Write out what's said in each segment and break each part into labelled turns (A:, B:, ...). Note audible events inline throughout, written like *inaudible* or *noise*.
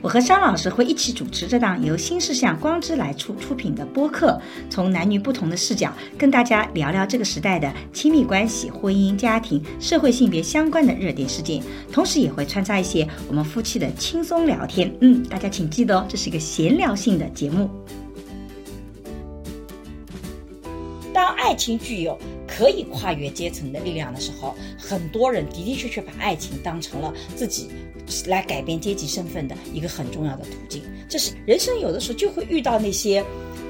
A: 我和商老师会一起主持这档由新事项光之来处出品的播客，从男女不同的视角跟大家聊聊这个时代的亲密关系、婚姻、家庭、社会性别相关的热点事件，同时也会穿插一些我们夫妻的轻松聊天。嗯，大家请记得哦，这是一个闲聊性的节目。
B: 当爱情具有可以跨越阶层的力量的时候，很多人的的确确把爱情当成了自己来改变阶级身份的一个很重要的途径。这是人生有的时候就会遇到那些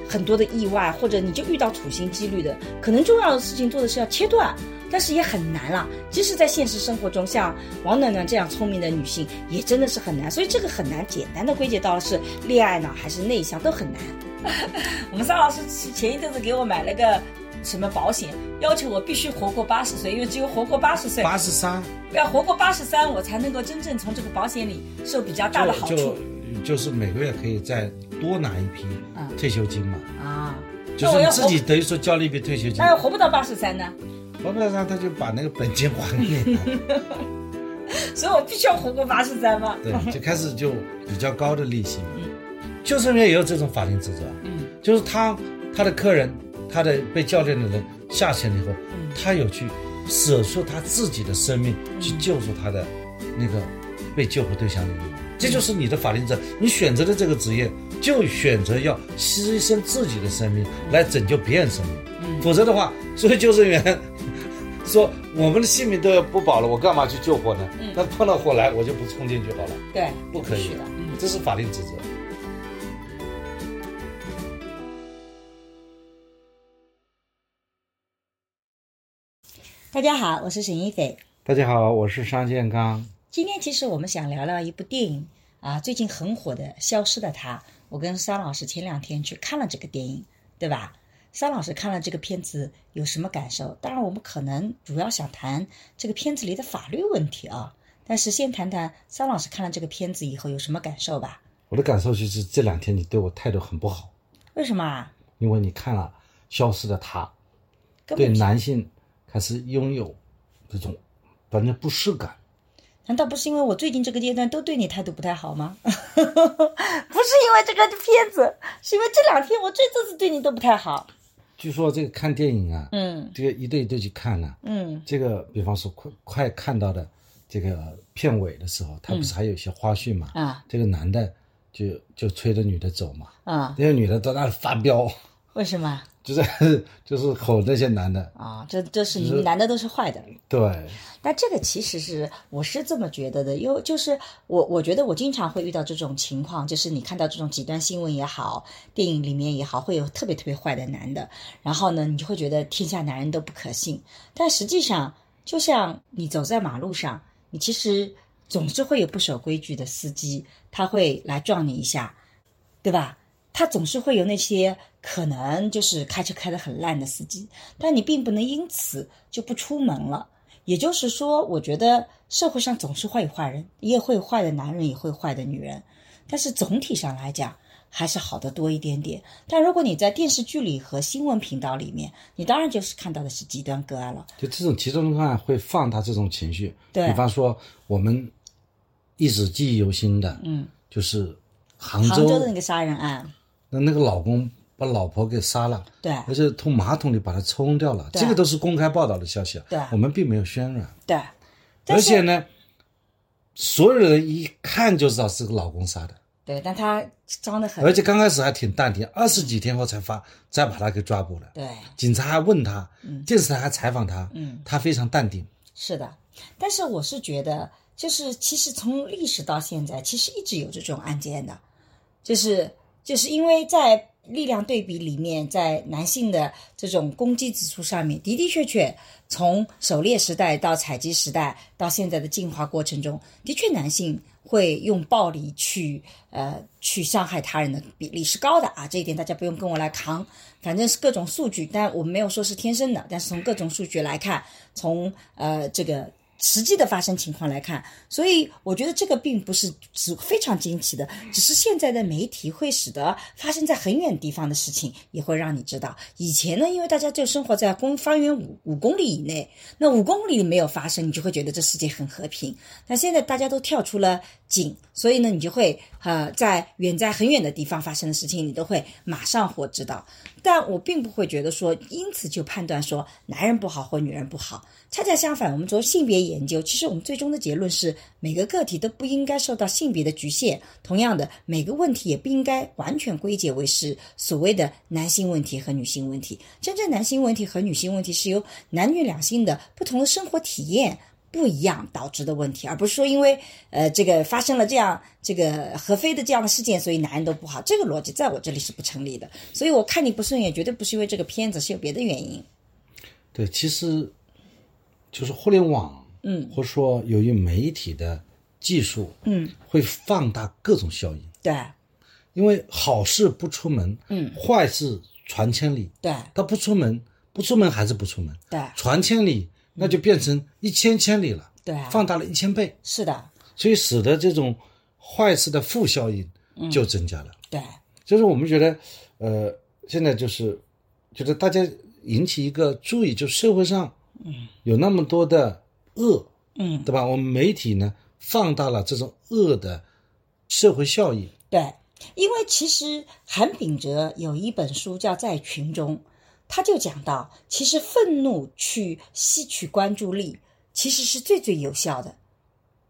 B: 很多的意外，或者你就遇到处心积虑的，可能重要的事情做的是要切断，但是也很难了。即使在现实生活中，像王暖暖这样聪明的女性，也真的是很难。所以这个很难简单的归结到是恋爱脑还是内向都很难。 *laughs* 我们桑老师前一阵子给我买了个什么保险，要求我必须活过八十岁，因为只有活过八十岁，
C: 八十三，
B: 要活过八十三，我才能够真正从这个保险里受比较大的好
C: 就
B: 处
C: 就就是每个月可以再多拿一批
B: 嗯
C: 退休金嘛，
B: 啊。
C: 就
B: 那我哎
C: 是
B: 要
C: 你
B: 活
C: 自，己等于说交了一笔退休金
B: 那，要活不到八十三呢？
C: 黄不上他就把那个本金还给你，
B: 所以我必须要活过八十三嘛。 *laughs*
C: 对，就开始就比较高的利息嘛，就是因为也有这种法定职责，啊
B: 嗯
C: 就是他他的客人，他的被教练的人下线了以后，
B: 嗯
C: 他有去舍出他自己的生命去救助他的那个被救护对象的人，
B: 嗯
C: 这就是你的法定责任。你选择的这个职业，就选择要牺牲自己的生命
B: 嗯
C: 来拯救别人生命，否则的话， *laughs* 作为救生员。说我们的性命都要不保了，我干嘛去救火呢？
B: 嗯
C: 那碰到火来，我就不冲进去好了，
B: 对，
C: 不可
B: 必
C: 以
B: 须的
C: 的
B: 嗯，
C: 这是法定职责。
B: 大家好，我是沈一斐。
D: 大家好，我是商建刚。
B: 今天其实我们想聊聊一部电影啊，最近很火的《消失的她》。我跟桑老师前两天去看了这个电影，对吧？桑老师看了这个片子有什么感受？当然，我们可能主要想谈这个片子里的法律问题啊，但是先谈谈桑老师看了这个片子以后有什么感受吧？
C: 我的感受就是这两天你对我态度很不好，
B: 为什么啊？
C: 因为你看了《消失的她》，
B: 根
C: 对
B: 本
C: 男性开始拥有这种反正不适感。
B: 难道不是因为我最近这个阶段都对你态度不太好吗？ *laughs* 不是因为这个片子，是因为这两天我这阵子对你都不太好。
C: 据说这个看电影啊，
B: 嗯
C: 这个一对一对去看呢、
B: 嗯
C: 这个比方说快快看到的这个片尾的时候，他不是还有一些花絮嘛？
B: 啊
C: 这个男的就就催着女的走嘛，
B: 啊，
C: 那个女的在那里发飙，
B: 为什么
C: 就在 *laughs* 就是吼那些男的，
B: 啊？这这是你们男的都是坏的。
C: 对，
B: 但这个其实是我是这么觉得的，因为就是我我觉得我经常会遇到这种情况，就是你看到这种极端新闻也好，电影里面也好，会有特别特别坏的男的，然后呢，你就会觉得天下男人都不可信。但实际上，就像你走在马路上，你其实总是会有不守规矩的司机，他会来撞你一下，对吧？他总是会有那些可能就是开车开得很烂的司机，但你并不能因此就不出门了。也就是说，我觉得社会上总是会有坏人，也会有坏的男人，也会有坏的女人，但是总体上来讲，还是好的多一点点。但如果你在电视剧里和新闻频道里面，你当然就是看到的是极端个案了。
C: 就这种集中个案会放大这种情绪。
B: 对
C: 比方说我们一直记忆犹新的，
B: 嗯，
C: 就是杭州
B: 杭州的那个杀人案，
C: 那那个老公把老婆给杀了，
B: 对
C: 而且从马桶里把她冲掉了，
B: 对
C: 这个都是公开报道的消息啊，
B: 对
C: 我们并没有渲染，
B: 对，但
C: 而且
B: 是
C: 呢，所有人一看就知道是个老公杀的，
B: 对，但他装的很
C: 而且刚开始还挺淡定，二十几天后才发才把他给抓捕了，
B: 对。
C: 警察还问他，电视台还采访他，
B: 嗯
C: 他非常淡定，
B: 是的，但是我是觉得，就是其实从历史到现在，其实一直有这种案件的，就是就是因为在力量对比里面，在男性的这种攻击指数上面，的的确确，从狩猎时代到采集时代到现在的进化过程中，的确男性会用暴力去呃去伤害他人的比例是高的啊，这一点大家不用跟我来扛，反正是各种数据，但我们没有说是天生的，但是从各种数据来看，从呃这个实际的发生情况来看，所以我觉得这个并不是是非常惊奇的，只是现在的媒体会使得发生在很远地方的事情也会让你知道。以前呢，因为大家就生活在公方圆五五公里以内，那五公里没有发生，你就会觉得这世界很和平。那现在大家都跳出了井，所以呢，你就会呃，在远在很远的地方发生的事情，你都会马上获知到。但我并不会觉得说，因此就判断说男人不好或女人不好。恰恰相反，我们从性别研究，其实我们最终的结论是，每个个体都不应该受到性别的局限。同样的，每个问题也不应该完全归结为是所谓的男性问题和女性问题。真正男性问题和女性问题是由男女两性的不同的生活体验。不一样导致的问题，而不是说因为呃这个发生了这样这个合肥的这样的事件，所以男人都不好，这个逻辑在我这里是不成立的。所以我看你不顺眼，绝对不是因为这个片子，是有别的原因。
C: 对，其实就是互联网，
B: 嗯，
C: 或者说由于媒体的技术，
B: 嗯，
C: 会放大各种效应，
B: 对
C: 因为好事不出门，
B: 嗯，
C: 坏事传千里，
B: 对
C: 他不出门，不出门还是不出门，
B: 对
C: 传千里，那就变成一千千里了，
B: 对，啊
C: 放大了一千倍，
B: 是的，
C: 所以使得这种坏事的负效应
B: 嗯
C: 就增加了。
B: 对
C: 就是我们觉得，呃，现在就是觉得大家引起一个注意，就社会上，有那么多的恶，
B: 嗯，
C: 对吧？我们媒体呢放大了这种恶的社会效应，
B: 对，因为其实韩炳哲有一本书叫《在群中》，他就讲到，其实愤怒去吸取关注力，其实是最最有效的。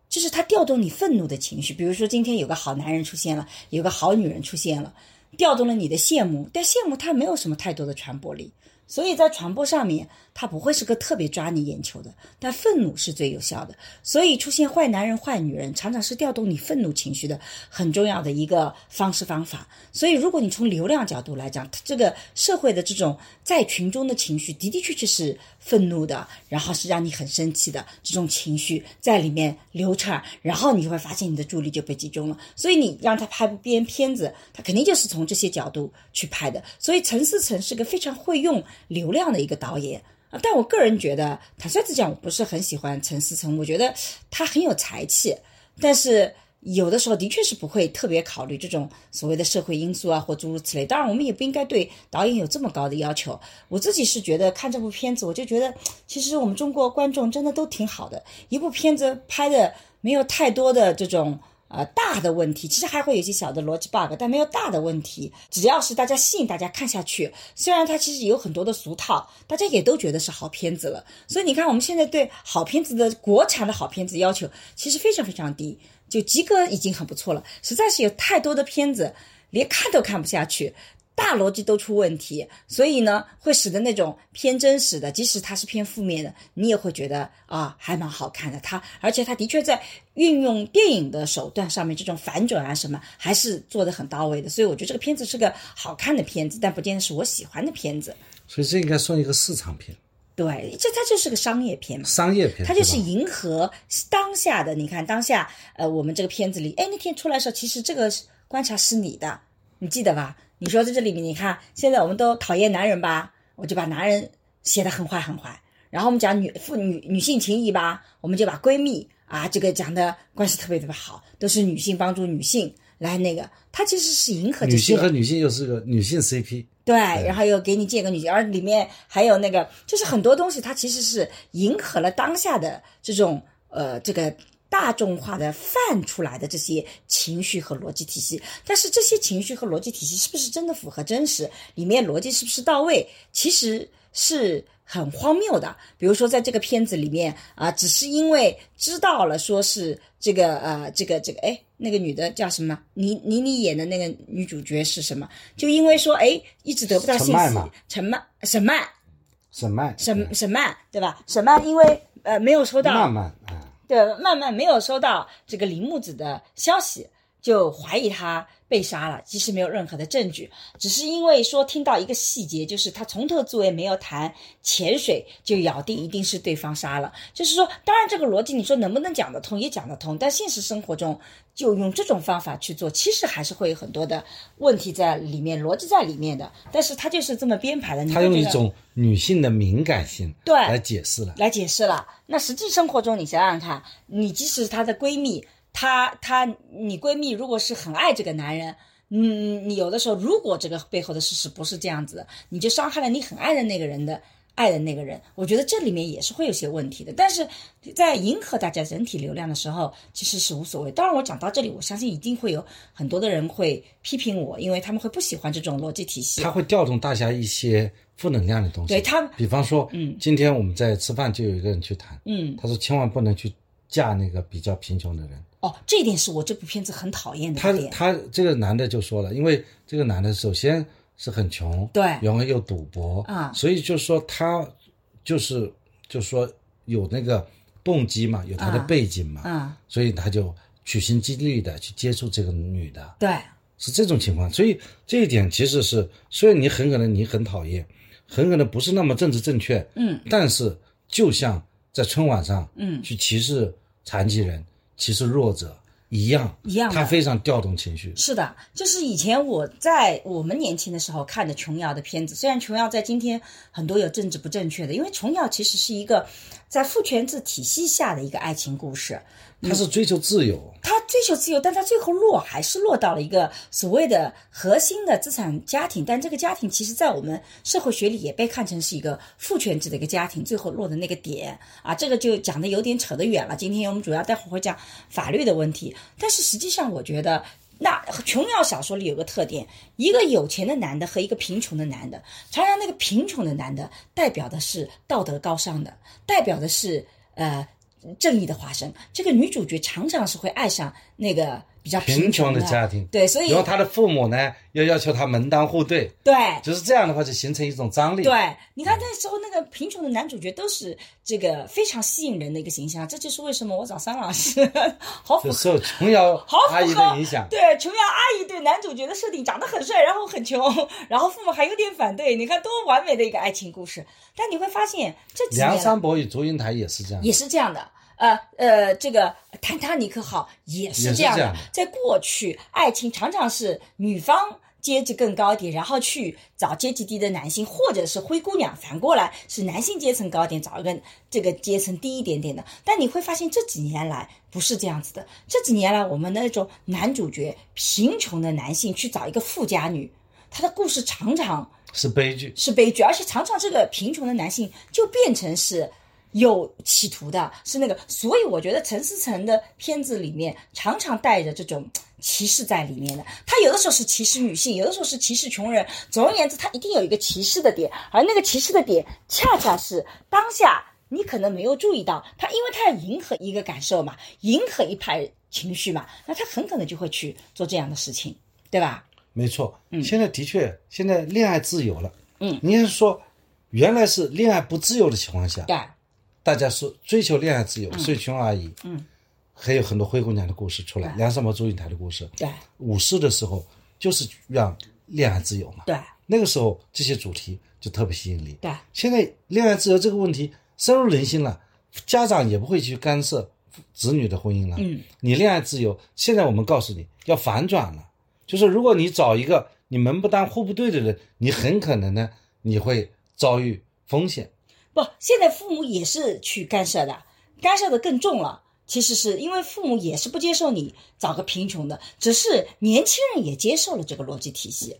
B: 就是它调动你愤怒的情绪。比如说，今天有个好男人出现了，有个好女人出现了，调动了你的羡慕，但羡慕它没有什么太多的传播力，所以在传播上面，它不会是个特别抓你眼球的。但愤怒是最有效的，所以出现坏男人、坏女人，常常是调动你愤怒情绪的很重要的一个方式方法。所以，如果你从流量角度来讲，这个社会的这种在群中的情绪，的的确确是愤怒的，然后是让你很生气的这种情绪在里面流窜，然后你就会发现你的注意力就被集中了。所以你让他拍编片子，他肯定就是从这些角度去拍的。所以陈思诚是个非常会用流量的一个导演。啊，但我个人觉得，坦率地讲，我不是很喜欢陈思诚，我觉得他很有才气，但是有的时候的确是不会特别考虑这种所谓的社会因素啊，或诸如此类。当然，我们也不应该对导演有这么高的要求。我自己是觉得看这部片子，我就觉得其实我们中国观众真的都挺好的，一部片子拍的没有太多的这种。呃，大的问题其实还会有一些小的逻辑 bug，但没有大的问题。只要是大家吸引大家看下去，虽然它其实有很多的俗套，大家也都觉得是好片子了。所以你看，我们现在对好片子的国产的好片子要求其实非常非常低，就及格已经很不错了。实在是有太多的片子连看都看不下去，大逻辑都出问题，所以呢，会使得那种偏真实的，即使它是偏负面的，你也会觉得啊，还蛮好看的。它而且它的确在运用电影的手段上面，这种反转啊什么，还是做的很到位的。所以我觉得这个片子是个好看的片子，但不见得是我喜欢的片子。
C: 所以这应该算一个市场片、
B: 对，这它就是个商业片嘛。
C: 商业片，
B: 它就是
C: 对吧
B: 迎合当下的。你看当下，呃，我们这个片子里，哎，那天出来的时候，其实这个是观察是你的，你记得吧？你说在这里面，你看现在我们都讨厌男人吧，我就把男人呃写得很坏很坏。然后我们讲女妇女女性情谊吧，我们就把闺蜜啊这个讲的关系特别特别好，都是女性帮助女性来那个，它其实是迎合这
C: 女性
B: 些
C: 和女性又是个女性 CP，
B: 对，然后又给你建个女性，而里面还有那个，就是很多东西它其实是迎合了当下的这种呃这个大众化的泛出来的这些情绪和逻辑体系。但是这些情绪和逻辑体系是不是真的符合真实？里面逻辑是不是到位？其实是很荒谬的。比如说，在这个片子里面啊、只是因为知道了说是这个呃，这个这个，哎，那个女的叫什么？倪倪妮演的那个女主角是什么？就因为说，哎，一直得不到信息
C: 陈曼嘛，
B: 陈曼，沈曼，
C: 沈曼，
B: 沈沈曼，对吧？沈曼因为呃没有收到
C: 慢慢啊，
B: 对，慢慢没有收到这个李木子的消息，就怀疑他被杀了，其实没有任何的证据，只是因为说听到一个细节，就是他从头至尾没有谈潜水，就咬定一定是对方杀了。就是说，当然这个逻辑你说能不能讲得通，也讲得通，但现实生活中就用这种方法去做，其实还是会有很多的问题在里面，逻辑在里面的。但是他就是这么编排的，你
C: 他
B: 会
C: 用
B: 觉
C: 一
B: 得
C: 种女性的敏感性
B: 对
C: 来解释了。
B: 来解释了。那实际生活中，你想想看，你即使是她的闺蜜，她她你闺蜜如果是很爱这个男人，嗯，你有的时候如果这个背后的事实不是这样子的，你就伤害了你很爱的那个人的。爱的那个人，我觉得这里面也是会有些问题的。但是在迎合大家整体流量的时候，其实是无所谓。当然，我讲到这里，我相信一定会有很多的人会批评我，因为他们会不喜欢这种逻辑体系
C: 它。会调动大家一些负能量的东西。
B: 对他
C: 比方说，
B: 嗯
C: 今天我们在吃饭就有一个人去谈，
B: 嗯，
C: 他说千万不能去嫁那个比较贫穷的人。
B: 哦，这一点是我这部片子很讨厌的
C: 他
B: 一点。
C: 他这个男的就说了，因为这个男的首先是很穷，
B: 对
C: 然后又赌博
B: 啊
C: 所以就是说他就是就说有那个动机嘛，有他的
B: 啊
C: 背景嘛，
B: 嗯，
C: 所以他就处心积虑的去接触这个女的，
B: 对，
C: 是这种情况，所以这一点其实是，虽然你很可能你很讨厌，很可能不是那么政治正确，
B: 嗯，
C: 但是就像在春晚上，
B: 嗯
C: 去歧视残疾人、歧视弱者一样，
B: 一样的
C: 他非常调动情绪。
B: 是的，就是以前我在我们年轻的时候看的琼瑶的片子，虽然琼瑶在今天很多有政治不正确的，因为琼瑶其实是一个在父权制体系下的一个爱情故事，
C: 他是追求自由，
B: 他追求自由，但他最后落还是落到了一个所谓的核心的资产家庭，但这个家庭其实在我们社会学里也被看成是一个父权制的一个家庭，最后落的那个点啊，这个就讲的有点扯得远了。今天我们主要待会儿会讲法律的问题，但是实际上我觉得。那琼瑶小说里有个特点，一个有钱的男的和一个贫穷的男的，常常那个贫穷的男的代表的是道德高尚的，代表的是呃正义的化身。这个女主角常常是会爱上那个比较
C: 贫
B: 穷
C: 穷的家庭，
B: 对，所以
C: 然后他的父母呢，又要求他门当户对，
B: 对
C: 就是这样的话就形成一种张力。
B: 对，你看那时候那个贫穷的男主角都是这个非常吸引人的一个形象，这就是为什么我找桑老师好符
C: 就
B: 合
C: 啊受琼瑶
B: 好符合
C: 阿姨的影响，
B: 对，琼瑶阿姨对男主角的设定，长得很帅，然后很穷，然后父母还有点反对，你看多完美的一个爱情故事。但你会发现这几
C: 梁
B: 年
C: 山伯与祝英台也是这样
B: 也。是这样的。呃呃，这个《泰坦尼克号》也
C: 也
B: 是
C: 是
B: 这样
C: 这
B: 的。
C: 样的
B: 在过去，爱情常常是女方阶级更高一点，然后去找阶级低的男性，或者是灰姑娘，反过来是男性阶层高一点，找一个这个阶层低一点点的。但你会发现这几年来不是这样子的。这几年来，我们的那种男主角贫穷的男性去找一个富家女，他的故事常常
C: 是悲剧，
B: 是悲剧，而且常常这个贫穷的男性就变成是有企图的，是那个，所以我觉得陈思诚的片子里面常常带着这种歧视在里面的。他有的时候是歧视女性，有的时候是歧视穷人，总而言之，他一定有一个歧视的点，而那个歧视的点恰恰是当下。你可能没有注意到他，因为他要迎合一个感受嘛，迎合一派情绪嘛，那他很可能就会去做这样的事情，对吧？
C: 没错。
B: 嗯
C: 现在的确，现在恋爱自由了。
B: 嗯，
C: 你是说，原来是恋爱不自由的情况下，
B: 对，
C: 大家是追求恋爱自由，所以琼瑶阿姨，
B: 嗯，
C: 还有很多灰姑娘的故事出来，
B: 对
C: 梁山伯祝英台的故事，
B: 对，
C: 五四的时候就是让恋爱自由嘛。
B: 对，
C: 那个时候这些主题就特别吸引力。
B: 对，
C: 现在恋爱自由这个问题深入人心了，家长也不会去干涉子女的婚姻了。
B: 嗯，
C: 你恋爱自由，现在我们告诉你要反转了，就是如果你找一个你门不当户不对的人，你很可能呢你会遭遇风险。
B: 不，现在父母也是去干涉的，干涉的更重了。其实是因为父母也是不接受你找个贫穷的，只是年轻人也接受了这个逻辑体系。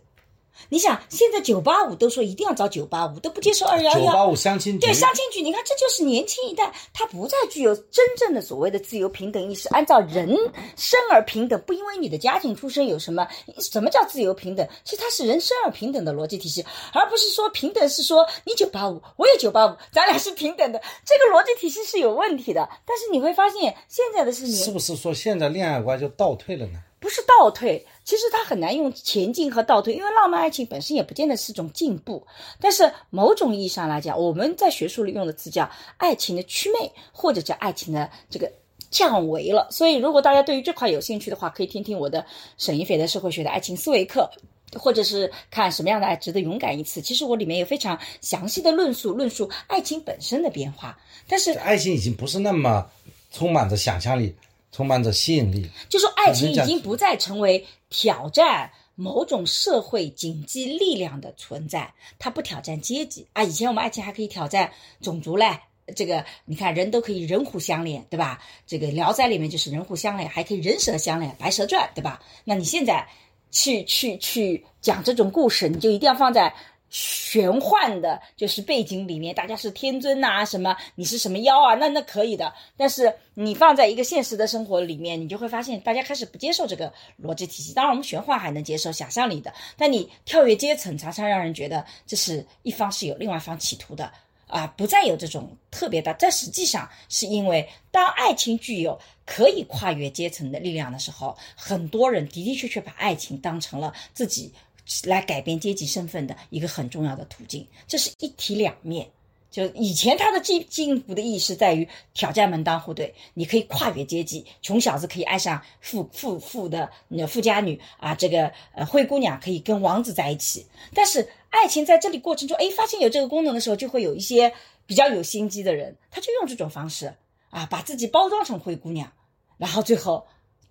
B: 你想，现在九八五都说一定要找九八五，都不接受二幺
C: 九
B: 幺。
C: 八五相亲
B: 啊
C: 局，
B: 对相亲局，你看这就是年轻一代，他不再具有真正的所谓的自由平等意识，按照人生而平等，不因为你的家庭出身有什么，什么叫自由平等？其实它是人生而平等的逻辑体系，而不是说平等是说你九八五，我也九八五，咱俩是平等的，这个逻辑体系是有问题的。但是你会发现，现在的是年
C: 是不是说现在恋爱观就倒退了呢？
B: 不是倒退，其实它很难用前进和倒退，因为浪漫爱情本身也不见得是种进步。但是某种意义上来讲，我们在学术里用的词叫爱情的祛魅，或者叫爱情的这个降维了。所以，如果大家对于这块有兴趣的话，可以听听我的沈一斐的社会学的爱情思维课。或者是看什么样的爱值得勇敢一次，其实我里面有非常详细的论述，论述爱情本身的变化。但是
C: 爱情已经不是那么充满着想象力，充满着吸引力。
B: 就说爱情已经不再成为挑战某种社会经济力量的存在，它不挑战阶级啊。以前我们爱情还可以挑战种族嘞，这个你看人都可以人虎相恋，对吧？这个《聊斋》里面就是人虎相恋，还可以人蛇相恋，《白蛇传》对吧？那你现在去去去讲这种故事，你就一定要放在。玄幻的，就是背景里面，大家是天尊呐、什么你是什么妖啊，那那可以的。但是你放在一个现实的生活里面，你就会发现，大家开始不接受这个逻辑体系。当然，我们玄幻还能接受，想象力的，但你跳跃阶层，常常让人觉得这是一方是有另外一方企图的啊、不再有这种特别的。但实际上，是因为当爱情具有可以跨越阶层的力量的时候，很多人的的确确把爱情当成了自己来改变阶级身份的一个很重要的途径，这是一体两面。就以前他的进进步的意义是在于挑战门当户对，你可以跨越阶级，穷小子可以爱上富富富的呃富家女啊，这个呃灰姑娘可以跟王子在一起。但是爱情在这里过程中，哎，发现有这个功能的时候，就会有一些比较有心机的人，他就用这种方式啊，把自己包装成灰姑娘，然后最后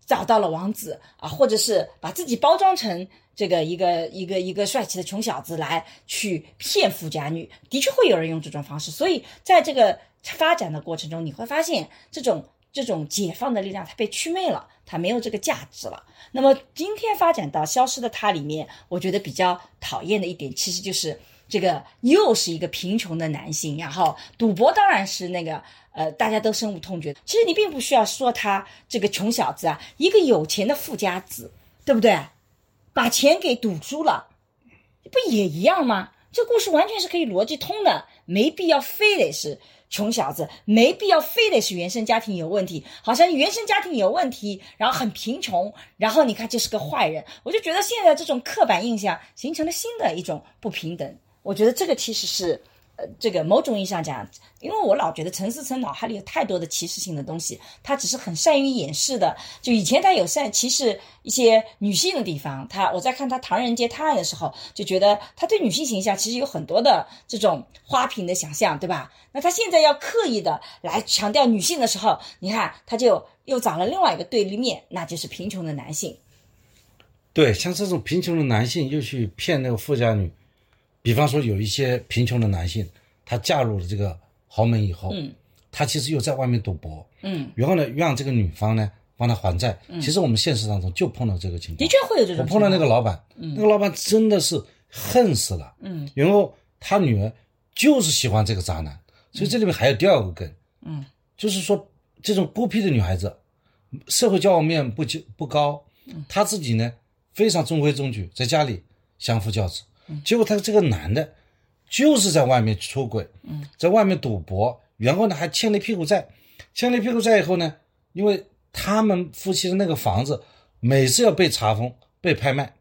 B: 找到了王子啊，或者是把自己包装成这个一个一个一个帅气的穷小子来去骗富家女，的确会有人用这种方式。所以在这个发展的过程中，你会发现这种这种解放的力量它被祛魅了，它没有这个价值了。那么今天发展到《消失的她》里面，我觉得比较讨厌的一点，其实就是这个又是一个贫穷的男性，然后赌博当然是那个呃大家都深恶痛绝。其实你并不需要说他这个穷小子啊，一个有钱的富家子，对不对？把钱给赌输了，不也一样吗？这故事完全是可以逻辑通的，没必要非得是穷小子，没必要非得是原生家庭有问题，好像原生家庭有问题，然后很贫穷，然后你看就是个坏人。我就觉得现在这种刻板印象形成了新的一种不平等，我觉得这个其实是。呃，这个某种意义上讲，因为我老觉得陈思诚脑海里有太多的歧视性的东西，他只是很善于掩饰的。就以前他有善歧视一些女性的地方，他我在看他《唐人街探案》的时候，就觉得他对女性形象其实有很多的这种花瓶的想象，对吧？那他现在要刻意的来强调女性的时候，你看他就又找了另外一个对立面，那就是贫穷的男性。
C: 对，像这种贫穷的男性又去骗那个富家女，比方说有一些贫穷的男性，他嫁入了这个豪门以后，
B: 嗯
C: 他其实又在外面赌博，
B: 嗯，
C: 然后呢，让这个女方呢帮他还债。其实我们现实当中就碰到这个情况，
B: 的确会有这
C: 我
B: 种情
C: 碰
B: 况。
C: 到那个老板，那个老板真的是恨死了，
B: 嗯
C: 然后他女儿就是喜欢这个渣男，所以这里面还有第二个根，
B: 嗯
C: 就是说这种孤僻的女孩子，社会交往面不就不高，她自己呢非常中规中矩，在家里相夫教子，结果她这个男的，就是在外面出轨，在外面赌博，然后呢还欠了一屁股债，欠了一屁股债以后呢，因为他们夫妻的那个房子每次要被查封、被拍卖，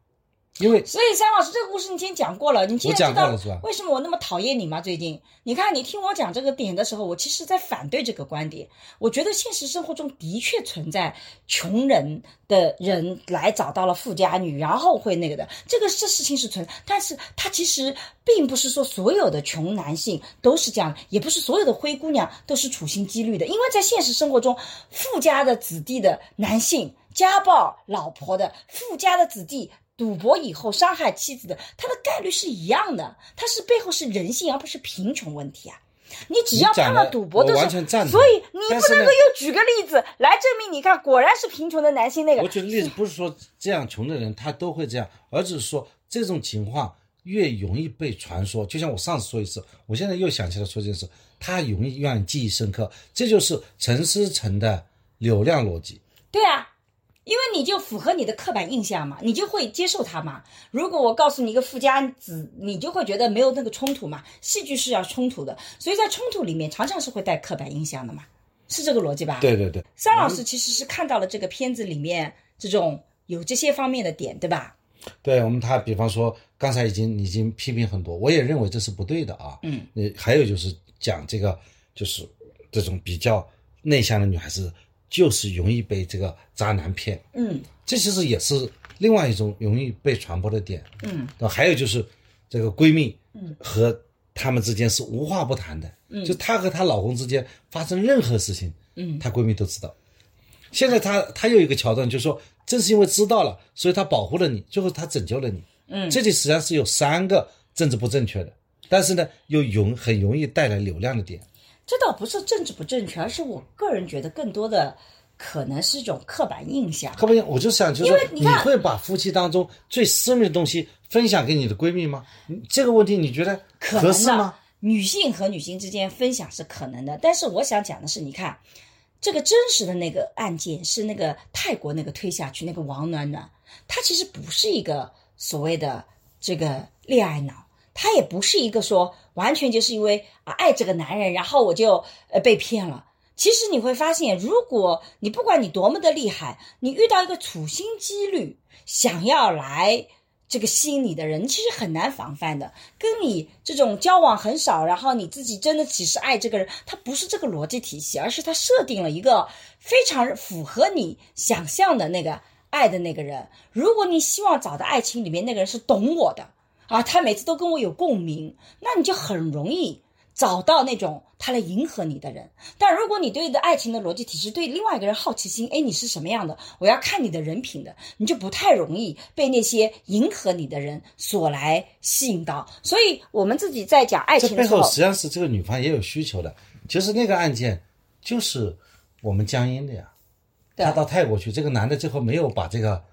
C: 因为
B: 所以，张老师，这个故事你今天讲过了，你今
C: 我
B: 天
C: 讲
B: 知
C: 过
B: 道
C: 了是吧
B: 为什么我那么讨厌你吗？最近，你看你听我讲这个点的时候，我其实在反对这个观点。我觉得现实生活中的确存在穷人的人来找到了富家女，然后会那个的，这个这事情是存在，但是它其实并不是说所有的穷男性都是这样，也不是所有的灰姑娘都是处心积虑的，因为在现实生活中，富家的子弟的男性家暴老婆的，富家的子弟。赌博以后伤害妻子的，他的概率是一样的，他是背后是人性，而不是贫穷问题啊！你只要
C: 你讲
B: 碰到
C: 的
B: 赌博
C: 我
B: 都是，
C: 完全赞同
B: 所以你
C: 但
B: 不
C: 是
B: 能
C: 呢
B: 够又举个例子来证明，你看果然是贫穷的男性那
C: 我
B: 个。
C: 举的例子不是说这样穷的人他都会这样，而只是说这种情况越容易被传说。就像我上次说一次，我现在又想起来说这件事，他容易让你记忆深刻。这就是陈思诚的流量逻辑。
B: 对啊，因为你就符合你的刻板印象嘛，你就会接受它嘛。如果我告诉你一个富家子，你就会觉得没有那个冲突嘛。戏剧是要冲突的，所以在冲突里面常常是会带刻板印象的嘛，是这个逻辑吧？
C: 对对对，
B: 桑老师其实是看到了这个片子里面这种有这些方面的点，对吧？
C: 对我们他比方说刚才已经已经批评很多，我也认为这是不对的啊。
B: 嗯，
C: 呃，还有就是讲这个就是这种比较内向的女孩子就是容易被这个渣男骗。
B: 嗯
C: 这其实也是另外一种容易被传播的点。
B: 嗯
C: 那还有就是这个闺蜜
B: 嗯
C: 和她们之间是无话不谈的，
B: 嗯
C: 就她和她老公之间发生任何事情，
B: 嗯
C: 她闺蜜都知道。现在她她又有一个桥段，就是说正是因为知道了，所以她保护了你，最后她拯救了你。
B: 嗯
C: 这里实际上是有三个政治不正确的，但是呢又容很容易带来流量的点。
B: 这倒不是政治不正确，而是我个人觉得更多的可能是一种刻板印象。
C: 后面我就想，就
B: 因
C: 是说
B: 为你
C: 你
B: 看
C: 会把夫妻当中最私密的东西分享给你的闺蜜吗？嗯这个问题你觉得
B: 可
C: 合
B: 能
C: 适
B: 的
C: 吗？。
B: 女性和女性之间分享是可能的，但是我想讲的是，你看这个真实的那个案件是那个泰国那个推下去那个王暖暖，她其实不是一个所谓的这个恋爱脑，她也不是一个说完全就是因为啊爱这个男人，然后我就呃被骗了。其实你会发现，如果你不管你多么的厉害，你遇到一个处心积虑想要来这个吸引你的人，其实很难防范的。跟你这种交往很少，然后你自己真的只是爱这个人，他不是这个逻辑体系，而是他设定了一个非常符合你想象的那个爱的那个人。如果你希望找的爱情里面那个人是懂我的啊，他每次都跟我有共鸣，那你就很容易。找到那种他来迎合你的人，但如果你对你的爱情的逻辑体系对另外一个人好奇心，哎，你是什么样的？我要看你的人品的，你就不太容易被那些迎合你的人所来吸引到。所以我们自己在讲爱
C: 这
B: 情的
C: 背
B: 时候
C: 后，实际上是这个女方也有需求的。其实那个案件就是我们江阴的呀，
B: 对
C: 她到泰国去，这个男的最后没有把这个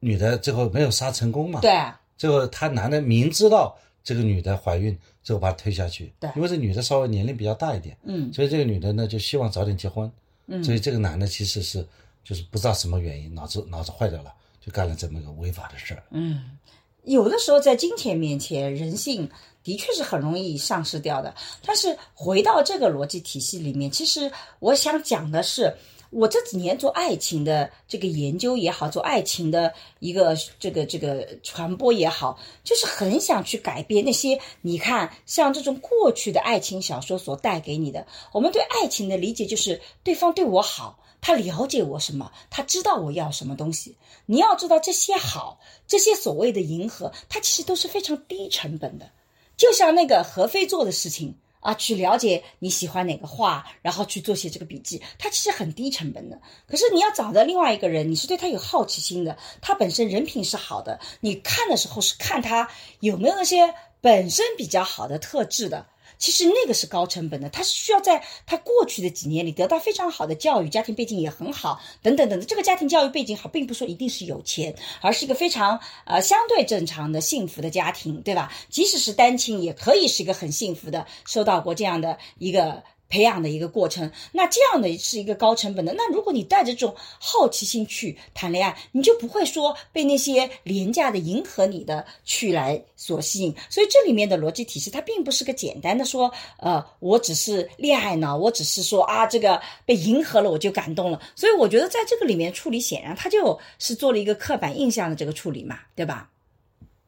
C: 女的最后没有杀成功嘛？
B: 对，啊
C: 最后他男的明知道这个女的怀孕，最后把她推下去。
B: 对
C: 因为这女的稍微年龄比较大一点，
B: 嗯
C: 所以这个女的呢就希望早点结婚。
B: 嗯
C: 所以这个男的其实是就是不知道什么原因，脑子脑子坏掉了，就干了这么个违法的事儿。
B: 嗯，有的时候在金钱面前，人性的确是很容易丧失掉的。但是回到这个逻辑体系里面，其实我想讲的是，我这几年做爱情的这个研究也好，做爱情的一个这个这个传播也好，就是很想去改变那些你看像这种过去的爱情小说所带给你的，我们对爱情的理解就是对方对我好。他了解我什么？他知道我要什么东西。你要知道，这些好，这些所谓的迎合，它其实都是非常低成本的。就像那个何非做的事情啊，去了解你喜欢哪个画，然后去做些这个笔记，它其实很低成本的。可是你要找的另外一个人，你是对他有好奇心的，他本身人品是好的，你看的时候是看他有没有那些本身比较好的特质的。其实那个是高成本的，他是需要在他过去的几年里得到非常好的教育，家庭背景也很好，等等等等。这个家庭教育背景好，并不是说一定是有钱，而是一个非常呃相对正常的幸福的家庭，对吧？即使是单亲，也可以是一个很幸福的，受到过这样的一个。培养的一个过程，那这样的是一个高成本的。那如果你带着这种好奇心去谈恋爱，你就不会说被那些廉价的迎合你的去来所吸引。所以这里面的逻辑体系，它并不是个简单的说，呃，我只是恋爱脑，我只是说啊，这个被迎合了我就感动了。所以我觉得在这个里面处理，显然它就是做了一个刻板印象的这个处理嘛，对吧？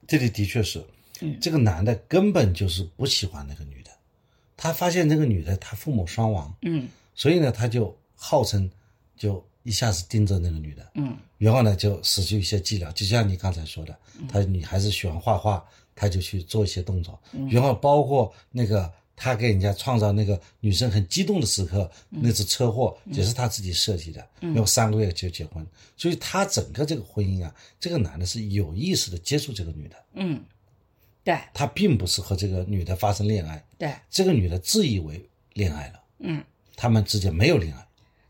C: 这里的确是，
B: 嗯
C: 这个男的根本就是不喜欢那个女的，他发现这个女的她父母双亡，
B: 嗯
C: 所以呢他就号称就一下子盯着那个女的，
B: 嗯
C: 然后呢就使出一些伎俩，就像你刚才说的，他女孩子喜欢画画，他就去做一些动作，然后包括那个他给人家创造那个女生很激动的时刻，那次车祸也是他自己设计的，然后三个月就结婚，所以他整个这个婚姻啊，这个男的是有意识的接触这个女的，
B: 嗯，对
C: 他并不是和这个女的发生恋爱，
B: 对，
C: 这个女的自以为恋爱了，
B: 嗯。
C: 他们之间没有恋爱。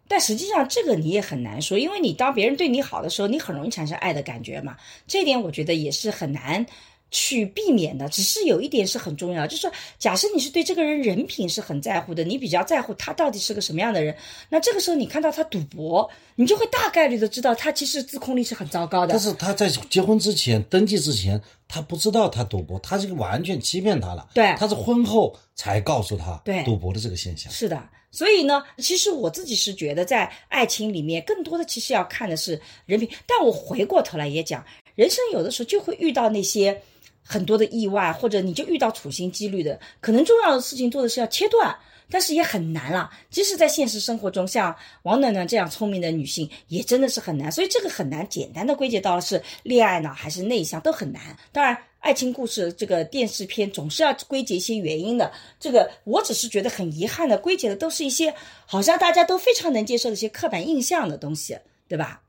B: 但实际上，这个你也很难说，因为你当别人对你好的时候，你很容易产生爱的感觉嘛。这一点我觉得也是很难去避免的。只是有一点是很重要，就是假设你是对这个人人品是很在乎的，你比较在乎他到底是个什么样的人，那这个时候你看到他赌博，你就会大概率的知道他其实自控力是很糟糕的
C: 但。是他在结婚之前、登记之前，他不知道他赌博，他这个完全欺骗他了。
B: 对
C: 他是婚后才告诉他
B: 哎对
C: 赌博的这个现象。
B: 是的，所以呢，其实我自己是觉得，在爱情里面，更多的其实要看的是人品。但我回过头来也讲，人生有的时候就会遇到那些很多的意外，或者你就遇到处心积虑的，可能重要的事情做的是要切断。但是也很难啦。即使在现实生活中，像王暖暖这样聪明的女性，也真的是很难。所以这个很难，简单的归结到是恋爱脑还是内向都很难。当然，爱情故事这个电视片总是要归结一些原因的。这个我只是觉得很遗憾的，归结的都是一些好像大家都非常能接受的一些刻板印象的东西，对吧？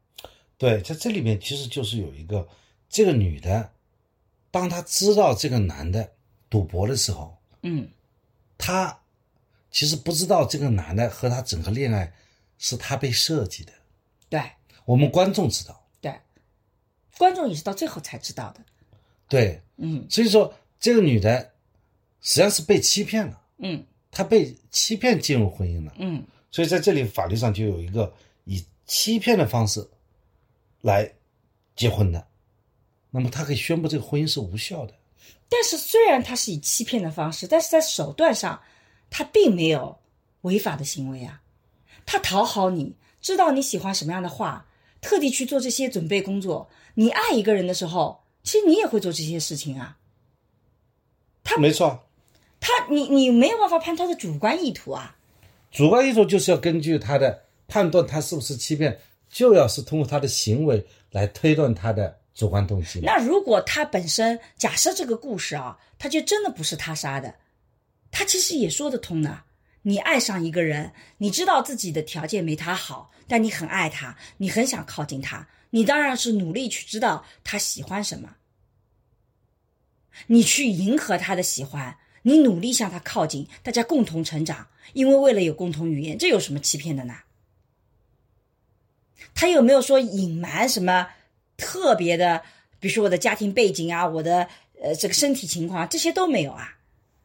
C: 对，在这里面其实就是有一个这个女的，当她知道这个男的赌博的时候，
B: 嗯，
C: 她其实不知道这个男的和她整个恋爱是她被设计的，
B: 对
C: 我们观众知道，
B: 对，观众也是到最后才知道的。
C: 对，
B: 嗯
C: 所以说这个女的实际上是被欺骗了，
B: 嗯
C: 她被欺骗进入婚姻了，
B: 嗯，
C: 所以在这里法律上就有一个以欺骗的方式来结婚的，那么她可以宣布这个婚姻是无效的。
B: 但是虽然他是以欺骗的方式，但是在手段上，他并没有违法的行为啊。他讨好你，知道你喜欢什么样的话，特地去做这些准备工作。你爱一个人的时候，其实你也会做这些事情啊。
C: 没错，啊
B: 他，你你没有办法判他的主观意图啊。
C: 主观意图就是要根据他的判断，他是不是欺骗，就要是通过他的行为来推断他的主观动机嘛。
B: 那如果他本身假设这个故事啊，他就真的不是他杀的，他其实也说得通的。你爱上一个人，你知道自己的条件没他好，但你很爱他，你很想靠近他，你当然是努力去知道他喜欢什么，你去迎合他的喜欢，你努力向他靠近，大家共同成长，因为为了有共同语言，这有什么欺骗的呢？他有没有说隐瞒什么特别的，比如说我的家庭背景啊，我的呃这个身体情况啊，这些都没有啊。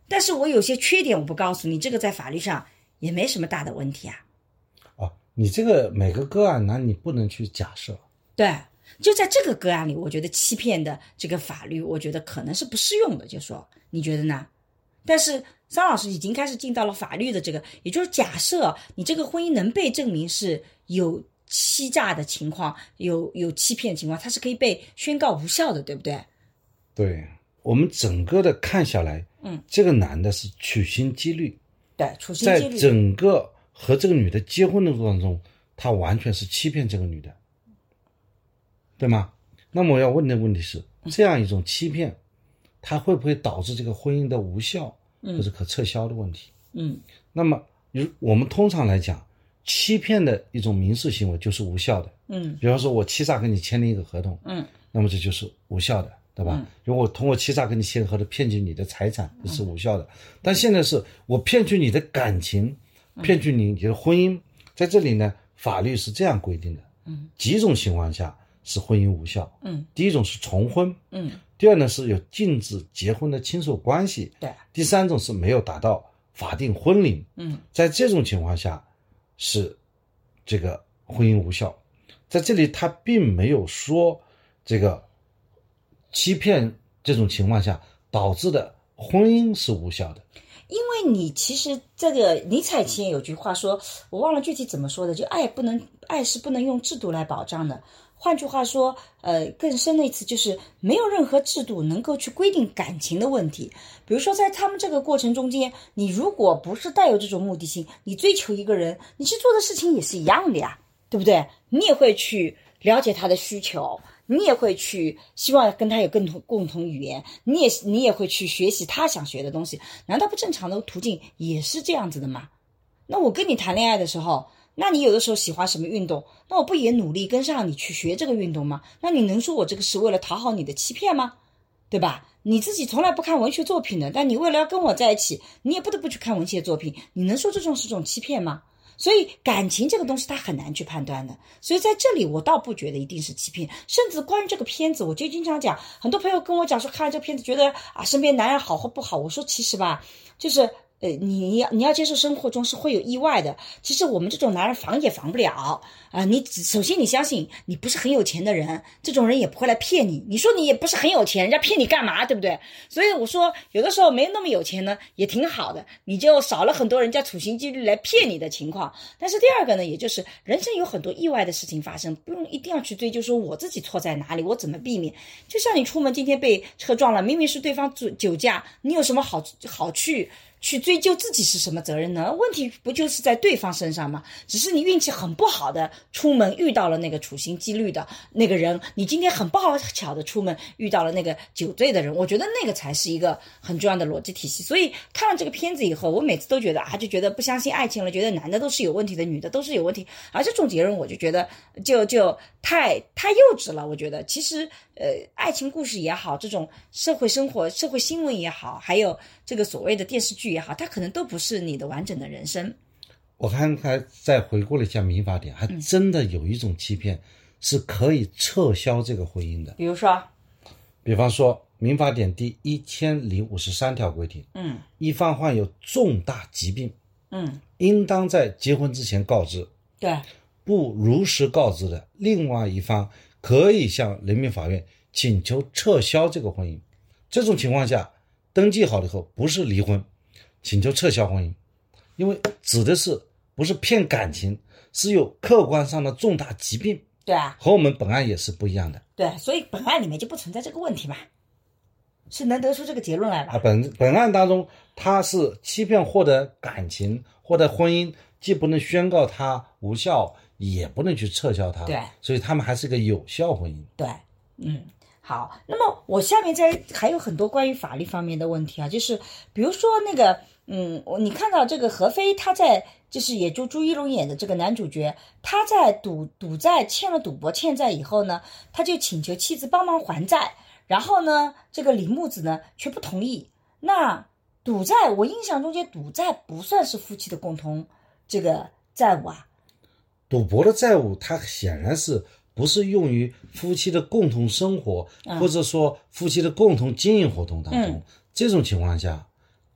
B: 但是我有些缺点我不告诉你，这个在法律上也没什么大的问题啊。
C: 啊，你这个每个个案呢，你不能去假设。
B: 对，就在这个个案里，我觉得欺骗的这个法律，我觉得可能是不适用的。就说你觉得呢？但是张老师已经开始进到了法律的这个，也就是假设你这个婚姻能被证明是有欺诈的情况，有有欺骗的情况，它是可以被宣告无效的，对不对？
C: 对我们整个的看下来，
B: 嗯，
C: 这个男的是处心积虑，
B: 对，处心
C: 在
B: 积虑。
C: 整个和这个女的结婚的过程中，他完全是欺骗这个女的，对吗？那么我要问的问题是，这样一种欺骗，它会不会导致这个婚姻的无效或者可撤销的问题？
B: 嗯
C: 那么，如我们通常来讲，欺骗的一种民事行为就是无效的。
B: 嗯
C: 比方说，我欺诈跟你签了一个合同，
B: 嗯
C: 那么这就是无效的，对吧？
B: 嗯
C: 如果我通过欺诈跟你签合的骗取你的财产，这是无效的。但现在是我骗取你的感情，骗取你的婚姻，在这里呢，法律是这样规定的：
B: 嗯
C: 几种情况下是婚姻无效。
B: 嗯
C: 第一种是重婚，
B: 嗯，
C: 第二呢是有禁止结婚的亲属关系，
B: 对，
C: 第三种是没有达到法定婚龄。
B: 嗯
C: 在这种情况下，是这个婚姻无效。在这里，他并没有说这个欺骗这种情况下导致的婚姻是无效的。
B: 因为你其实这个尼采前有句话说，我忘了具体怎么说的，就爱不能爱是不能用制度来保障的。换句话说，呃，更深的一次就是没有任何制度能够去规定感情的问题。比如说，在他们这个过程中间，你如果不是带有这种目的性，你追求一个人，你去做的事情也是一样的呀，对不对？你也会去了解他的需求，你也会去希望跟他有共同共同语言，你也你也会去学习他想学的东西。难道不正常的途径也是这样子的吗？那我跟你谈恋爱的时候，那你有的时候喜欢什么运动，那我不也努力跟上你去学这个运动吗？那你能说我这个是为了讨好你的欺骗吗？对吧？你自己从来不看文学作品的，但你为了要跟我在一起，你也不得不去看文学作品，你能说这种是种欺骗吗？所以感情这个东西它很难去判断的，所以在这里我倒不觉得一定是欺骗，甚至关于这个片子，我就经常讲，很多朋友跟我讲说看了这个片子觉得啊身边男人好或不好，我说其实吧，就是呃你你要你要接受生活中是会有意外的，其实我们这种男人防也防不了啊、你只首先你相信你不是很有钱的人，这种人也不会来骗你，你说你也不是很有钱，人家骗你干嘛，对不对？所以我说，有的时候没那么有钱呢，也挺好的，你就少了很多人家处心积虑来骗你的情况。但是第二个呢，也就是人生有很多意外的事情发生，不用一定要去追究说我自己错在哪里，我怎么避免。就像你出门今天被车撞了，明明是对方酒酒驾，你有什么好好去去追究自己是什么责任呢？问题不就是在对方身上吗？只是你运气很不好的出门遇到了那个处心积虑的那个人，你今天很不好巧的出门遇到了那个酒醉的人。我觉得那个才是一个很重要的逻辑体系。所以看了这个片子以后，我每次都觉得啊，就觉得不相信爱情了，觉得男的都是有问题的，女的都是有问题。而这种结论，我就觉得就就太太幼稚了。我觉得其实呃，爱情故事也好，这种社会生活、社会新闻也好，还有这个所谓的电视剧也好，它可能都不是你的完整的人生。
C: 我刚才再回顾了一下民法典，还真的有一种欺骗是可以撤销这个婚姻的。
B: 比如说，
C: 比方说，民法典第一千零五十三条规定，
B: 嗯
C: 一方患有重大疾病，
B: 嗯，
C: 应当在结婚之前告知，
B: 对，
C: 不如实告知的，另外一方可以向人民法院请求撤销这个婚姻。这种情况下，登记好了以后不是离婚，请求撤销婚姻，因为指的是不是骗感情，是有客观上的重大疾病，
B: 对啊，
C: 和我们本案也是不一样的
B: 对，所以本案里面就不存在这个问题嘛，是能得出这个结论来吧？
C: 啊。本本案当中，他是欺骗获得感情，获得婚姻，既不能宣告他无效，也不能去撤销他。
B: 对，
C: 所以他们还是个有效婚姻。
B: 对，嗯，好。那么我下面再还有很多关于法律方面的问题啊，就是比如说那个，嗯，我你看到这个何非他在就是也就朱一龙演的这个男主角，他在赌赌债欠了赌博欠债以后呢，他就请求妻子帮忙还债，然后呢，这个李木子呢却不同意。那赌债，我印象中间赌债不算是夫妻的共同这个债务啊，
C: 赌博的债务，它显然是不是用于夫妻的共同生活，
B: 嗯
C: 或者说夫妻的共同经营活动当中。
B: 嗯
C: 这种情况下，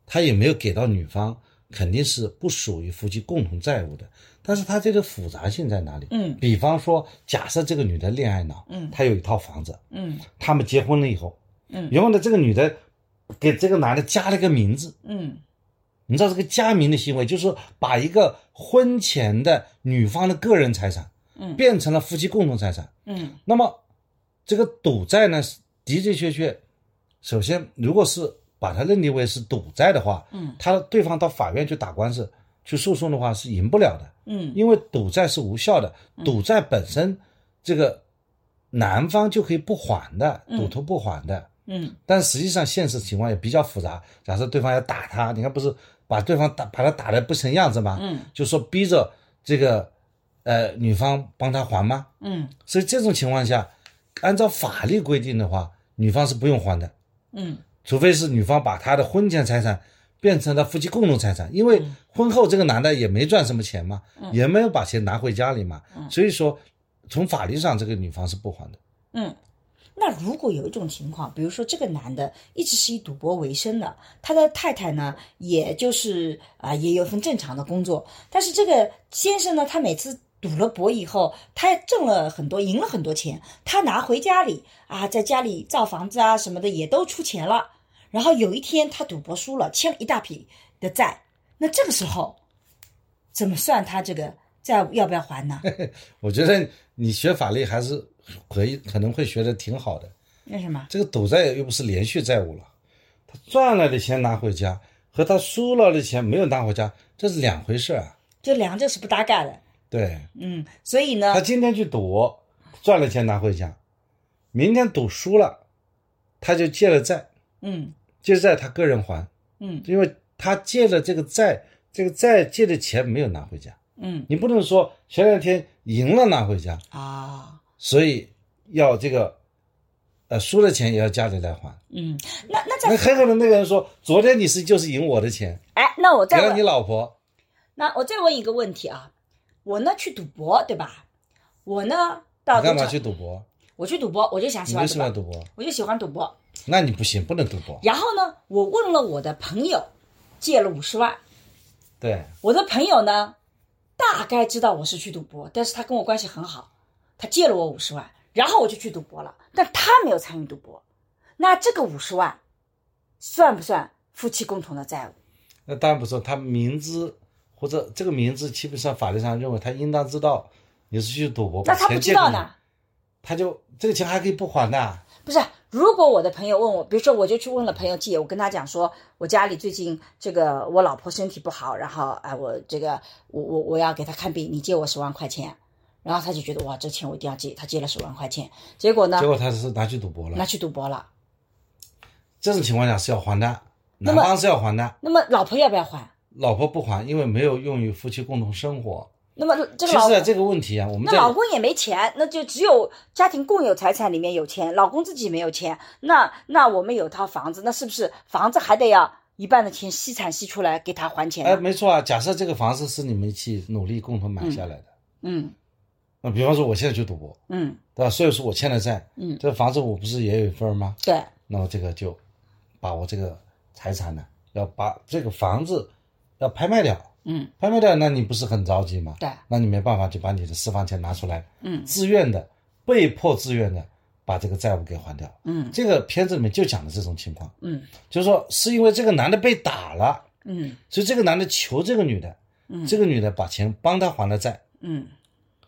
C: 他也没有给到女方，肯定是不属于夫妻共同债务的。但是它这个复杂性在哪里？
B: 嗯
C: 比方说，假设这个女的恋爱脑，
B: 嗯
C: 她有一套房子，
B: 嗯
C: 他们结婚了以后，
B: 嗯
C: 然后呢，这个女的给这个男的加了个名字，
B: 嗯
C: 你知道这个加名的行为，就是把一个婚前的女方的个人财产，
B: 嗯
C: 变成了夫妻共同财产。
B: 嗯
C: 那么这个赌债呢，的的确确，首先如果是把它认定为是赌债的话，
B: 嗯
C: 他对方到法院去打官司、去诉讼的话是赢不了的，
B: 嗯
C: 因为赌债是无效的，赌债本身这个男方就可以不还的，
B: 嗯
C: 赌徒不还的。
B: 嗯
C: 但实际上现实情况也比较复杂。假设对方要打他，你看不是把对方打把他打的不成样子吗？
B: 嗯
C: 就说逼着这个呃女方帮他还吗？
B: 嗯
C: 所以这种情况下，按照法律规定的话，女方是不用还的，
B: 嗯。
C: 除非是女方把她的婚前财产变成了夫妻共同财产，因为婚后这个男的也没赚什么钱嘛，也没有把钱拿回家里嘛，所以说从法律上这个女方是不还的。
B: 嗯，那如果有一种情况，比如说这个男的一直是以赌博为生的，他的太太呢，也就是啊、也有份正常的工作，但是这个先生呢，他每次赌了博以后，他挣了很多，赢了很多钱，他拿回家里啊，在家里造房子啊什么的也都出钱了。然后有一天他赌博输了，欠了一大笔的债，那这个时候怎么算他这个债务要不要还 *laughs* 呢？
C: 我觉得你学法律还是可以可能会学的挺好的。
B: 为什么？
C: 这个赌债又不是连续债务了，他赚了的钱拿回家和他输了的钱没有拿回家，这是两回事啊。
B: 就两者是不搭嘎的。
C: 对
B: 嗯，所以呢，
C: 他今天去赌赚了钱拿回家，明天赌输了，他就借了债，
B: 嗯
C: 借债他个人还，
B: 嗯
C: 因为他借了这个债，这个债借的钱没有拿回家，
B: 嗯
C: 你不能说前两天赢了拿回家，
B: 啊，
C: 所以要这个，呃，输了钱也要家里来还。
B: 嗯，那那
C: 那很可能那个人说，昨天你是就是赢我的钱，
B: 哎，那我
C: 给
B: 再
C: 了你
B: 问，
C: 老婆，
B: 那我再问一个问题啊，我呢去赌博对吧？我呢到
C: 你干嘛
B: 赌场
C: 去？赌博？
B: 我去赌博，我就想喜
C: 你
B: 欢
C: 为什
B: 赌
C: 么要
B: 博，
C: 赌博？
B: 我就喜欢赌博。
C: 那你不行，不能赌博。
B: 然后呢，我问了我的朋友，借了五十万，
C: 对，
B: 我的朋友呢，大概知道我是去赌博，但是他跟我关系很好，他借了我五十万，然后我就去赌博了，但他没有参与赌博，那这个五十万算不算夫妻共同的债务？
C: 那当然不是，他明知或者这个明知，基本上法律上认为他应当知道你是去赌博，
B: 那
C: 把
B: 他不
C: 钱
B: 知
C: 借给
B: 道
C: 你
B: 呢，？
C: 他就这个钱还可以不还的啊。
B: 不是，如果我的朋友问我，比如说我就去问了朋友借，我跟他讲说，我家里最近这个我老婆身体不好，然后哎，我这个我我我要给她看病，你借我十万块钱，然后他就觉得哇，这钱我一定要借，他借了十万块钱，结果呢
C: 结果他是拿去赌博
B: 拿
C: 了。
B: 去赌博了，
C: 这种情况下是要还的，
B: 那
C: 男
B: 么
C: 方是要还的，
B: 那么老婆要不要还？
C: 老婆不还，因为没有用于夫妻共同生活。
B: 那么这
C: 其
B: 个
C: 实
B: 老
C: 啊，这个问题啊，我们
B: 那
C: 在
B: 老公也没钱，那就只有家庭共有财产里面有钱，老公自己没有钱。那那我们有套房子，那是不是房子还得要一半的钱吸产吸出来给他还钱啊、
C: 哎，没错啊。假设这个房子是你们一起努力共同买下来的，
B: 嗯
C: 那比方说我现在去赌博，
B: 嗯
C: 对吧？所以说我欠了债，
B: 嗯，
C: 这房子我不是也有一份儿吗？
B: 对，
C: 那我这个就把我这个财产呢，要把这个房子要拍卖掉，
B: 嗯
C: 拍卖掉，那你不是很着急吗？
B: 对，
C: 那你没办法，就把你的私房钱拿出来，
B: 嗯
C: 自愿的、被迫自愿的把这个债务给还掉。
B: 嗯
C: 这个片子里面就讲了这种情况，
B: 嗯
C: 就是说是因为这个男的被打了，
B: 嗯
C: 所以这个男的求这个女的，
B: 嗯
C: 这个女的把钱帮他还了债，
B: 嗯，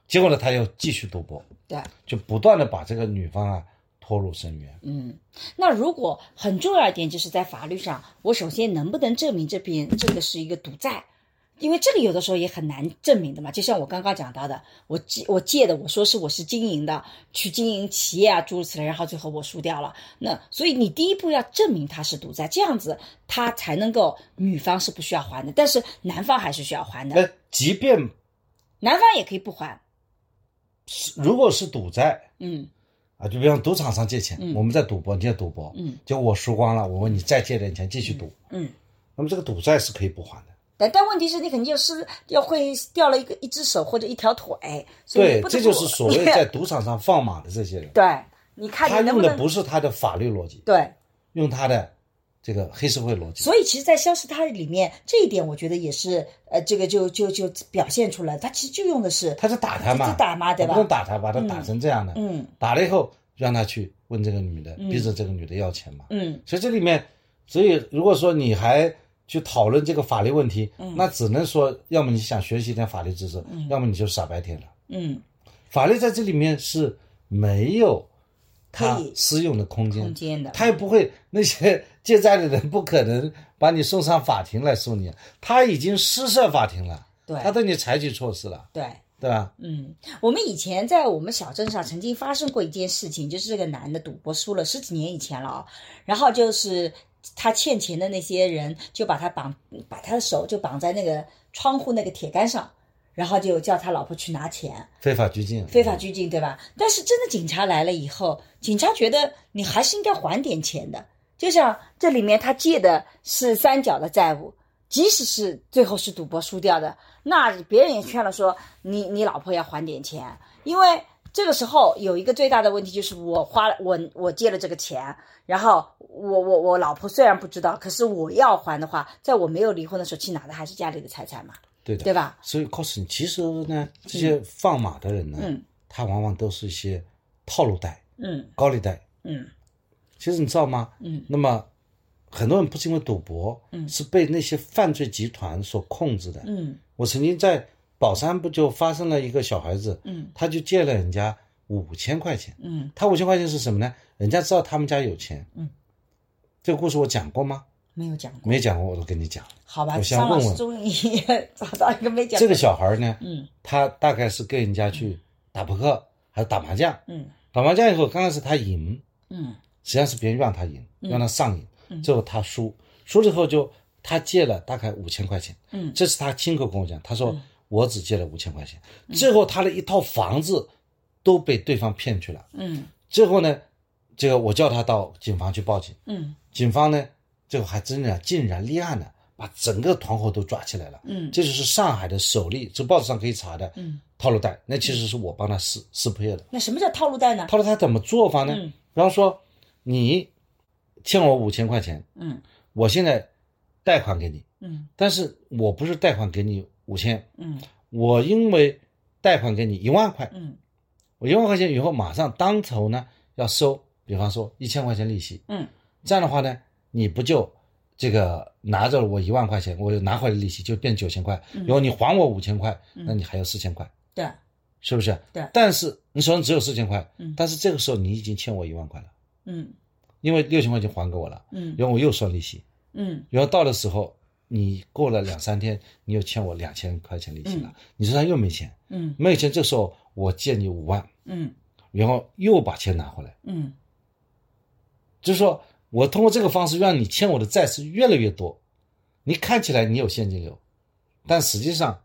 C: 结果呢，他又继续赌博，
B: 对，
C: 就不断的把这个女方啊拖入深渊。
B: 嗯。那如果很重要一点，就是在法律上，我首先能不能证明这边这个是一个赌债？因为这个有的时候也很难证明的嘛，就像我刚刚讲到的，我借我借的，我说是我是经营的，去经营企业啊，诸如此类，然后最后我输掉了。那所以你第一步要证明他是赌债，这样子他才能够女方是不需要还的，但是男方还是需要还的，
C: 那即便
B: 男方也可以不还。
C: 是如果是赌债
B: 嗯
C: 啊，就比方赌场上借钱，
B: 嗯
C: 我们在赌博，你在赌博，
B: 嗯
C: 就我输光了，我问你再借点钱继续赌，
B: 嗯，
C: 那么这个赌债是可以不还的。
B: 但但问题是你肯定就是要会掉了一个一只手或者一条腿，所以
C: 对
B: 你，不
C: 这
B: 得
C: 就是
B: 不，
C: 所谓在赌场上放马的这些人
B: *laughs* 对，你看
C: 他
B: 你能
C: 用
B: 能
C: 的不是他的法律逻辑，
B: 对，
C: 用他的这个黑社会逻辑。
B: 所以其实，在《消失他日》里面，这一点我觉得也是呃，这个就就就表现出来，他其实就用的是
C: 他是打他嘛，
B: 就打嘛，对
C: 他
B: 吧
C: 不？能打他，把他打成这样的，
B: 嗯
C: 打了以后让他去问这个女的，
B: 嗯
C: 逼着这个女的要钱嘛。
B: 嗯
C: 所以这里面，所以如果说你还去讨论这个法律问题，
B: 嗯
C: 那只能说，要么你想学习一点法律知识，要么你就傻白甜了。
B: 嗯，
C: 法律在这里面是没有它
B: 可以
C: 适用的空间，
B: 空间的，
C: 他也不会那些借债的人不可能把你送上法庭来诉你，他已经施设法庭了，
B: 对
C: 他对你采取措施了，
B: 对。
C: 对吧？
B: 嗯，我们以前在我们小镇上曾经发生过一件事情，就是这个男的赌博输了十几年以前了啊、然后就是他欠钱的那些人就把他绑，把他的手就绑在那个窗户那个铁杆上，然后就叫他老婆去拿钱，
C: 非法拘禁，
B: 非法拘禁，对吧？但是真的警察来了以后，警察觉得你还是应该还点钱的，就像这里面他借的是三角的债务，即使是最后是赌博输掉的，那别人也劝了说你你老婆要还点钱，因为这个时候有一个最大的问题就是我花了我我借了这个钱，然后我我我老婆虽然不知道，可是我要还的话，在我没有离婚的时候，其实拿的还是家里的财产嘛，
C: 对的。
B: 对吧？
C: 所以告诉你，其实呢，这些放马的人呢，
B: 嗯
C: 他往往都是一些套路贷、
B: 嗯
C: 高利贷。
B: 嗯
C: 其实你知道吗？
B: 嗯
C: 那么很多人不是因为赌博，
B: 嗯
C: 是被那些犯罪集团所控制的。
B: 嗯
C: 我曾经在宝山不就发生了一个小孩子，
B: 嗯
C: 他就借了人家五千块钱。
B: 嗯，
C: 他五千块钱是什么呢？人家知道他们家有钱。
B: 嗯，
C: 这个故事我讲过吗？
B: 没有讲过。
C: 没讲过，我都跟你讲了。
B: 好吧，
C: 我先
B: 张老
C: 问
B: 师
C: 问
B: 终于找到一个没讲
C: 这个小孩呢，
B: 嗯
C: 他大概是跟人家去打扑克还是打麻将，
B: 嗯
C: 打麻将以后刚开始他赢，
B: 嗯
C: 实际上是别人让他赢，让他上
B: 嗯
C: 瘾，最后他输，输了以后就他借了大概五千块钱，
B: 嗯
C: 这是他亲口跟我讲，他说我只借了五千块钱，最后他的一套房子都被对方骗去了，
B: 嗯
C: 最后呢，这个我叫他到警方去报警，
B: 嗯
C: 警方呢最后还真的竟然立案了，把整个团伙都抓起来了。
B: 嗯
C: 这就是上海的首例，这报纸上可以查的
B: 嗯，
C: 套路贷。那其实是我帮他撕撕破的。
B: 那什么叫套路贷呢？
C: 套路贷怎么做法呢？
B: 嗯
C: 比方说，你欠我五千块钱，
B: 嗯
C: 我现在贷款给你，
B: 嗯
C: 但是我不是贷款给你五千，
B: 嗯
C: 我因为贷款给你一万块，
B: 嗯
C: 我一万块钱以后马上当头呢要收，比方说一千块钱利息，
B: 嗯
C: 这样的话呢，你不就这个拿着我一万块钱，我又拿回来利息就变九千块，然后你还我五千块，
B: 嗯
C: 那你还有四千块，
B: 对，
C: 是不是？
B: 对
C: 但是你手上只有四千块
B: 嗯，
C: 但是这个时候你已经欠我一万块了，
B: 嗯
C: 因为六千块钱还给我了，
B: 嗯
C: 然后我又算利息，
B: 嗯
C: 然后到的时候你过了两三天，你又欠我两千块钱利息了，你说他又没钱，
B: 嗯
C: 没有钱，这时候我借你五万，
B: 嗯
C: 然后又把钱拿回来，
B: 嗯
C: 就是说我通过这个方式让你欠我的债是越来越多，你看起来你有现金流，但实际上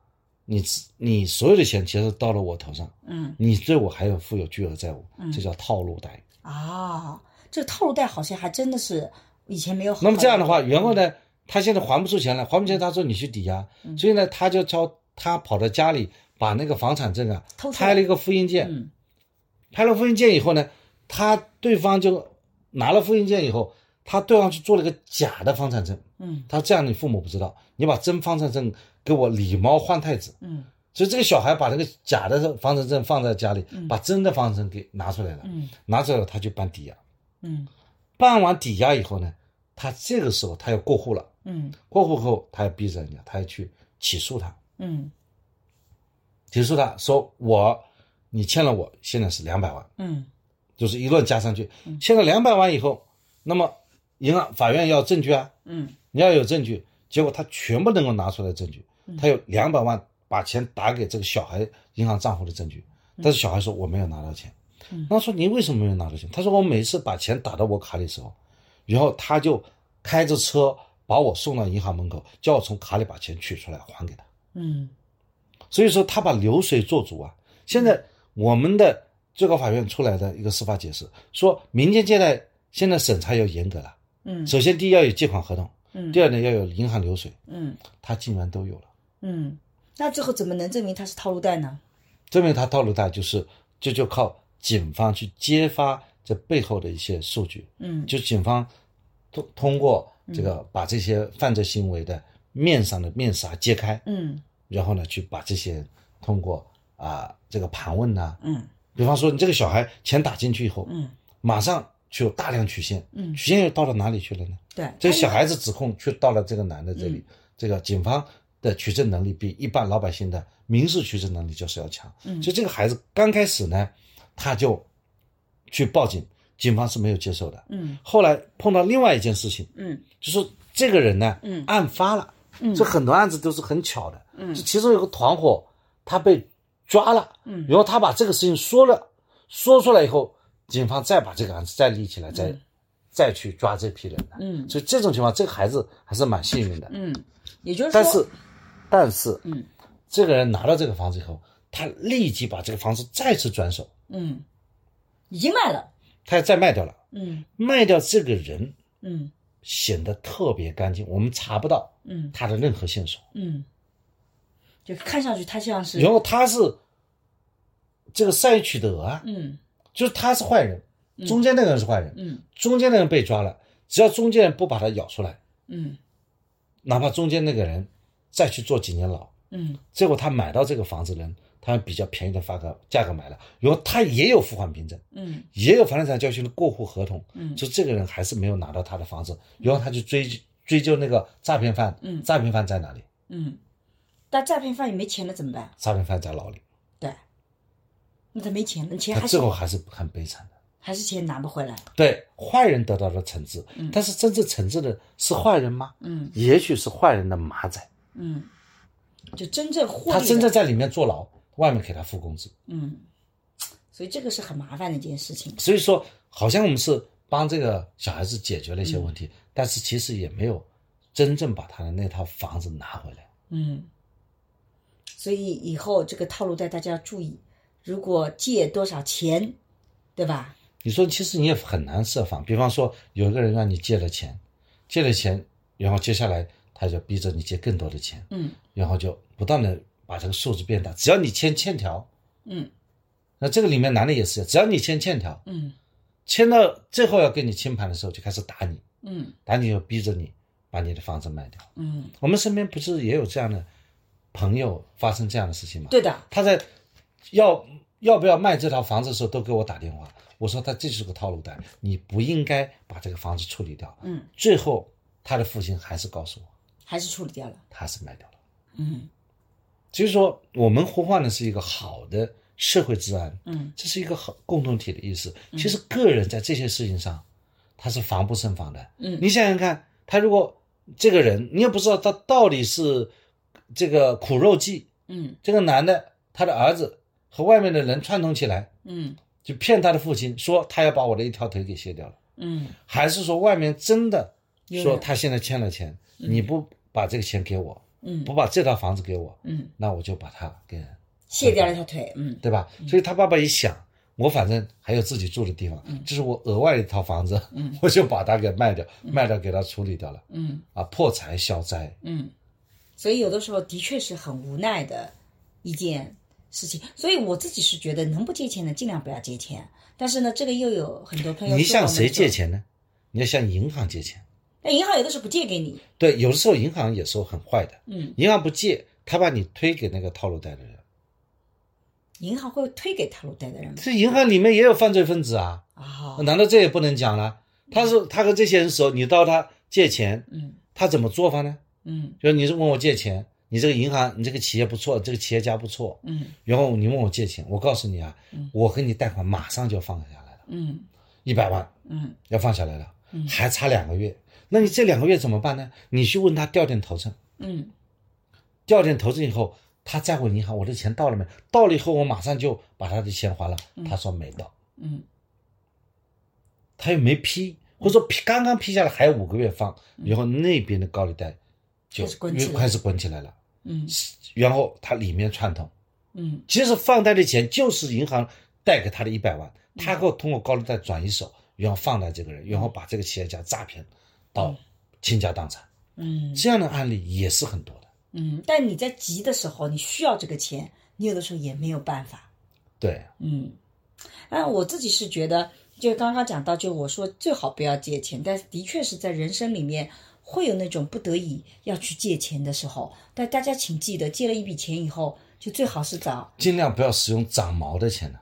C: 你你所有的钱其实到了我头上，
B: 嗯
C: 你对我还有负有巨额债务
B: 嗯，
C: 这叫套路贷。
B: 啊，这个套路贷好像还真的是以前没有好好。
C: 那么这样的话，员工呢，他现在还不出钱来，还不出钱，他说你去抵押，
B: 嗯
C: 所以呢，他就朝他跑到家里把那个房产证啊
B: 偷出来
C: 拍了一个复印件，
B: 嗯
C: 拍了复印件以后呢，他对方就拿了复印件以后，他对方去做了个假的房产证，
B: 嗯
C: 他这样你父母不知道，你把真房产证给我狸猫换太子。
B: 嗯
C: 所以这个小孩把那个假的房产证放在家里，
B: 嗯
C: 把真的房产证给拿出来了，
B: 嗯
C: 拿出来了他就办抵押，
B: 嗯
C: 办完抵押以后呢，他这个时候他要过户了。
B: 嗯
C: 过户后，他要逼着人家，他要去起诉他，
B: 嗯
C: 起诉他说我你欠了我，现在是两百万，
B: 嗯
C: 就是一论加上去，欠了两百万以后，那么银行法院要证据啊，
B: 嗯
C: 你要有证据，结果他全部能够拿出来证据，他有两百万把钱打给这个小孩银行账户的证据，但是小孩说我没有拿到钱，
B: 嗯
C: 那说你为什么没有拿到钱？他说我每次把钱打到我卡里的时候，然后他就开着车把我送到银行门口，叫我从卡里把钱取出来还给他。
B: 嗯
C: 所以说他把流水做足啊。现
B: 嗯
C: 在我们的最高法院出来的一个司法解释说，民间借贷现在审查要严格了，
B: 嗯
C: 首先第一要有借款合同，
B: 嗯
C: 第二呢要有银行流水，
B: 嗯
C: 他竟然都有了，
B: 嗯，那最后怎么能证明它是套路贷呢？
C: 证明他套路贷就是这就靠警方去揭发这背后的一些数据，
B: 嗯
C: 就警方通通过这个把这些犯罪行为的面上的面纱揭开，
B: 嗯
C: 然后呢去把这些人通过啊、这个盘问呐、
B: 嗯
C: 比方说，你这个小孩钱打进去以后，
B: 嗯
C: 马上就有大量曲线，
B: 嗯哎
C: 曲线又到了哪里去了呢？
B: 对，
C: 这个小孩子指控却到了这个男的这
B: 嗯
C: 里，这个警方的取证能力比一般老百姓的民事取证能力就是要强，
B: 嗯
C: 所以这个孩子刚开始呢，他就去报警，警方是没有接受的。
B: 嗯
C: 后来碰到另外一件事情，
B: 嗯
C: 就是这个人呢，
B: 嗯
C: 案发了，
B: 嗯
C: 这很多案子都是很巧的，
B: 嗯
C: 就其中有个团伙，他被抓了，
B: 嗯
C: 然后他把这个事情说了，说出来以后，警方再把这个案子再立起来，再、
B: 嗯
C: 再去抓这批人的，
B: 嗯
C: 所以这种情况，这个孩子还是蛮幸运的，
B: 嗯，也就是说，
C: 但是，但是，
B: 嗯
C: 这个人拿到这个房子以后，他立即把这个房子再次转手，
B: 嗯，已经卖了，
C: 他再卖掉了，
B: 嗯
C: 卖掉这个人
B: 嗯
C: 显得特别干净，我们查不到
B: 嗯
C: 他的任何线索。
B: 嗯，就看上去它像是
C: 然后他是这个赛取德啊，
B: 嗯
C: 就是他是坏人，中间那个人是坏人，
B: 嗯
C: 中间那个人被抓了，只要中间人不把他咬出来，
B: 嗯
C: 哪怕中间那个人再去坐几年牢，
B: 嗯
C: 结果他买到这个房子的人，他比较便宜的价格价格买了，然后他也有付款凭证，
B: 嗯
C: 也有房地产交易所的过户合同，
B: 嗯
C: 就这个人还是没有拿到他的房子，然后他去追追究那个诈骗犯，
B: 嗯
C: 诈骗犯在哪里？
B: 嗯，但诈骗犯也没钱了怎么办？
C: 诈骗犯在牢里，
B: 对，那他没钱了，钱
C: 他
B: 还是
C: 最后还是很悲惨的。
B: 还是钱拿不回来，
C: 对坏人得到了惩治，但是真正惩治的是坏人吗？
B: 嗯
C: 也许是坏人的马仔，
B: 嗯，就真正获利
C: 他
B: 的，
C: 真正在里面坐牢，外面给他付工资。
B: 嗯，所以这个是很麻烦的一件事情，
C: 所以说，好像我们是帮这个小孩子解决了一些问题，但是其实也没有真正把他的那套房子拿回来。
B: 嗯，所以以后这个套路贷大家要注意，如果借多少钱，对吧？
C: 你说，其实你也很难设防。比方说，有一个人让你借了钱，借了钱，然后接下来他就逼着你借更多的钱，
B: 嗯
C: 然后就不断的把这个数字变大。只要你签欠条，
B: 嗯
C: 那这个里面男的也是，只要你签欠条，
B: 嗯
C: 签到最后要跟你清盘的时候，就开始打你，
B: 嗯
C: 打你又逼着你把你的房子卖掉。
B: 嗯，
C: 我们身边不是也有这样的朋友发生这样的事情吗？，
B: 对的，
C: 他在要要不要卖这套房子的时候都给我打电话，我说他这就是个套路贷，你不应该把这个房子处理掉。
B: 嗯，
C: 最后他的父亲还是告诉我，
B: 还是处理掉了，
C: 他是卖掉了。
B: 嗯
C: 所以说，我们呼唤的是一个好的社会治安，
B: 嗯
C: 这是一个好共同体的意识。其实个人在这些事情上他是防不胜防的。
B: 嗯
C: 你想想看，他如果这个人，你也不知道他到底是这个苦肉计，
B: 嗯
C: 这个男的他的儿子和外面的人串通起来，
B: 嗯
C: 就骗他的父亲说他要把我的一条腿给卸掉了，
B: 嗯
C: 还是说外面真的
B: 有嗯
C: 说
B: 人
C: 他现在欠了钱，你不把这个钱给我，
B: 嗯
C: 不把这套房子给我，
B: 嗯，
C: 那我就把他给人。
B: 卸掉了条腿，嗯
C: 对吧？所以他爸爸一想，我反正还有自己住的地方，这是我额外的一套房子，
B: 嗯
C: *laughs* 我就把它给卖掉，卖掉给他处理掉了，
B: 嗯
C: 啊，破财消灾。
B: 嗯，所以有的时候的确是很无奈的一件事情。所以我自己是觉得能不借钱的尽量不要借钱，但是呢，这个又有很多朋友
C: 你
B: 说我
C: 向
B: 们
C: 谁
B: 说
C: 借？钱呢？你要向银行借钱。
B: 那银行有的时候不借给你，
C: 对，有的时候银行也是很坏的，
B: 嗯，
C: 银行不借，他把你推给那个套路贷的人。
B: 银行会推给套路贷的人吗？
C: 这银行里面也有犯罪分子啊，
B: 啊、
C: 难道这也不能讲了？他是他和这些人熟，你到他借钱，
B: 嗯
C: 他怎么做法呢？
B: 嗯
C: 就是你是问我借钱，你这个银行，你这个企业不错，这个企业家不错，
B: 嗯
C: 然后你问我借钱，我告诉你啊，
B: 嗯
C: 我给你贷款马上就放下来了，
B: 嗯
C: 一百万
B: 嗯
C: 要放下来了，
B: 嗯
C: 还差两个月。那你这两个月怎么办呢？你去问他调点头证，
B: 嗯
C: 调点头证以后，他再问银行我的钱到了没？到了以后，我马上就把他的钱还了。他说没到，
B: 嗯
C: 他又没批，或者说批刚刚批下来还有五个月放，然后那边的高利贷就
B: 开始滚
C: 又
B: 起来
C: 开始滚起来了，
B: 嗯
C: 然后他里面串通。
B: 嗯
C: 其实放贷的钱就是银行贷给他的一百万，他给我通过高利贷转一手，然后放贷这个人，然后把这个企业家诈骗到倾家荡产，
B: 嗯
C: 这样的案例也是很多的。
B: 嗯，但你在急的时候，你需要这个钱，你有的时候也没有办法。
C: 对，
B: 嗯，那我自己是觉得，就刚刚讲到，就我说最好不要借钱，但是的确是在人生里面会有那种不得已要去借钱的时候，但大家请记得，借了一笔钱以后，就最好是找
C: 尽量不要使用长毛的钱呢。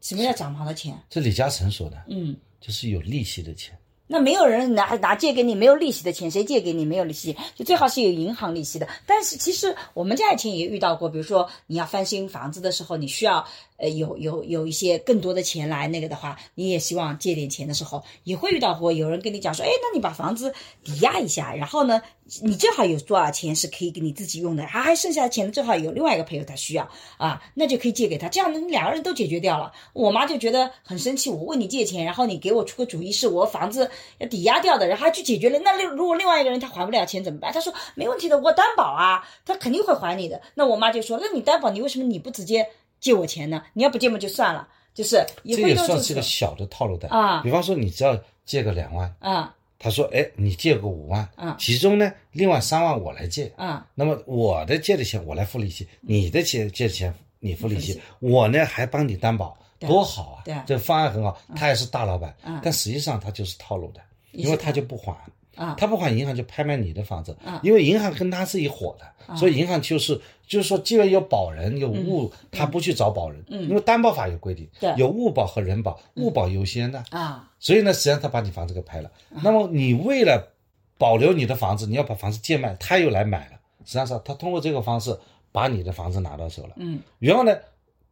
B: 什么叫长毛的钱？
C: 这李嘉诚说的，
B: 嗯，
C: 就是有利息的钱。
B: 那没有人拿拿借给你没有利息的钱，谁借给你没有利息？就最好是有银行利息的。但是其实我们家以前也遇到过，比如说你要翻新房子的时候，你需要呃有有有一些更多的钱来那个的话，你也希望借点钱的时候，也会遇到过有人跟你讲说，哎，那你把房子抵押一下，然后呢，你正好有多少钱是可以给你自己用的，还还剩下的钱正好有另外一个朋友他需要啊，那就可以借给他，这样呢，两个人都解决掉了。我妈就觉得很生气，我问你借钱，然后你给我出个主意是我房子要抵押掉的，然后还去解决了。那另如果另外一个人他还不了钱怎么办？他说没问题的，我担保啊，他肯定会还你的。那我妈就说，那你担保，你为什么你不直接借我钱呢？你要不借嘛就算了，就是也
C: 这
B: 会
C: 也
B: 都
C: 算
B: 就是
C: 个小的套路贷
B: 啊
C: 比方说，你只要借个两万，
B: 啊
C: 他说，哎，你借个五万，
B: 嗯
C: 其中呢，另外三万我来借，
B: 啊
C: 那么我的借的钱我来付利息，你的钱借的钱你付利
B: 你
C: 息
B: 付利，
C: 我呢还帮你担保，
B: 对
C: 多好啊！
B: 对啊
C: 这方案很好，他也是大老板
B: 嗯，
C: 但实际上他就是套路的，
B: 也
C: 因为
B: 是
C: 他就不还，
B: 啊
C: 他不还银行就拍卖你的房子
B: 嗯，
C: 因为银行跟他是一伙的，所以银行就是就是说，既然有保人有物，他不去找保人，
B: 嗯
C: 因为担保法有规定
B: 对，嗯
C: 有物保和人保，物保优先的，
B: 啊
C: 所以呢，实际上他把你房子给拍了。那么你为了保留你的房子，你要把房子贱卖，他又来买了。实际上是他通过这个方式把你的房子拿到手了。
B: 嗯
C: 然后呢，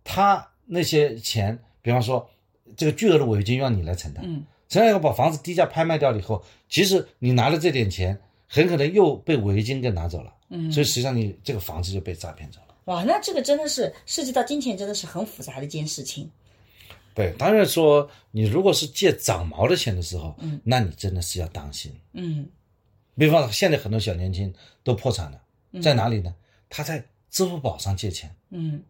C: 他那些钱，比方说这个巨额的违约金让你来承担，
B: 嗯
C: 承担以后把房子低价拍卖掉了以后，其实你拿了这点钱，很可能又被违约金给拿走了。
B: 嗯，
C: 所以实际上你这个房子就被诈骗走了。
B: 哇，那这个真的是涉及到金钱，真的是很复杂的一件事情。嗯
C: 对，当然说你如果是借长毛的钱的时候，
B: 嗯
C: 那你真的是要当心。
B: 嗯
C: 比方说现在很多小年轻都破产了，在哪里呢？他在支付宝上借钱，
B: 嗯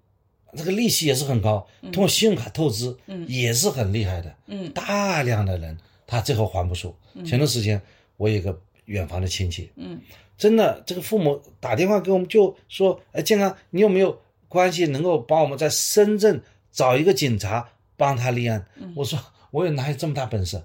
C: 这个利息也是很高，通过信用卡透支，
B: 嗯
C: 也是很厉害的。
B: 嗯
C: 大量的人他最后还不出。前段时间我有一个远房的亲戚，
B: 嗯
C: 真的这个父母打电话给我们就说：“哎，健康，你有没有关系能够帮我们在深圳找一个警察帮他立案？”我说：“我有哪有这么大本事？”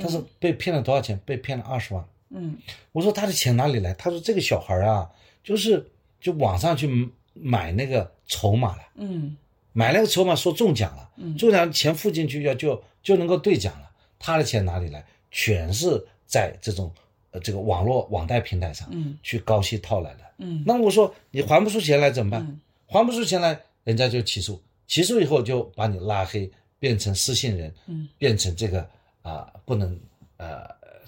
C: 他说：“被骗了多少钱？被骗了二十万。”
B: 嗯
C: 我说他的钱哪里来？他说这个小孩儿啊，就是就网上去买那个筹码了，
B: 嗯
C: 买那个筹码说中奖了，
B: 嗯
C: 中奖钱付进去要就就能够兑奖了。他的钱哪里来？全是在这种呃这个网络网贷平台上
B: 嗯
C: 去高息套来的。
B: 嗯
C: 那我说你还不出钱来怎么办
B: 嗯？
C: 还不出钱来，人家就起诉，起诉以后就把你拉黑，变成失信人，
B: 嗯
C: 变成这个啊、不能呃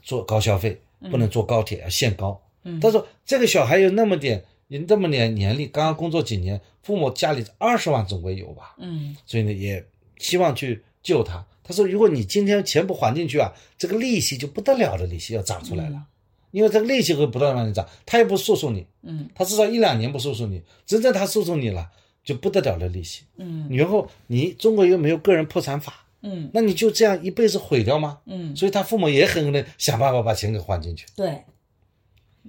C: 做高消费，不能坐高铁，要限高。
B: 嗯
C: 他说这个小孩有那么点，有那么点年龄，刚刚工作几年，父母家里二十万总归有吧，
B: 嗯
C: 所以呢也希望去救他。他说，如果你今天钱不还进去啊，这个利息就不得了的利息要涨出来了，因为这个利息会不断地往你涨，他又不诉讼你，
B: 嗯
C: 他至少一两年不诉讼你，真正他诉讼你了，就不得了的利息。
B: 嗯
C: 然后你中国又没有个人破产法，
B: 嗯
C: 那你就这样一辈子毁掉吗？
B: 嗯，
C: 所以他父母也很可能想办法把钱给还进去。
B: 对，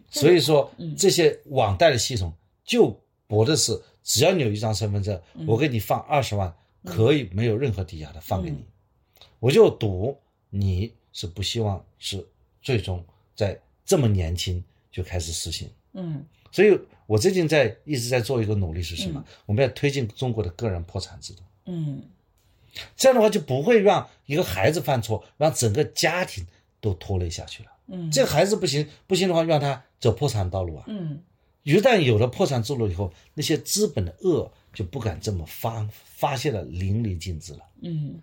C: 所以说
B: 嗯，
C: 这些网贷的系统就博的是，只要你有一张身份证，我给你放二十万，可以没有任何抵押的放给你，我就赌你是不希望是最终在这么年轻就开始实行。
B: 嗯
C: 所以我最近在一直在做一个努力是什么？我们要推进中国的个人破产制度。
B: 嗯
C: 这样的话就不会让一个孩子犯错，让整个家庭都拖累下去了。
B: 嗯，
C: 这个孩子不行，不行的话，让他走破产道路啊。
B: 嗯
C: 一旦有了破产制度以后，那些资本的恶就不敢这么发发泄的淋漓尽致了。
B: 嗯。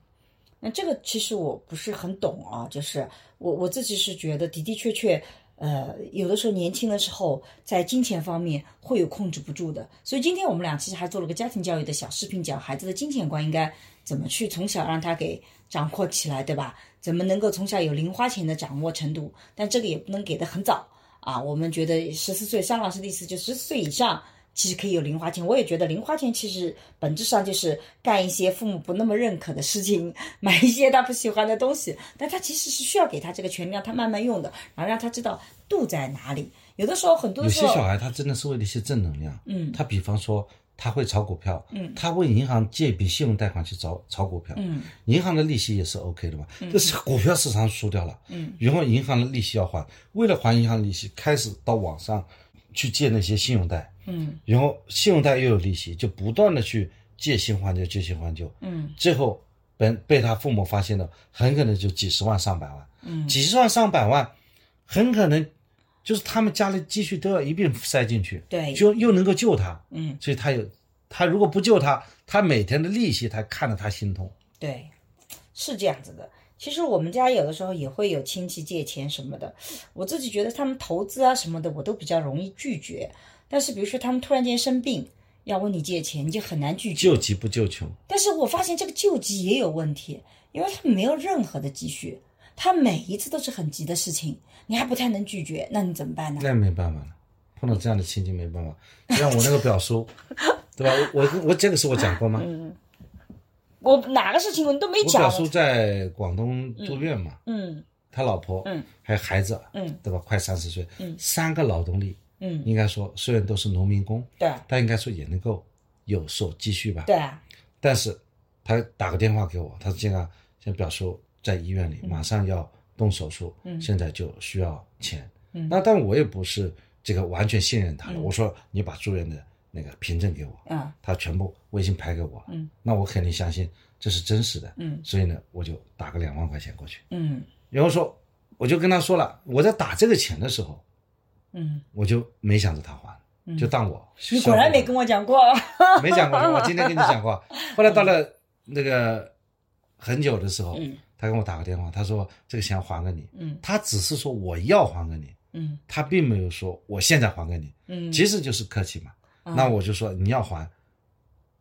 B: 那这个其实我不是很懂啊，就是我我自己是觉得的的确确，呃，有的时候年轻的时候在金钱方面会有控制不住的，所以今天我们俩其实还做了个家庭教育的小视频，讲孩子的金钱观应该怎么去从小让他给掌控起来，对吧？怎么能够从小有零花钱的掌握程度？但这个也不能给的很早啊。我们觉得十四岁，商老师的意思就十四岁以上。其实可以有零花钱，我也觉得零花钱其实本质上就是干一些父母不那么认可的事情，买一些他不喜欢的东西，但他其实是需要给他这个权利，让他慢慢用的，然后让他知道度在哪里。有的时候，很多
C: 有
B: 时
C: 些
B: 候，
C: 小孩他真的是为了一些正能量，
B: 嗯
C: 他比方说他会炒股票，
B: 嗯
C: 他为银行借一笔信用贷款去炒炒股票，
B: 嗯
C: 银行的利息也是 OK 的嘛，但是股票市场输掉了，
B: 嗯
C: 然后银行的利息要还，为了还银行利息，开始到网上去借那些信用贷，
B: 嗯
C: 然后信用贷又有利息，就不断的去借新还旧，借新还旧，
B: 嗯
C: 最后被被他父母发现了，很可能就几十万上百万，
B: 嗯
C: 几十万上百万，很可能就是他们家里积蓄都要一并塞进去，
B: 对
C: 就又能够救他，
B: 哎嗯，
C: 所以他有他如果不救他，他每天的利息他看着他心痛，
B: 对，是这样子的。其实我们家有的时候也会有亲戚借钱什么的，我自己觉得他们投资啊什么的，我都比较容易拒绝。但是比如说他们突然间生病，要问你借钱，你就很难拒绝。
C: 救急不救穷，
B: 但是我发现这个救急也有问题，因为他没有任何的积蓄，他每一次都是很急的事情，你还不太能拒绝，那你怎么办呢？
C: 那没办法了，碰到这样的亲戚没办法，就像我那个表
B: *laughs*
C: 叔，对吧？我我我这个是我讲过吗？
B: 我哪个事情我都没
C: 我
B: 嗯讲
C: 表，叔在广东住院嘛，
B: 嗯
C: 他老婆，
B: 嗯，
C: 还有孩子，
B: 嗯，
C: 对吧？快三十岁，
B: 嗯
C: 三个劳动力，
B: 嗯，
C: 应该说虽然都是农民工，
B: 对啊
C: 但应该说也能够有所积蓄吧。
B: 对，啊，
C: 但是他打个电话给我，他说这个现在表叔在医院里，马上要动手术，
B: 嗯
C: 现在就需要钱。
B: 嗯
C: 那但我也不是这个完全信任他了，
B: 嗯
C: 我说你把住院的那个凭证给我，
B: 嗯
C: 他全部微信拍给我了，
B: 嗯
C: 那我肯定相信这是真实的，
B: 嗯
C: 所以呢，我就打个两万块钱过去，
B: 嗯
C: 然后说我就跟他说了，我在打这个钱的时候，
B: 嗯，
C: 我就没想着他还，就当我
B: 你果然没跟我讲过，
C: *laughs* 没讲过，我今天跟你
B: *laughs*
C: 讲过。后来到了那个很久的时候，
B: 嗯
C: 他跟我打个电话，他说这个钱还给你，
B: 嗯
C: 他只是说我要还给你，
B: 嗯
C: 他并没有说我现在还给你，
B: 嗯，
C: 其实就是客气嘛。
B: 嗯
C: 那我就说你要还，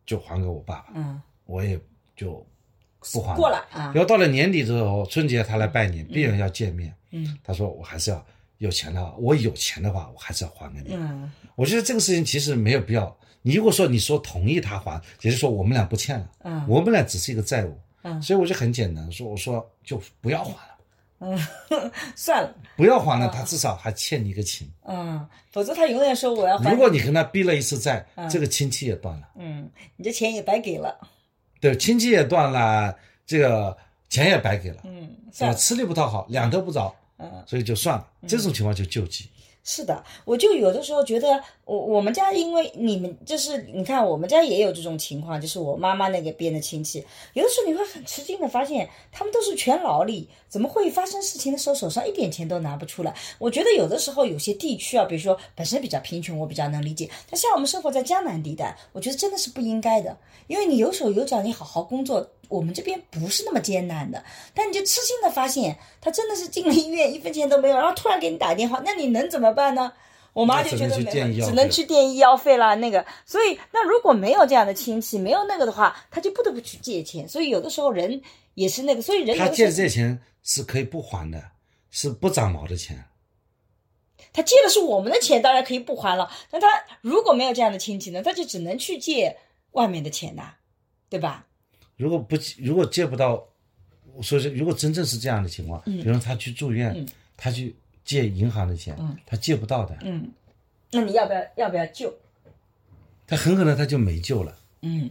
C: 就还给我爸爸，
B: 嗯
C: 我也就不还
B: 过了。啊
C: 然，后到了年底之后，春节他来拜年，必然要见面。
B: 嗯
C: 他说我还是要有钱的话，我有钱的话，我还是要还给你。
B: 嗯
C: 我觉得这个事情其实没有必要。你如果说你说同意他还，也就是说我们俩不欠了，
B: 嗯，
C: 我们俩只是一个债务，
B: 嗯
C: 所以我就很简单说，我说就不要还了，
B: 嗯 *laughs* 算了，
C: 不要还了，他至少还欠你一个情。
B: 嗯，否则他永远说我要还
C: 如，果你跟他逼了一次债
B: 哦嗯，
C: 这个亲戚也断了，
B: 嗯，你这钱也白给了，
C: 对，亲戚也断了，这个钱也白给了，
B: 嗯，
C: 对
B: 算
C: 吧？
B: 了，
C: 吃力不讨好，两头不着，
B: 嗯。
C: 所以就算了。这种情况就救济，
B: 是的，我就有的时候觉得，我我们家因为你们就是你看，我们家也有这种情况，就是我妈妈那个边的亲戚，有的时候你会很吃惊的发现，他们都是全劳力，怎么会发生事情的时候手上一点钱都拿不出来？我觉得有的时候有些地区啊，比如说本身比较贫穷，我比较能理解，但像我们生活在江南地带，我觉得真的是不应该的，因为你有手有脚，你好好工作。我们这边不是那么艰难的，但你就吃惊的发现，他真的是进了医院一分钱都没有，然后突然给你打电话，那你能怎么办呢？我妈就觉得
C: 那
B: 没
C: 只能去垫医
B: 有，
C: 药
B: 只
C: 费
B: 能去垫医药费啦。那个，所以那如果没有这样的亲戚，没有那个的话，他就不得不去借钱。所以有的时候人也是那个，所以人有
C: 他
B: 的时
C: 借
B: 候
C: 的这钱是可以不还的，是不长毛的钱。
B: 他借的是我们的钱，当然可以不还了。但他如果没有这样的亲戚呢，他就只能去借外面的钱呐、对吧？
C: 如果不如果借不到，我说是如果真正是这样的情况，
B: 嗯
C: 比如说他去住院，
B: 嗯
C: 他去借银行的钱，
B: 嗯
C: 他借不到的，
B: 嗯，那你要不要要不要救？
C: 他很可能他就没救了。
B: 嗯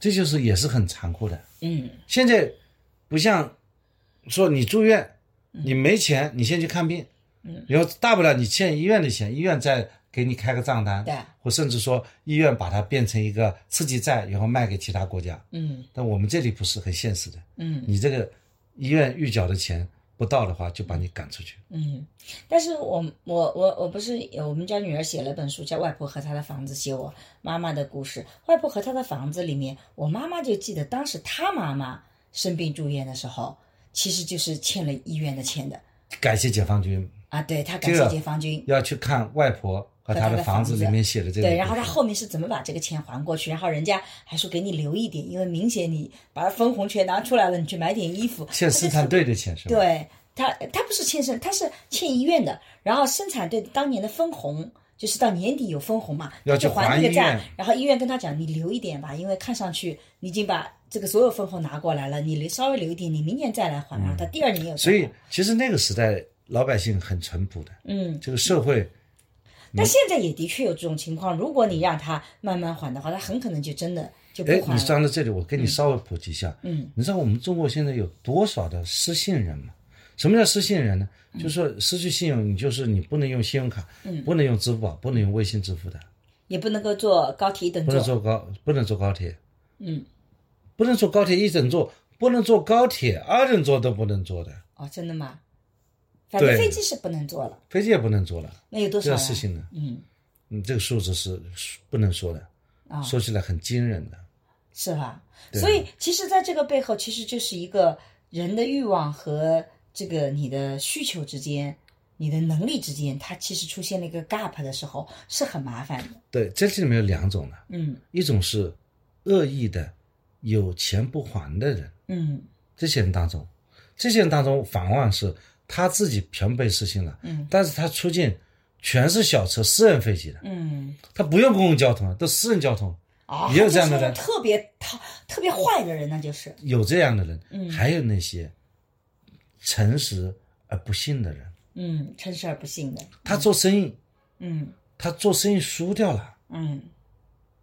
C: 这就是也是很残酷的。
B: 嗯
C: 现在不像说你住院，你没钱，你先去看病，
B: 嗯
C: 然后大不了你欠医院的钱，医院再给你开个账单，
B: 对
C: 或甚至说医院把它变成一个刺激债，然后卖给其他国家。
B: 嗯
C: 但我们这里不是很现实的，
B: 嗯。
C: 你这个医院预缴的钱不到的话，就把你赶出去。
B: 嗯，但是我我我我不是我们家女儿写了本书叫《外婆和她的房子》，写我妈妈的故事。外婆和她的房子里面，我妈妈就记得当时她妈妈生病住院的时候，其实就是欠了医院的钱的
C: 感谢解放军，
B: 啊。对她感
C: 这
B: 谢
C: 个
B: 解放军，
C: 要去看外婆和她
B: 和她
C: 的
B: 的
C: 房
B: 房
C: 子
B: 子
C: 里面写的这个故事。
B: 对，然后他后面是怎么把这个钱还过去？然后人家还说给你留一点，因为明显你把分红全拿出来了，你去买点衣服。
C: 欠生产队的钱是吧？
B: 对他，他不是欠生，他是欠医院的。然后生产队当年的分红，就是到年底有分红嘛，
C: 要
B: 他就
C: 去
B: 还
C: 还
B: 那个
C: 医
B: 债
C: 院。
B: 然后医院跟他讲，你留一点吧，因为看上去你已经把这个所有分红拿过来了，你留稍微留一点，你明年再来还。然后他第二年又再
C: 嗯所以
B: 还，
C: 其实那个时代老百姓很淳朴的，
B: 嗯，
C: 这个社会
B: 但现在也的确有这种情况。如果你让他慢慢还的话，他很可能就真的就不
C: 哎，
B: 还
C: 你
B: 了。
C: 说到这里，我跟你稍微普及一下。
B: 嗯
C: 你知道我们中国现在有多少的失信人吗？什么叫失信人呢？就是说失去信用，你就是你不能用信用卡，
B: 嗯
C: 不能用支付宝，不能用微信支付的，
B: 也不能够坐高铁一等
C: 不能
B: 座。
C: 坐高，不能坐高铁，
B: 嗯，
C: 不能坐高铁一等座，不能坐高铁二等座都不能坐的，
B: 哦，真的吗？反正
C: 对
B: 飞机是不能坐了，
C: 飞机也不能坐了，
B: 那有多
C: 这
B: 少
C: 个
B: 呀？
C: 事情呢，
B: 嗯
C: 嗯，这个数字是不能说的，
B: 啊，
C: 说起来很惊人的。
B: 是吧？
C: 对
B: 所以其实，在这个背后，其实就是一个人的欲望和这个你的需求之间，你的能力之间，它其实出现了一个 gap 的时候，是很麻烦的。
C: 对，这里面有两种呢，
B: 嗯
C: 一种是恶意的有钱不还的人，
B: 嗯
C: 这些人当中，这些人当中反往往是他自己全被失信了，
B: 嗯
C: 但是他出境全是小车、私人飞机的，
B: 嗯
C: 他不用公共交通，都私人交通，
B: 啊，
C: 也有这样的
B: 就是那
C: 人
B: 种特别他特别坏的人，那就是
C: 有这样的人，
B: 嗯
C: 还有那些诚实而不信的人，
B: 嗯，趁事而不信的。
C: 他做生意，
B: 嗯
C: 他做生意输掉了。
B: 嗯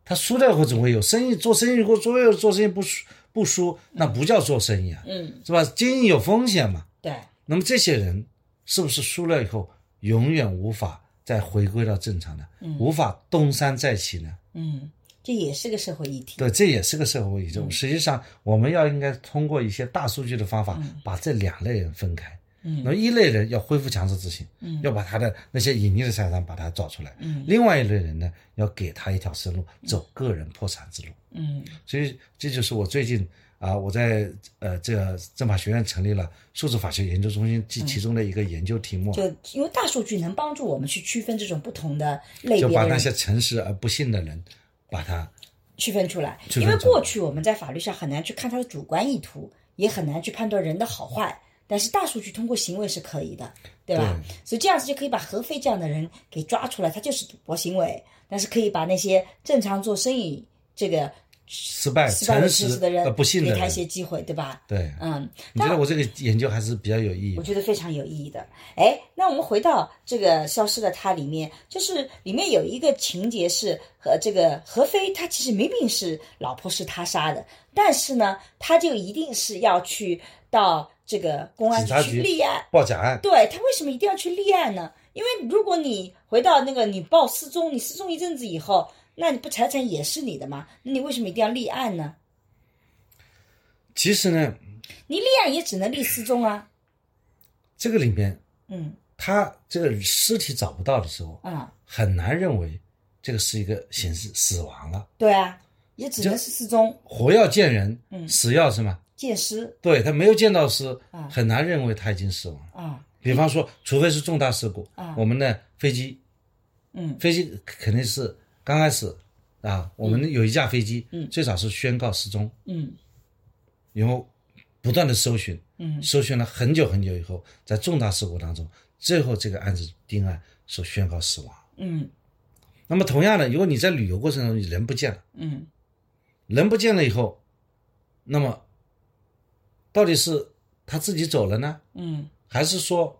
C: 他输掉后总会有生意，做生意如果所有做生意不输不输，那不叫做生意啊，
B: 嗯，
C: 是吧？经营有风险嘛，
B: 对，
C: 那么这些人是不是输了以后永远无法再回归到正常呢？
B: 嗯
C: 无法东山再起呢？
B: 嗯，这也是个社会议题。
C: 对，这也是个社会问题。
B: 嗯
C: 实际上，我们要应该通过一些大数据的方法
B: 嗯，
C: 把这两类人分开。那么
B: 嗯
C: 一类人要恢复强制执行，
B: 嗯
C: 要把他的那些隐匿的财产把它找出来；
B: 嗯
C: 另外一类人呢，要给他一条生路，走个人破产之路。
B: 嗯
C: 所以这就是我最近啊，我在呃这个政法学院成立了数字法学研究中心，其其中的一个研究题目
B: 嗯
C: 啊，
B: 就因为大数据能帮助我们去区分这种不同的类别
C: 就
B: 的
C: 把
B: 人，
C: 那些诚实而不信的人，把他
B: 区分出来，
C: 区分
B: 因为
C: 出来
B: 过去我们在法律上很难去看他的主观意图，也很难去判断人的好坏。但是大数据通过行为是可以的，对吧？所以这样子就可以把何非这样的人给抓出来，他就是赌博行为，但是可以把那些正常做生意这个
C: 失败、
B: 失败的
C: 哎诚
B: 知识
C: 实
B: 的人
C: 而不信
B: 给
C: 的
B: 他一
C: 人。
B: 些机会，对吧？
C: 对，
B: 嗯，
C: 你觉得我这个研究还是比较有意义
B: 我
C: 的。
B: 觉得非常有意义的。哎，那我们回到这个《消失的她》里面，就是里面有一个情节是和这个何非，他其实明明是老婆是他杀的，但是呢，他就一定是要去到这个公安
C: 警察
B: 去
C: 局
B: 立案。
C: 报假案，
B: 对他为什么一定要去立案呢？因为如果你回到那个你报失踪，你失踪一阵子以后，那你不财产也是你的嘛？那你为什么一定要立案呢？
C: 其实呢，
B: 你立案也只能立失踪啊。
C: 这个里面
B: 嗯
C: 他这个尸体找不到的时候，
B: 啊、
C: 很难认为这个是一个显示死亡了。
B: 对啊，也只能是失踪
C: 活要见人，
B: 嗯
C: 死要什么？
B: 见尸
C: 对他没有见到尸
B: 啊，
C: 很难认为他已经死亡了。
B: 啊。
C: 比方说，除非是重大事故
B: 啊，
C: 我们的飞机，
B: 嗯
C: 飞机肯定是刚开始啊，我们有一架飞机
B: 嗯，
C: 最早是宣告失踪，
B: 嗯
C: 然后不断的搜寻，
B: 嗯
C: 搜寻了很久很久以后，在重大事故当中，最后这个案子定案说宣告死亡。
B: 嗯
C: 那么同样的，如果你在旅游过程中你人不见了，
B: 嗯
C: 人不见了以后，那么到底是他自己走了呢，
B: 嗯
C: 还是说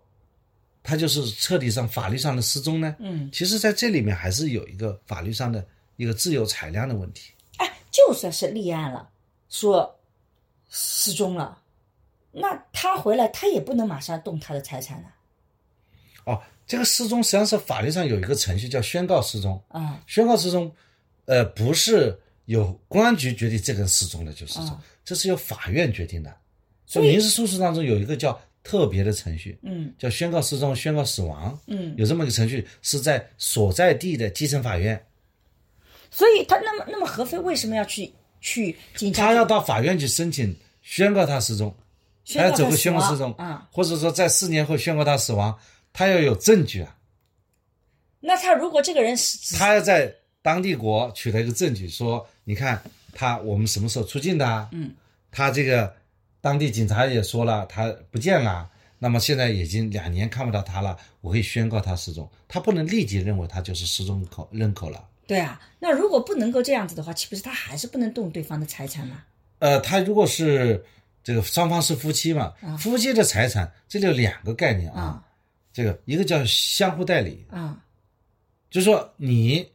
C: 他就是彻底上法律上的失踪呢？
B: 嗯，
C: 其实，在这里面还是有一个法律上的一个自由裁量的问题。
B: 哎，就算是立案了，说失踪了，那他回来他也不能马上动他的财产啊。
C: 哦，这个失踪实际上是法律上有一个程序叫宣告失踪。
B: 啊
C: 宣告失踪，呃，不是由公安局决定这个人失踪了就失踪，
B: 啊
C: 这是由法院决定的。在
B: 所以
C: 民事诉讼当中有一个叫特别的程序，
B: 嗯
C: 叫宣告失踪、宣告死亡，
B: 嗯，
C: 有这么一个程序，是在所在地的基层法院，
B: 所以他那么那么何非为什么要去去警察
C: 他
B: 局
C: 要到法院去申请宣告他失踪，
B: 宣告
C: 他要走
B: 他
C: 个
B: 死
C: 宣告
B: 亡
C: 失踪
B: 啊，
C: 或者说在四年后宣告他死亡，他要有证据啊，
B: 那他如果这个人是
C: 他要在当地国取得一个证据，说你看他我们什么时候出境的、啊，
B: 嗯，
C: 他这个当地警察也说了，他不见了，那么现在已经两年看不到他了，我可以宣告他失踪，他不能立即认为他就是失踪口人口了。
B: 对啊，那如果不能够这样子的话，岂不是他还是不能动对方的财产吗？
C: 呃，他如果是这个双方是夫妻嘛，夫妻的财产这里有两个概念啊，
B: 啊
C: 这个一个叫相互代理，
B: 啊
C: 就是说你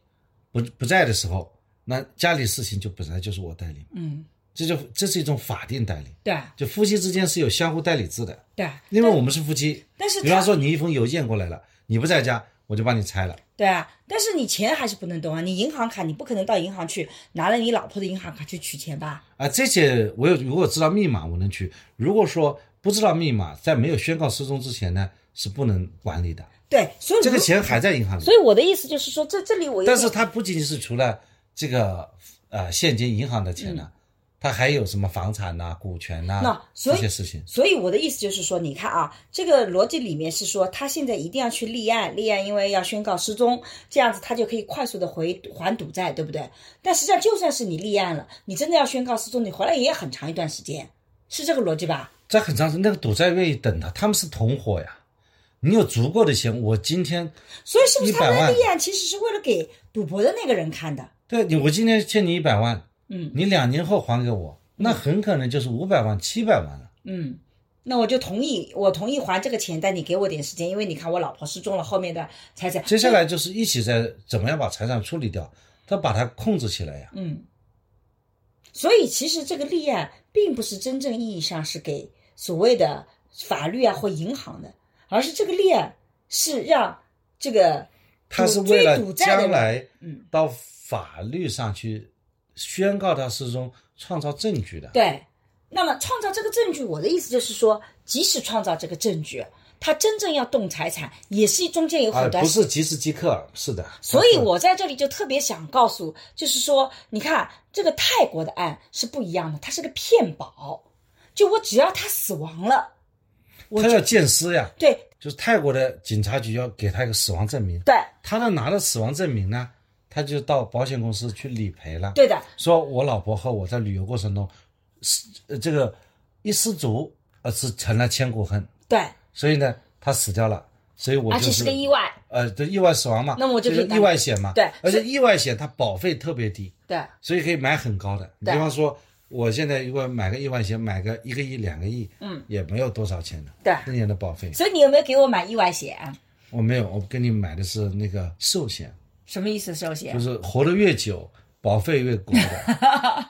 C: 不不在的时候，那家里事情就本来就是我代理嘛，
B: 嗯，
C: 这就这是一种法定代理，
B: 对啊
C: 就夫妻之间是有相互代理制的，
B: 对啊，
C: 因为我们是夫妻。
B: 但是
C: 比方
B: 他
C: 说你一封邮件过来了，你不在家，我就帮你拆了。
B: 对啊，但是你钱还是不能动啊，你银行卡你不可能到银行去拿了你老婆的银行卡去取钱吧？
C: 啊，这些我有，如果知道密码我能去，如果说不知道密码，在没有宣告失踪之前呢，是不能管理的。
B: 对，所以
C: 这个
B: 如
C: 钱还在银行里
B: 所，以我的意思就是说，这这里我有
C: 但是
B: 点
C: 它不仅仅是除了这个呃现金银行的钱呢、它还有什么房产呐、股权呐、
B: 嗯那所
C: 这
B: 以
C: 些事情。
B: 所以我的意思就是说，你看啊，这个逻辑里面是说，他现在一定要去立案，立案因为要宣告失踪，这样子他就可以快速的回还赌债，对不对？但实际上，就算是你立案了，你真的要宣告失踪，你回来也很长一段时间，是这个逻辑吧？
C: 这很长时间，那个赌债愿意等他，他们是同伙呀。你有足够的钱，我今天
B: 所以是不是他
C: 100
B: 们
C: 万
B: 立案其实是为了给赌博的那个人看的？
C: 对你，我今天欠你一百万，
B: 嗯
C: 你两年后还给我，那很可能就是五百万、七百万了。
B: 嗯，那我就同意，我同意还这个钱，但你给我点时间，因为你看我老婆失踪了，后面的财产
C: 接下来就是一起在怎么样把财产处理掉，他把它控制起来呀。
B: 嗯，所以其实这个立案并不是真正意义上是给所谓的法律啊或银行的，而是这个立案是让这个
C: 他是
B: 赌
C: 为
B: 追
C: 了
B: 赌债的
C: 将
B: 人
C: 来
B: 嗯
C: 到法律上去宣告他失踪，创造证据的。
B: 对。那么创造这个证据，我的意思就是说，即使创造这个证据，他真正要动财产，也是中间有
C: 啊，
B: 很多
C: 不是即时即刻，是的。
B: 所以我在这里就特别想告诉，就是说，你看这个泰国的案是不一样的，它是个骗保，就我只要他死亡了，
C: 他要见尸呀，
B: 对
C: 就是泰国的警察局要给他一个死亡证明，
B: 对
C: 他呢拿了死亡证明呢，他就到保险公司去理赔了。
B: 对的，
C: 说我老婆和我在旅游过程中，失呃这个一失足，呃是成了千古恨，
B: 对，
C: 所以呢，她死掉了，所以我
B: 而
C: 就
B: 且是个意，外，
C: 呃，对意外死亡嘛，
B: 那么我就
C: 就
B: 可以
C: 是
B: 打
C: 意外险嘛，
B: 对
C: 而
B: 所
C: 且意外险它保费特别低，
B: 对
C: 所以可以买很高的，比
B: 对
C: 方说我现在如果买个意外险，买个一个亿、两个亿，嗯，也没有多少钱的，
B: 对
C: 一年的保费，
B: 所以你有没有给我买意外险？
C: 我没有，我跟你买的是那个寿险，
B: 什么意思？寿险
C: 就？是活得越久，保
B: *laughs*
C: 费越高的。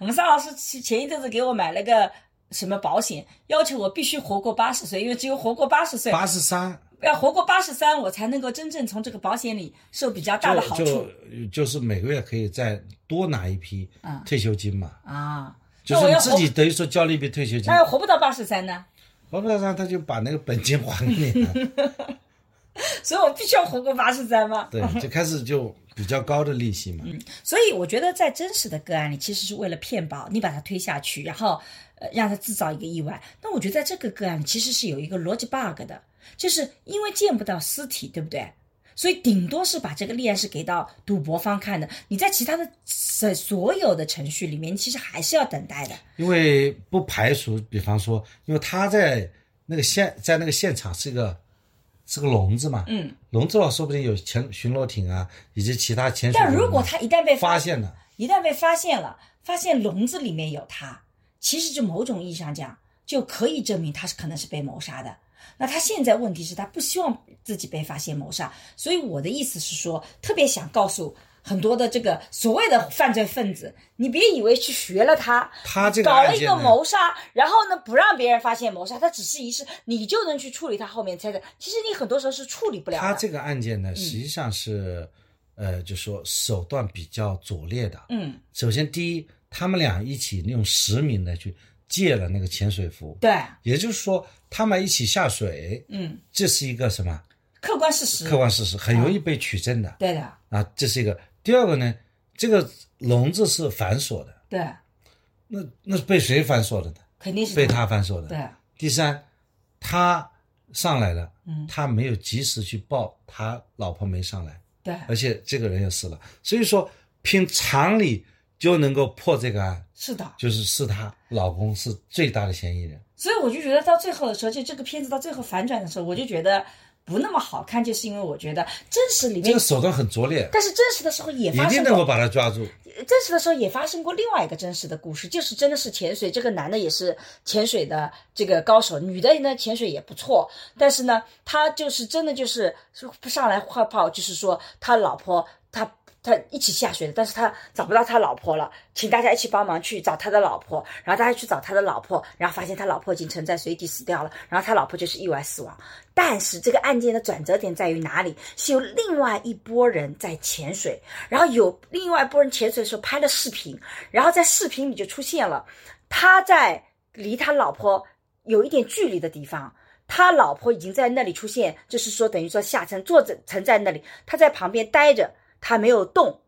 B: 我们邵老师前前一阵子给我买了个什么保险，要求我必须活过八十岁，因为只有活过八十岁，
C: 八十三，
B: 要活过八十三，我才能够真正从这个保险里受比较大的好
C: 就
B: 处
C: 就就是每个月可以再多拿一批
B: 嗯
C: 退休金嘛，
B: 啊。
C: 就
B: 那
C: 是
B: 我哎
C: 你
B: 要
C: 自
B: 活
C: 己等于说交了一笔退休金
B: 那，要活不到八十三呢？
C: 黄不上他就把那个本金还给你了，
B: 所以我必须要活过八十三吗？
C: 对，
B: *laughs*
C: 就开始就比较高的利息嘛，
B: 所以我觉得在真实的个案里，其实是为了骗保，你把它推下去，然后呃让它制造一个意外。那我觉得在这个个案里，其实是有一个逻辑 bug 的，就是因为见不到尸体，对不对？所以顶多是把这个立案是给到赌博方看的。你在其他的所所有的程序里面，其实还是要等待的。
C: 因为不排除，比方说，因为他在那个现在那个现场是个是个笼子嘛，
B: 嗯，
C: 笼子了，说不定有潜巡逻艇啊，以及其他潜水
B: 但
C: 艇啊。
B: 如果他一旦被
C: 发现了，
B: 一旦被发现了，发现笼子里面有他，其实就某种意义上讲，就可以证明他是可能是被谋杀的。那他现在问题是，他不希望自己被发现谋杀，所以我的意思是说，特别想告诉很多的这个所谓的犯罪分子，你别以为去学了他，
C: 他这个
B: 搞了
C: 案
B: 一
C: 件
B: 个
C: 呢，
B: 谋杀，然后呢不让别人发现谋杀，他只是一事，你就能去处理他后面猜的。其实你很多时候是处理不了的。嗯
C: 他这个案件呢，实际上是，呃，就说手段比较拙劣的。
B: 嗯，
C: 首先，第一，他们俩一起用实名的去借了那个潜水服，
B: 对，
C: 也就是说，他们一起下水，
B: 嗯，
C: 这是一个什么
B: 客观事实，
C: 客观事实，很容易被取证的
B: 对的，
C: 啊。这是一个。第二个呢，这个笼子是反锁的，
B: 对，
C: 那那是被谁反锁的呢？
B: 肯定是
C: 被他反锁的。
B: 对。
C: 第三，他上来了，
B: 嗯
C: 他没有及时去报他老婆没上来，
B: 对，
C: 而且这个人也死了，所以说凭常理就能够破这个案，
B: 是的，
C: 就是是她老公是最大的嫌疑人。
B: 所以我就觉得到最后的时候，就这个片子到最后反转的时候，我就觉得不那么好看，就是因为我觉得真实里
C: 这
B: 面
C: 个，手段很拙劣，
B: 但是真实的时候也
C: 一
B: 发
C: 定
B: 生
C: 能够
B: 过，哎
C: 把他抓住。
B: 真实的时候也发生过另外一个真实的故事，就是真的是潜水，这个男的也是潜水的这个高手，女的呢潜水也不错，但是呢，他就是真的就是不上来泡泡，就是说他老婆他。他一起下水的，但是他找不到他老婆了，请大家一起帮忙去找他的老婆，然后大家去找他的老婆，然后发现他老婆已经沉在水底死掉了，然后他老婆就是意外死亡。但是这个案件的转折点在于哪里？是有另外一波人在潜水，然后有另外一波人潜水的时候拍了视频，然后在视频里就出现了他在离他老婆有一点距离的地方，他老婆已经在那里出现，就是说等于说下沉坐着沉在那里，他在旁边待着，他没有动，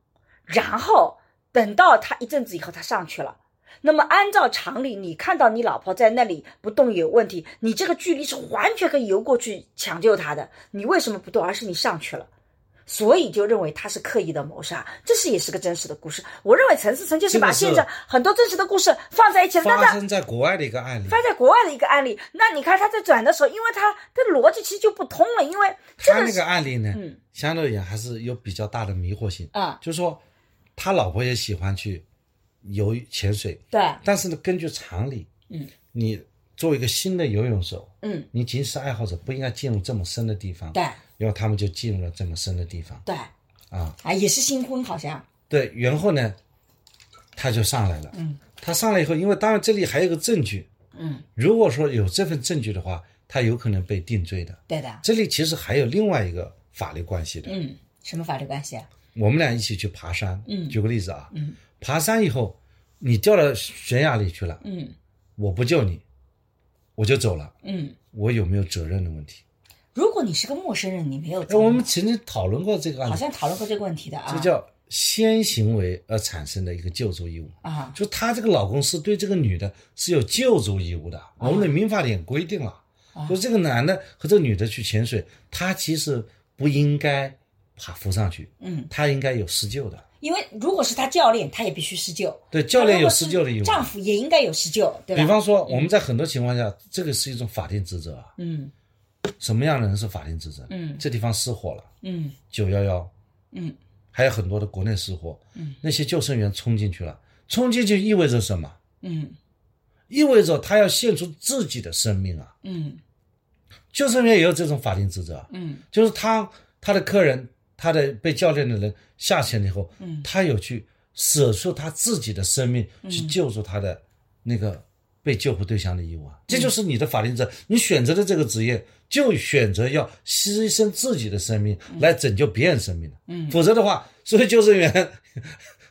B: 然后等到他一阵子以后，他上去了。那么按照常理，你看到你老婆在那里不动有问题，你这个距离是完全可以游过去抢救她的，你为什么不动？而是你上去了。所以就认为他是刻意的谋杀，这是也是个真实的故事。我认为陈思诚就是把
C: 这个
B: 现
C: 是
B: 在很多真实的故事放在一起了，那
C: 发
B: 他
C: 生在国外的一个案例，
B: 发在国外的一个案例。那你看他在转的时候，因为他的逻辑其实就不通了，因为这
C: 他那
B: 是
C: 个案例呢
B: 嗯，
C: 相对而言还是有比较大的迷惑性。
B: 啊、
C: 就说他老婆也喜欢去游潜水，
B: 对，
C: 但是呢，根据常理，
B: 嗯，
C: 你作为一个新的游泳手，
B: 嗯，
C: 你仅是爱好者，不应该进入这么深的地方。
B: 对，
C: 然后他们就进入了这么深的地方
B: 对，
C: 啊。
B: 啊，也是新婚好像，
C: 对，然后呢，他就上来了。嗯，他上来以后，因为当然这里还有个证据。
B: 嗯，
C: 如果说有这份证据的话，他有可能被定罪的。
B: 对的，
C: 这里其实还有另外一个法律关系的。
B: 嗯，什么法律关系啊？
C: 我们俩一起去爬山。
B: 嗯
C: 举个例子啊，
B: 嗯，
C: 爬山以后，你掉到悬崖里去了，
B: 嗯
C: 我不救你，我就走了，
B: 嗯，
C: 我有没有责任的问题？
B: 如果你是个陌生人，你没有责
C: 哎，
B: 任，
C: 我们曾经讨论过这个案
B: 好
C: 子，
B: 像讨论过这个问题的啊，
C: 这叫先行为而产生的一个救助义务。
B: 啊，
C: 就她这个老公是对这个女的是有救助义务的，
B: 哦
C: 我们的民法典规定了，就这个男的和这个女的去潜水，他其实不应该爬浮上去，
B: 嗯，
C: 他应该有施救的。
B: 因为如果是他教练，他也必须施救，
C: 对，教练
B: 如
C: 有
B: 果
C: 施救的义
B: 是嗯
C: 务。
B: 丈夫也应该有施救，对吧？
C: 比方说，我们在很多情况下，这个是一种法定职责啊。
B: 嗯
C: 什么样的人是法定职责？
B: 嗯
C: 这地方失火了，
B: 嗯
C: 九幺幺，
B: 嗯，
C: 还有很多的国内失火，嗯，那些救生员冲进去了，冲进去意味着什么？
B: 嗯
C: 意味着他要献出自己的生命啊！
B: 嗯
C: 救生员也有这种法定职责啊，
B: 嗯
C: 就是他他的客人，他的被教练的人下潜了以后，
B: 嗯
C: 他有去舍出他自己的生命去救助他的那个被救护对象的义务啊，
B: 嗯
C: 这就是你的法定责任。你选择的这个职业，就选择要牺牲自己的生命
B: 嗯
C: 来拯救别人生命的，嗯，否则的话，所以救生员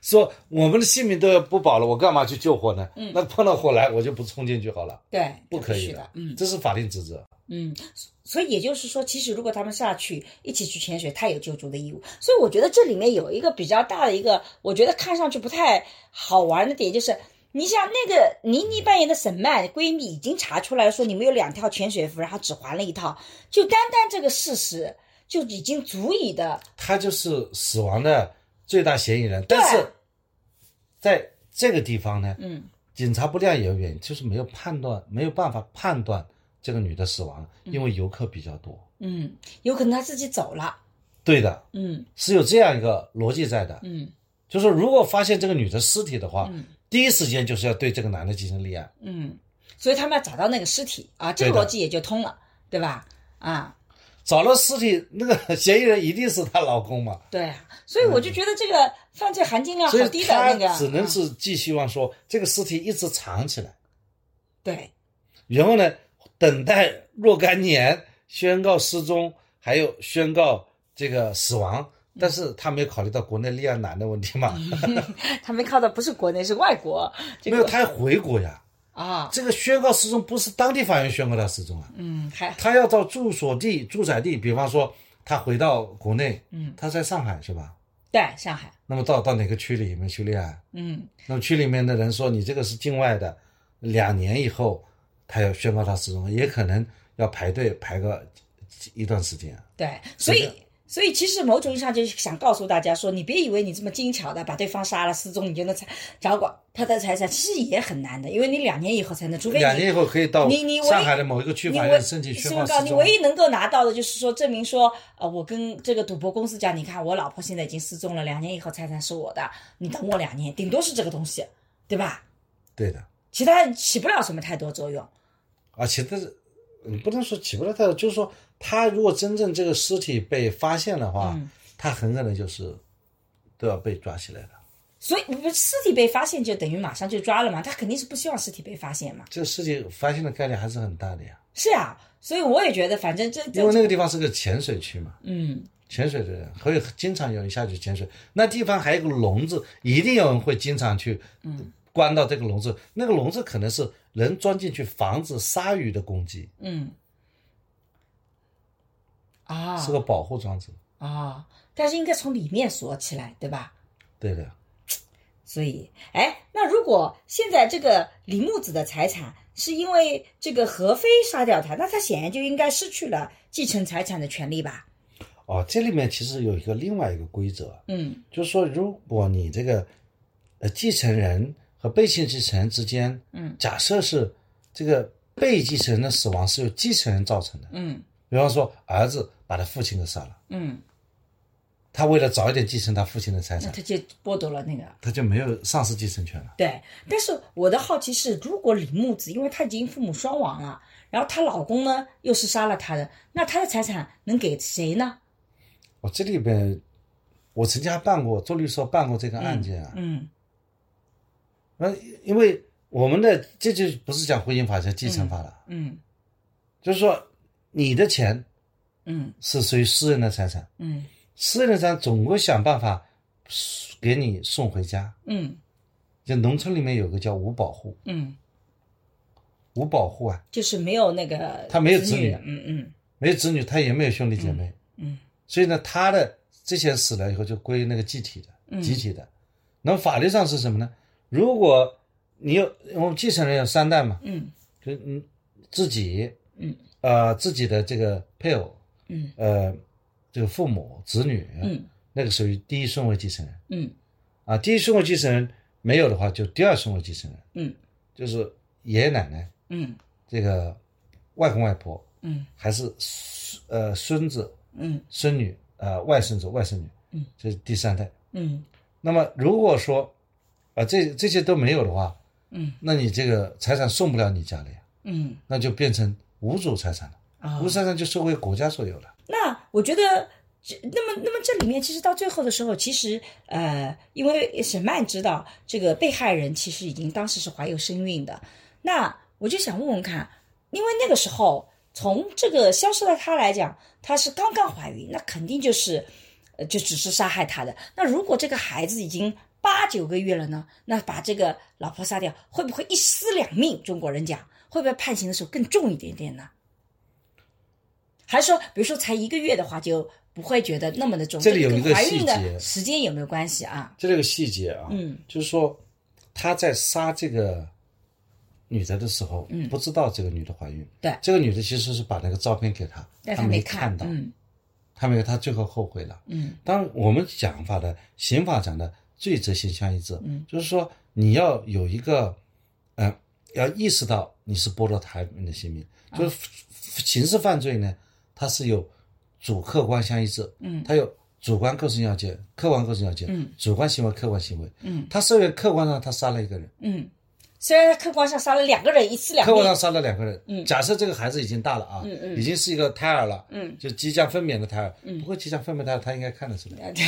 C: 说我们的性命都要不保了，我干嘛去救火呢？嗯，那碰到火来，我就不冲进去好了，
B: 对，
C: 不可以
B: 是的，嗯
C: 这是法定职责。
B: 嗯，所以也就是说，其实如果他们下去一起去潜水，他有救助的义务。所以我觉得这里面有一个比较大的一个，我觉得看上去不太好玩的点就是。你想那个倪妮扮演的沈曼闺蜜已经查出来了，说你们有两套潜水服，然后只还了一套，就单单这个事实就已经足以的
C: 他就是死亡的最大嫌疑人。但是在这个地方呢，
B: 嗯，
C: 警察不亮也有原因，就是没有判断，没有办法判断这个女的死亡，因为游客比较多。
B: 嗯，有可能他自己走了，
C: 对的，
B: 嗯
C: 是有这样一个逻辑在的，
B: 嗯
C: 就是如果发现这个女的尸体的话，
B: 嗯
C: 第一时间就是要对这个男的进行立案。
B: 嗯，所以他们要找到那个尸体啊，这
C: 对
B: 个逻
C: 的
B: 辑也就通了，对吧？啊，
C: 找了尸体，那个嫌疑人一定是她老公嘛，
B: 对啊，所以我就觉得这个犯罪含金量好
C: 嗯所
B: 低
C: 以
B: 的
C: 她
B: 那个，
C: 只能
B: 嗯
C: 是寄希望说这个尸体一直藏起来，
B: 对，
C: 然后呢，等待若干年宣告失踪，还有宣告这个死亡。但是他没有考虑到国内立案难的问题嘛？
B: 他们靠的不是国内，是外国这
C: 没有，
B: 个
C: 他还回国呀。
B: 啊，
C: 这个宣告失踪不是当地法院宣告他失踪啊，
B: 嗯，还
C: 他要到住所地、住宅地，比方说他回到国内，
B: 嗯，
C: 他在上海是吧？
B: 对上海，
C: 那么到到哪个区里面去立案？
B: 嗯
C: 那么区里面的人说你这个是境外的，两年以后他要宣告他失踪，也可能要排队排个一段时间啊。
B: 对，所
C: 是
B: 以。所以其实某种意义上就是想告诉大家说，你别以为你这么精巧的把对方杀了失踪，你就能财找管他的财产，其实也很难的，因为你两年以后才能，除非你
C: 两年以后可以到
B: 你你唯
C: 上海的某一个区
B: 你
C: 法
B: 唯
C: 院申请宣
B: 是
C: 告
B: 我
C: 失
B: 告诉
C: 踪。
B: 你唯一能够拿到的就是说证明说，呃，我跟这个赌博公司讲，你看我老婆现在已经失踪了，两年以后财产是我的，你等我两年，顶多是这个东西，对吧？
C: 对的，
B: 其他起不了什么太多作用。
C: 而且但是你不能说起不了太多，就是说他如果真正这个尸体被发现的话，
B: 嗯
C: 他很可能就是都要被抓起来的。
B: 所以，不尸体被发现就等于马上就抓了嘛？他肯定是不希望尸体被发现嘛。
C: 这个尸体发现的概率还是很大的呀，
B: 是呀、所以我也觉得，反正这
C: 因为
B: 这，
C: 那个地方是个潜水区嘛，
B: 嗯，
C: 潜水的人会经常有人下去潜水。那地方还有个笼子，一定有人会经常去，嗯，关到这个笼子。那个笼子可能是人钻进去防止鲨鱼的攻击，
B: 嗯，啊
C: 是个保护装置。
B: 啊，但是应该从里面锁起来，对吧？
C: 对的，
B: 所以，哎，那如果现在这个李木子的财产是因为这个何非杀掉他，那他显然就应该失去了继承财产的权利吧？
C: 哦，这里面其实有一个另外一个规则，
B: 嗯
C: 就是说，如果你这个呃继承人和被继承人之间，
B: 嗯，
C: 假设是这个被继承人的死亡是由继承人造成的，
B: 嗯
C: 比方说儿子把他父亲给杀了，
B: 嗯，
C: 他为了早一点继承他父亲的财
B: 那
C: 产，
B: 他就剥夺了那个。
C: 他就没有丧失继承权了。
B: 对，但是我的好奇是，如果李木子因为她已经父母双亡了，然后她老公呢又是杀了她的，那她的财产能给谁呢？
C: 我哦这里边，我曾经还办过做律师办过这个案件啊，
B: 嗯
C: 那因为我们的这就不是讲婚姻法，叫继承法了，
B: 嗯
C: 就是说你的钱
B: 嗯
C: 是属于私人的财产。
B: 嗯
C: 私人上总会想办法给你送回家。
B: 嗯
C: 就农村里面有个叫无保户，
B: 嗯，
C: 无保户啊，
B: 就是没有那个
C: 他没有子
B: 子
C: 女
B: 的嗯嗯
C: 没有子女，他也没有兄弟姐妹，
B: 嗯
C: 所以呢，他的这些死了以后就归那个集体的，
B: 嗯
C: 集体的。那么法律上是什么呢？如果你有我们继承人有三代嘛，
B: 嗯
C: 就你自己，
B: 嗯，
C: 呃，自己的这个配偶，
B: 嗯
C: 呃，这个父母、子女，
B: 嗯，
C: 那个属于第一顺位继承人。
B: 嗯
C: 啊，第一顺位继承人没有的话，就第二顺位继承人，
B: 嗯，
C: 就是爷爷奶奶、
B: 嗯
C: 这个外公外婆，
B: 嗯
C: 还是孙呃孙子、
B: 嗯
C: 孙女、呃外孙子、外孙女，
B: 嗯，
C: 这是第三代。
B: 嗯
C: 那么如果说啊、这这些都没有的话，
B: 嗯
C: 那你这个财产送不了你家里，
B: 嗯
C: 那就变成无主财产了。
B: 啊
C: 无主财产就收归国家所有了。
B: 那我觉得这，那么那么这里面其实到最后的时候，其实呃，因为沈曼知道这个被害人其实已经当时是怀有身孕的，那我就想问问看，因为那个时候从这个消失的她来讲，她是刚刚怀孕，那肯定就是，呃，就只是杀害她的。那如果这个孩子已经八九个月了呢，那把这个老婆杀掉，会不会一尸两命？中国人讲，会不会判刑的时候更重一点点呢？还说，比如说才一个月的话，就不会觉得那么的重。
C: 这里有
B: 跟
C: 一个
B: 怀
C: 细
B: 孕
C: 节
B: 的时间有没有关系啊？
C: 这个细节啊，
B: 嗯，
C: 就是说他在杀这个女的的时候，
B: 嗯
C: 不知道这个女的怀孕，
B: 对
C: 这个女的其实是把那个照片给他，
B: 但
C: 他
B: 没
C: 看到，
B: 嗯
C: 他没有，他最后后悔了。
B: 嗯
C: 当然我们讲法的刑法讲的罪责刑相一致，
B: 嗯，
C: 就是说你要有一个，呃，要意识到你是剥夺他人的性命，
B: 啊
C: 就是刑事犯罪呢，它是有主客观相一致，
B: 嗯
C: 它有主观构成要件、客观构成要件，
B: 嗯，
C: 主观行为、客观行为，
B: 嗯
C: 他虽然客观上他杀了一个人，
B: 嗯，虽然客观上杀了两个人，一次两
C: 客观上
B: 命，
C: 杀了两个人，
B: 嗯
C: 假设这个孩子已经大了啊，
B: 嗯嗯
C: 已经是一个胎儿了，
B: 嗯， *laughs*
C: 就即将分娩的胎儿，
B: 嗯
C: 不过即将分娩胎儿他应该看得出来，
B: 对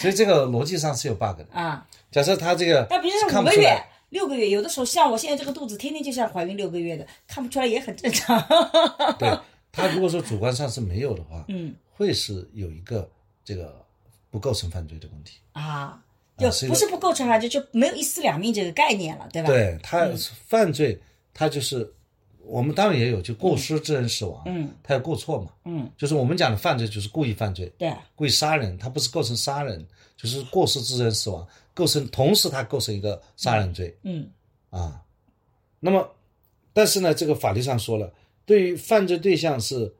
C: 所以这个逻辑上是有 bug 的。
B: 啊，
C: 假设他这个
B: 但别人
C: 看
B: 五
C: 不
B: 个
C: 出
B: 月 *laughs*
C: 来，、
B: 六个月，有的时候像我现在这个肚子，天天就像怀孕六个月的，看不出来也很正常。 *laughs*
C: 对他如果说主观上是没有的话，
B: 嗯
C: 会是有一个这个不构成犯罪的问题。
B: 啊，
C: 啊
B: 就是
C: 一个
B: 不是不构成犯罪，就没有一尸两命这个概念了，对吧？
C: 对他犯罪，他就是我们当然也有就过失致人死亡，
B: 嗯
C: 他有过错嘛，
B: 嗯，
C: 就是我们讲的犯罪就是故意犯罪，
B: 对，啊
C: 故意杀人，他不是构成杀人，就是过失致人死亡，构成同时他构成一个杀人罪
B: 嗯
C: 啊。那么，但是呢，这个法律上说了，对于犯罪对象是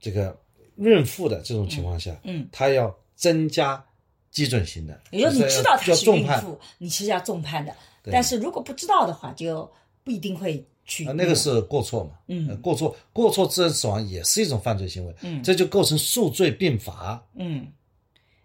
C: 这个孕妇的这种情况下，
B: 嗯，
C: 他要增加基准刑的，
B: 也就是你知道她
C: 要
B: 是
C: 重
B: 孕
C: 判
B: 妇，你是要重判的，
C: 对
B: 但是如果不知道的话，就不一定会去
C: 啊，那个是过错嘛，
B: 嗯
C: 呃过错过错致人死亡也是一种犯罪行为，
B: 嗯
C: 这就构成数罪并罚。
B: 嗯，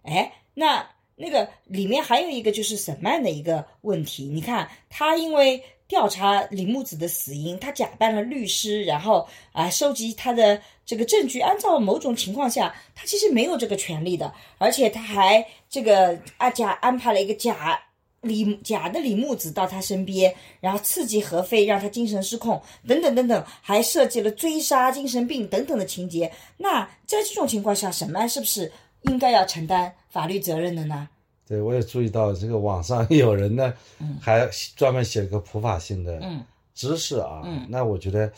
B: 哎，那那个里面还有一个就是沈曼的一个问题，你看他因为调查李木子的死因，他假扮了律师，然后啊收集他的这个证据，按照某种情况下，他其实没有这个权利的，而且他还这个啊假安排了一个假。李假的李木子到他身边，然后刺激何非，让他精神失控，等等等等，还设计了追杀、精神病等等的情节。那在这种情况下，沈曼是不是应该要承担法律责任的呢？
C: 对，我也注意到这个网上有人呢，还专门写了个普法性的
B: 嗯
C: 知识啊。
B: 嗯
C: 那我觉得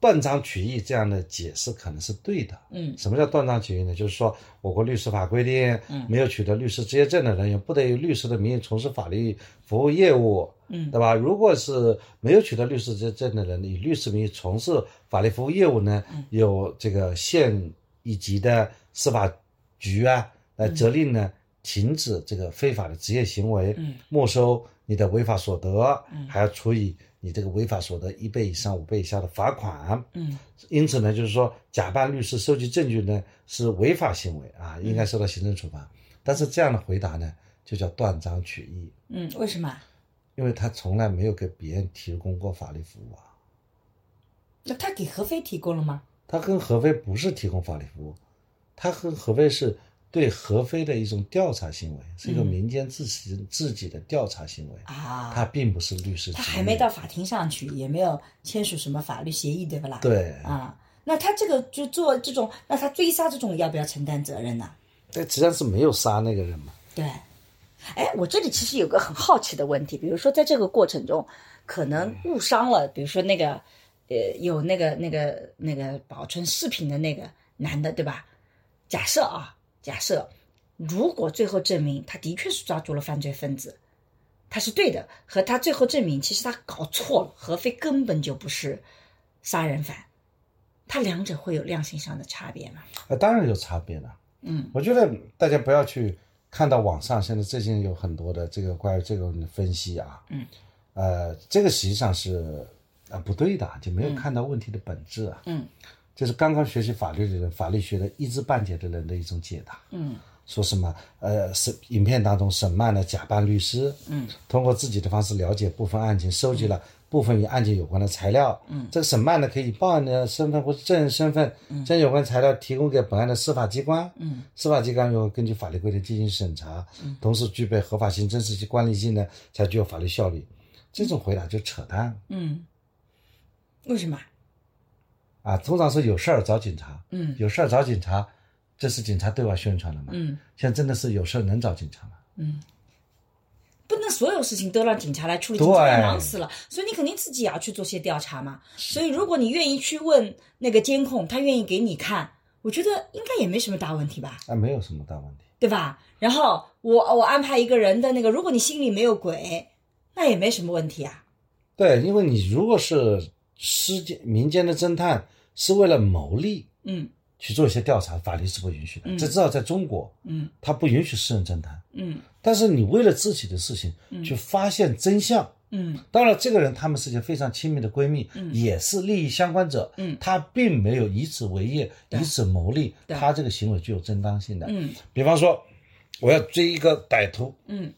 C: 断章取义这样的解释可能是对的。
B: 嗯
C: 什么叫断章取义呢？就是说，我国律师法规定
B: 嗯，
C: 没有取得律师执业证的人员，不得以律师的名义从事法律服务业务。
B: 嗯
C: 对吧？如果是没有取得律师执证的人，以律师名义从事法律服务业务呢，
B: 嗯
C: 有这个县一级的司法局啊
B: 嗯
C: 来责令呢，停止这个非法的职业行为，
B: 嗯
C: 没收你的违法所得，
B: 嗯
C: 还要处以你这个违法所得一倍以上五倍以下的罚款。
B: 嗯
C: 因此呢，就是说假扮律师收集证据呢是违法行为啊，应该
B: 嗯
C: 受到行政处罚。但是这样的回答呢，就叫断章取义。
B: 嗯，为什么？
C: 因为他从来没有给别人提供过法律服务啊。
B: 那他给何非提供了吗？
C: 他跟合肥不是提供法律服务，他跟合肥是对合肥的一种调查行为，是一个
B: 嗯
C: 民间自己自己的调查行为，
B: 啊，
C: 他并不是律师职
B: 他
C: 业。
B: 还没到法庭上去，也没有签署什么法律协议，对不啦？
C: 对，
B: 啊，那他这个就做这种，那他追杀这种要不要承担责任呢？
C: 但实际上是没有杀那个人嘛。
B: 对，哎，我这里其实有个很好奇的问题，比如说在这个过程中，可能误伤了，比如说那个，呃，有那个那个那个保存视频的那个男的，对吧？假设啊，假设如果最后证明他的确是抓住了犯罪分子，他是对的，和他最后证明其实他搞错了，何非根本就不是杀人犯，他两者会有量刑上的差别吗？
C: 啊，当然有差别了。
B: 嗯
C: 我觉得大家不要去看到网上现在最近有很多的这个关于这种分析啊，
B: 嗯，
C: 呃，这个实际上是啊、不对的，就没有
B: 嗯
C: 看到问题的本质啊。
B: 嗯
C: 这是刚刚学习法律的人，法律学的一知半解的人的一种解答。
B: 嗯
C: 说什么？呃，是影片当中，沈曼呢假扮律师，
B: 嗯，
C: 通过自己的方式了解部分案情，收集了部分与案件有关的材料，
B: 嗯
C: 这个沈曼呢可以以报案的身份或者证人身份，将有关材料提供给本案的司法机关，
B: 嗯
C: 司法机关如果根据法律规定进行审查，
B: 嗯
C: 同时具备合法性、真实性、关联性呢，才具有法律效力。这种回答就扯淡。
B: 嗯，为什么？
C: 啊，通常是有事儿找警察，
B: 嗯
C: 有事儿找警察，这是警察对外宣传的嘛？
B: 嗯
C: 现在真的是有事儿能找警察吗？
B: 嗯，不能所有事情都让警察来处理，
C: 对
B: 警察会忙死了，所以你肯定自己也要去做些调查嘛。所以如果你愿意去问那个监控，他愿意给你看，我觉得应该也没什么大问题吧。
C: 啊，没有什么大问题。
B: 对吧？然后我我安排一个人的那个，如果你心里没有鬼，那也没什么问题啊。
C: 对，因为你如果是私间民间的侦探，是为了牟利
B: 嗯
C: 去做一些调查，法律是不允许的。
B: 嗯
C: 这至少在中国，
B: 嗯
C: 它不允许私人侦探。
B: 嗯
C: 但是你为了自己的事情
B: 嗯
C: 去发现真相，
B: 嗯
C: 当然这个人她们是一些非常亲密的闺蜜，
B: 嗯
C: 也是利益相关者，
B: 嗯
C: 她并没有以此为业、
B: 对
C: 以此牟利，
B: 对
C: 她这个行为具有正当性的。
B: 嗯
C: 比方说，我要追一个歹徒，
B: 嗯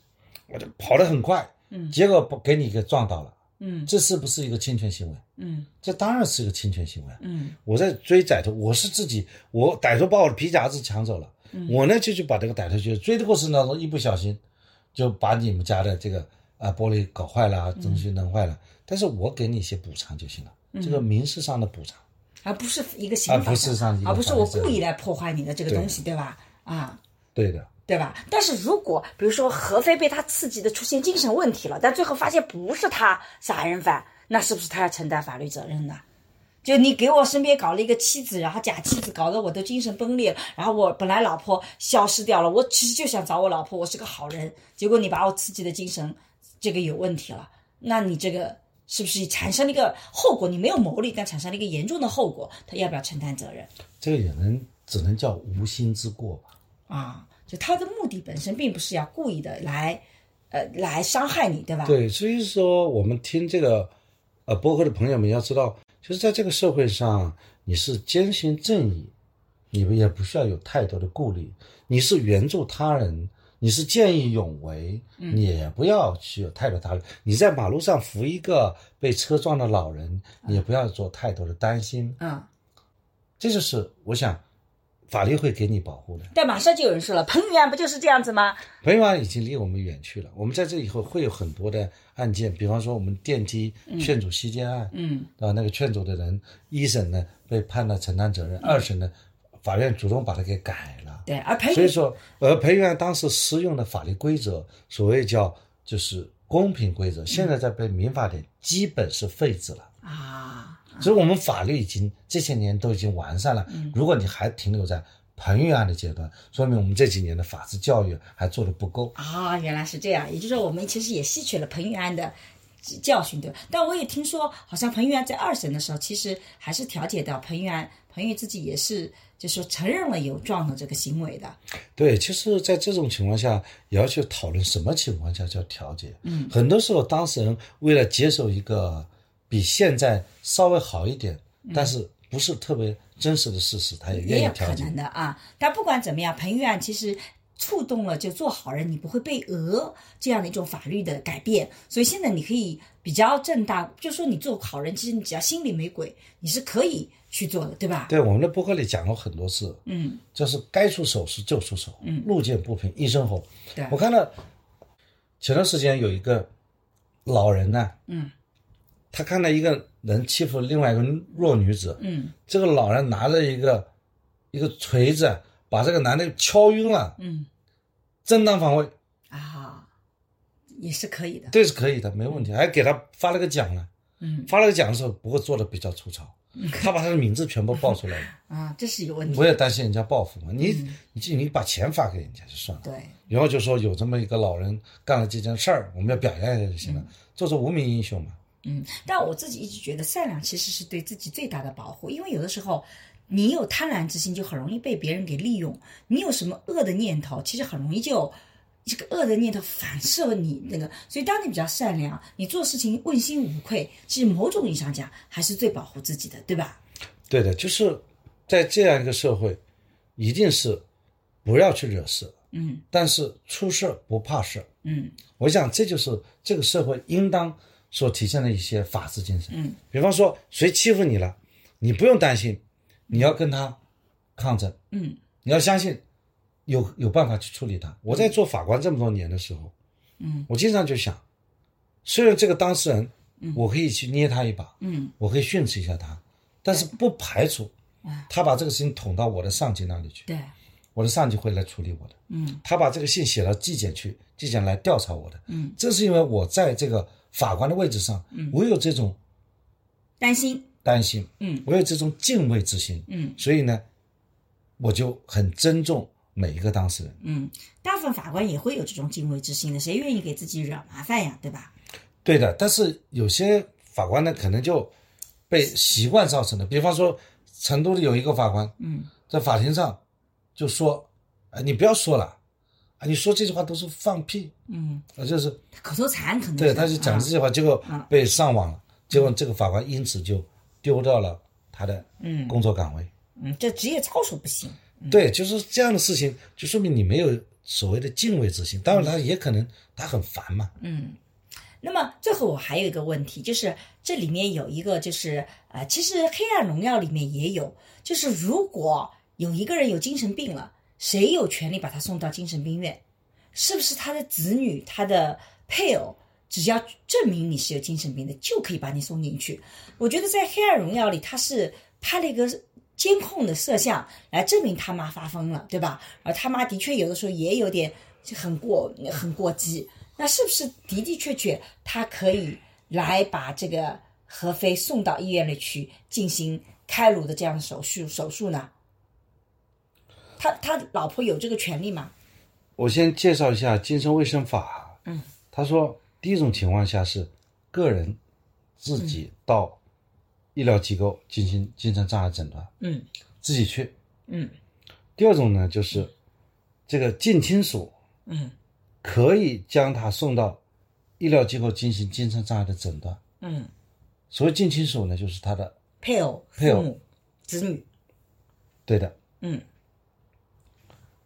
C: 我就跑得很快，
B: 嗯
C: 结果不给你给撞倒了，
B: 嗯
C: 这是不是一个侵权行为？
B: 嗯
C: 这当然是一个侵权行为。啊
B: 嗯
C: 我在追歹徒，我是自己，我歹徒把我的皮夹子抢走了，
B: 嗯
C: 我呢就去把这个歹徒就追的过程当中，一不小心就把你们家的这个啊、玻璃搞坏了啊，东西弄坏了，但是我给你一些补偿就行了，这个民事上的补偿。
B: 而不是一个刑法
C: 而不是
B: 上
C: 上
B: 的
C: 一个
B: 而不是
C: 法律
B: 我
C: 责
B: 故
C: 任
B: 意来破坏你的这个
C: 对
B: 东西，对吧？啊。
C: 对的，
B: 对吧？但是如果比如说何非被他刺激的出现精神问题了，但最后发现不是他杀人犯，那是不是他要承担法律责任呢？就你给我身边搞了一个妻子，然后假妻子搞得我都精神崩裂，然后我本来老婆消失掉了，我其实就想找我老婆，我是个好人，结果你把我刺激的精神这个有问题了，那你这个是不是产生了一个后果？你没有谋利，但产生了一个严重的后果，他要不要承担责任？
C: 这个也能只能叫无心之过吧。
B: 啊，就他的目的本身并不是要故意的来，呃，来伤害你，对吧？，
C: 对，所以说我们听这个呃播客的朋友们要知道，就是在这个社会上，你是坚信正义，你们也不需要有太多的顾虑，你是援助他人。你是见义勇为，你也不要去有太多他人。你在马路上扶一个被车撞的老人，你也不要做太多的担心。
B: 嗯。
C: 这就是我想，法律会给你保护的。
B: 但马上就有人说了，彭宇案不就是这样子吗？
C: 彭宇案已经离我们远去了。我们在这以后会有很多的案件，比方说我们电梯劝阻吸奸案，
B: 嗯
C: 啊，那个劝阻的人，一审呢被判了承担责任，二审呢，法院主动把他给改了。
B: 对，而彭
C: 所以
B: 宇，
C: 说，呃，彭宇案当时适用的法律规则，所谓叫就是公平规则，现在在被民法典基本是废止了。
B: 啊，
C: 所以我们法律已经这些年都已经完善了。如果你还停留在彭宇案的阶段，说明我们这几年的法治教育还做的不够。
B: 啊、原来是这样，也就是说，我们其实也吸取了彭玉安的教训，对吧？但我也听说，好像彭玉安在二审的时候，其实还是调解到彭玉安，彭玉自己也是，就说承认了有撞的这个行为的。
C: 对，其实，在这种情况下，也要去讨论什么情况下叫调解。嗯，很多时候当事人为了接受一个比现在稍微好一点，但是不是特别真实的事实，他也
B: 嗯也
C: 愿
B: 有
C: 意调
B: 可
C: 解
B: 能。的啊。但不管怎么样，彭于晏其实触动了就做好人，你不会被讹这样的一种法律的改变。所以现在你可以比较正大，就说你做好人，其实你只要心里没鬼，你是可以去做的，对吧？
C: 对，我们的博客里讲过很多次，
B: 嗯
C: 就是该出手时就出手，
B: 嗯
C: 路见不平一声吼。
B: 对
C: 我看到前段时间有一个老人呢、
B: 嗯
C: 他看到一个人欺负另外一个弱女子，
B: 嗯
C: 这个老人拿着一个一个锤子，把这个男的敲晕了，
B: 嗯
C: 正当防卫，
B: 啊，也是可以的。
C: 这是可以的，没问题，还给他发了个奖呢。
B: 嗯
C: 发了个奖的时候，不过做的比较粗糙，他把他的名字全部报出来了。
B: 啊，这是有问题
C: 我。也担心人家报复嘛，你你就你把钱发给人家就算了，
B: 对，
C: 然后就说有这么一个老人干了这件事儿，我们要表扬一下就行了，做做无名英雄嘛。
B: 嗯，但我自己一直觉得善良其实是对自己最大的保护，因为有的时候你有贪婪之心，就很容易被别人给利用；你有什么恶的念头，其实很容易就这个恶的念头反射你那个。所以，当你比较善良，你做事情问心无愧，其实某种意义上讲还是最保护自己的，对吧？
C: 对的，就是在这样一个社会，一定是不要去惹事，
B: 嗯
C: 但是出事儿不怕事儿。
B: 嗯
C: 我想这就是这个社会应当所体现的一些法治精神。
B: 嗯，
C: 比方说谁欺负你了，你不用担心，你要跟他抗争，
B: 嗯
C: 你要相信有有办法去处理他。我在做法官这么多年的时候，
B: 嗯
C: 我经常就想，虽然这个当事人我可以去捏他一把，
B: 嗯
C: 我可以训斥一下他，但是不排除
B: 嗯
C: 他把这个事情捅到我的上级那里去，
B: 对，
C: 我的上级会来处理我的。
B: 嗯
C: 他把这个信写到纪检去，纪检来调查我的。
B: 嗯，
C: 正是因为我在这个法官的位置上，
B: 嗯
C: 我有这种
B: 担心，
C: 担心，
B: 嗯
C: 我有这种敬畏之心，
B: 嗯
C: 所以呢，我就很尊重每一个当事人。
B: 嗯，大部分法官也会有这种敬畏之心的，谁愿意给自己惹麻烦呀，对吧？
C: 对的，但是有些法官呢，可能就被习惯造成的。比方说，成都的有一个法官
B: 嗯
C: 在法庭上就说：“啊，你不要说了，啊，你说这句话都是放屁，
B: 嗯，
C: 啊，就是
B: 他口头禅可能
C: 对，
B: 是
C: 他就讲
B: 啊
C: 这句话，结果
B: 啊
C: 被上网了，结果这个法官因此就丢掉了他的
B: 嗯
C: 工作岗位。
B: 嗯，这职业操守不行，
C: 对，就是这样的事情，就说明你没有所谓的敬畏之心。当然，他也可能他很烦嘛，
B: 嗯，那么最后我还有一个问题，就是这里面有一个就是呃，其实《黑暗荣耀》里面也有，就是如果有一个人有精神病了，谁有权利把他送到精神病院？是不是他的子女、他的配偶？只要证明你是有精神病的，就可以把你送进去。我觉得在《黑暗荣耀》里，他是拍了一个监控的摄像来证明他妈发疯了，对吧？而他妈的确有的时候也有点就很过很过激，那是不是的的确确他可以来把这个何非送到医院里去进行开颅的这样的手术手术呢？他他老婆有这个权利吗？
C: 我先介绍一下《精神卫生法》。
B: 嗯，
C: 他说第一种情况下是个人自己到医疗机构进行精神障碍诊断，
B: 嗯
C: 自己去。
B: 嗯
C: 第二种呢，就是这个近亲属
B: 嗯
C: 可以将他送到医疗机构进行精神障碍的诊断。
B: 嗯，
C: 所谓近亲属呢，就是他的
B: 配偶、
C: 配偶
B: 父母、子女，
C: 对的。
B: 嗯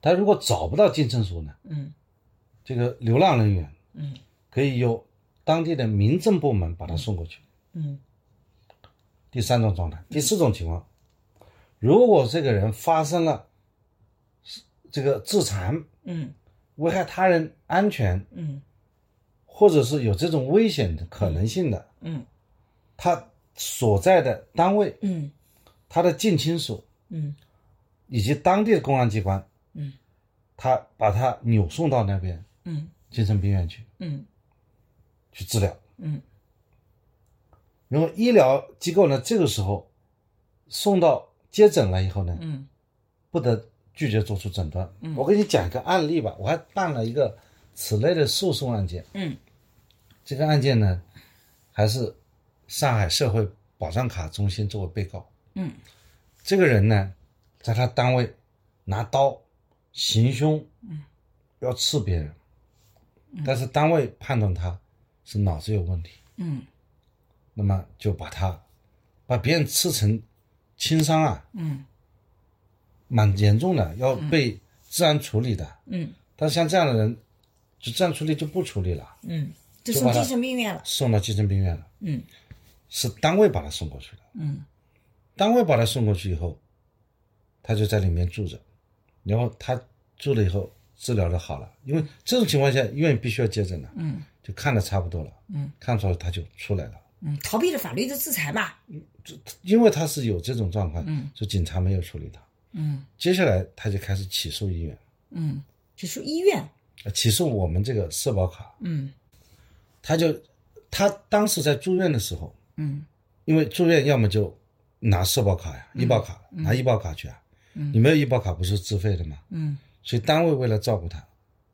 C: 他如果找不到近亲属呢，
B: 嗯
C: 这个流浪人员
B: 嗯
C: 可以由当地的民政部门把他送过去。
B: 嗯
C: 第三种状态，第四种情况，如果这个人发生了这个自残、
B: 嗯
C: 危害他人安全，
B: 嗯
C: 或者是有这种危险的可能性的，
B: 嗯
C: 他所在的单位、
B: 嗯
C: 他的近亲属
B: 嗯
C: 以及当地的公安机关，
B: 嗯，
C: 他把他扭送到那边
B: 嗯
C: 精神病院去
B: 嗯
C: 去治疗。
B: 嗯
C: 然后医疗机构呢，这个时候送到接诊了以后呢，
B: 嗯
C: 不得拒绝做出诊断。我给你讲一个案例吧，我还办了一个此类的诉讼案件。
B: 嗯，
C: 这个案件呢，还是上海社会保障卡中心作为被告。
B: 嗯，
C: 这个人呢，在他单位拿刀行凶，
B: 嗯，
C: 要刺别人，但是单位判断他是脑子有问题，
B: 嗯
C: 那么就把他把别人刺成轻伤啊，
B: 嗯
C: 蛮严重的，要被治安处理的。
B: 嗯
C: 但是像这样的人，就这样处理就不处理了，
B: 嗯，就
C: 就
B: 送
C: 把他
B: 精神病院了。
C: 送到精神病院了。
B: 嗯
C: 是单位把他送过去的，
B: 嗯
C: 单位把他送过去以后，他就在里面住着，然后他住了以后治疗的好了，因为这种情况下医院必须要接诊的，
B: 嗯
C: 就看的差不多了，
B: 嗯，
C: 看出来他就出来了，
B: 嗯，逃避了法律的制裁嘛。
C: 因为他是有这种状况，
B: 嗯，
C: 就警察没有处理他，
B: 嗯
C: 接下来他就开始起诉医院，
B: 嗯，就说医院。
C: 呃起诉我们这个社保卡，
B: 嗯
C: 他就他当时在住院的时候，
B: 嗯
C: 因为住院要么就拿社保卡呀、医保卡，拿医保卡去啊。你没有医保卡不是自费的嘛？
B: 嗯
C: 所以单位为了照顾他，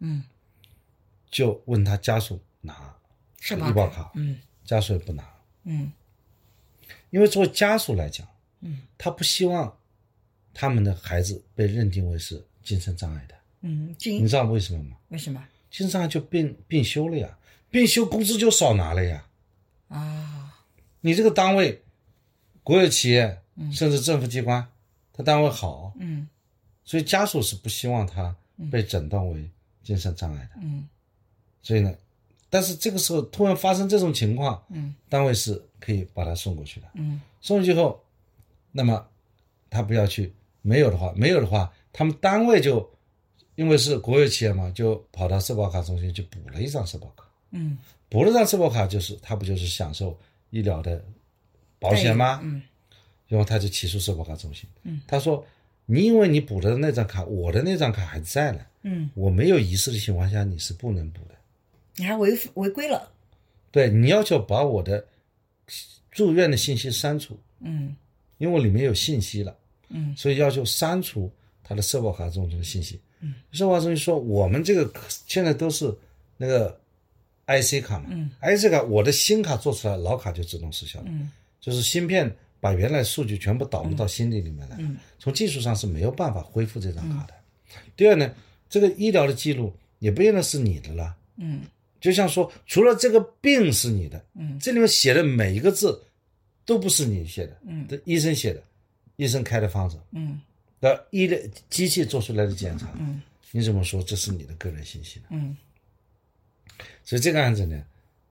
B: 嗯，
C: 就问他家属拿
B: 社
C: 医保卡，
B: 嗯
C: 家属也不拿，
B: 嗯
C: 因为作为家属来讲，
B: 嗯，
C: 他不希望他们的孩子被认定为是精神障碍的，
B: 嗯，
C: 你
B: 这
C: 知道为什么吗？
B: 为什么
C: 精神障碍就病病休了呀，病休工资就少拿了呀。
B: 啊？
C: 你这个单位，国有企业，甚至政府机关，他单位好，
B: 嗯
C: 所以家属是不希望他被诊断为精神障碍的。
B: 嗯
C: 所以呢，但是这个时候突然发生这种情况，
B: 嗯
C: 单位是可以把他送过去的。
B: 嗯
C: 送过去后，那么他不要去，没有的话，没有的话，他们单位就因为是国有企业嘛，就跑到社保卡中心去补了一张社保卡。
B: 嗯
C: 不是上社保卡，就是他不就是享受医疗的保险吗？
B: 嗯，
C: 然后他就起诉社保卡中心，嗯，他说你因为你补的那张卡，我的那张卡还在呢，
B: 嗯，
C: 我没有遗失的情况下你是不能补的，
B: 你还违违规了，
C: 对你要求把我的住院的信息删除，
B: 嗯
C: 因为里面有信息了，
B: 嗯
C: 所以要求删除他的社保卡中的信息，嗯，社保卡中心说我们这个现在都是那个 IC 卡嘛，
B: 嗯
C: ，IC 卡我的新卡做出来，老卡就自动失效了，
B: 嗯
C: 就是芯片把原来数据全部导入到心理里面来，
B: 嗯
C: 从技术上是没有办法恢复这张卡的。第二呢，这个医疗的记录也不见得是你的了，
B: 嗯
C: 就像说除了这个病是你的，
B: 嗯
C: 这里面写的每一个字都不是你写的，
B: 嗯
C: 这医生写的，医生开的方子，
B: 嗯
C: 那医的机器做出来的检查，
B: 嗯
C: 你怎么说这是你的个人信息呢？
B: 嗯
C: 所以这个案子呢，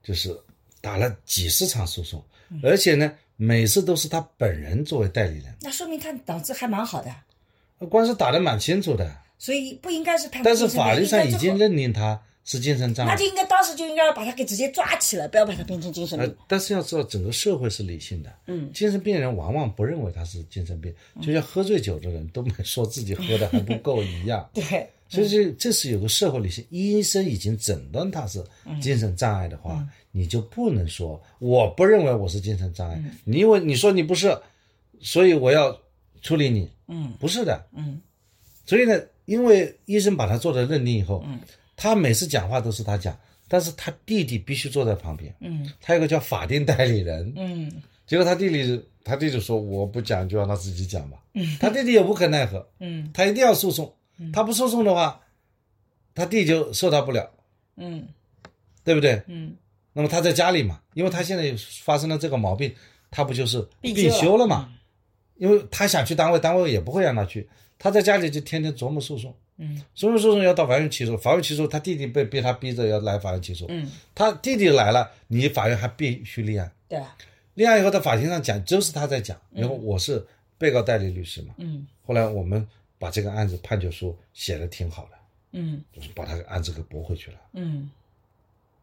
C: 就是打了几十场诉讼，而且呢，每次都是他本人作为代理人，呃
B: 那说明他脑子还蛮好的，
C: 官司打得蛮清楚的，
B: 所以不应该嗯是判。
C: 但是法律上已
B: 应该最
C: 经
B: 后
C: 认定他是精神障
B: 那
C: 碍
B: 就。应该当时就应该要把他给直接抓起来，不要把他变成精神
C: 呃
B: 病。，
C: 但是要知道，整个社会是理性的。
E: 嗯，
C: 精神病人往往不认为他是精神病，就像喝醉酒的人都没说自己喝的还不够一样。
B: 对，
C: 所以这这是有个社会理性，医生已经诊断他是精神障碍的话，你就不能说我不认为我是精神障碍，你因为你说你不是，所以我要处理你，
B: 嗯
C: 不是的。
B: 嗯
C: 所以呢，因为医生把他做了认定以后，他每次讲话都是他讲，但是他弟弟必须坐在旁边，
B: 嗯
C: 他有个叫法定代理人，
B: 嗯
C: 结果他弟弟他弟弟说我不讲就让他自己讲吧，他弟弟也无可奈何，
B: 嗯
C: 他一定要诉讼，他不诉讼的话，他弟就受到不了，
B: 嗯
C: 对不对？
B: 嗯
C: 那么他在家里嘛，因为他现在有发生了这个毛病，他不就是
B: 病
C: 病
B: 休
C: 休了嘛？因为他想去单位，单位也不会让他去，他在家里就天天琢磨诉讼，
B: 嗯
C: 琢磨诉讼要到法院起诉，法院起诉他弟弟被逼他逼着要来法院起诉，
B: 嗯，
C: 他弟弟来了，你法院还必须立案，
B: 对，
C: 立案以后在法庭上讲，就是他在讲，然后我是被告代理律师嘛，
B: 嗯
C: 后来我们把这个案子判决书写的挺好的，
B: 嗯
C: 就是把他的案子给驳回去了。
B: 嗯，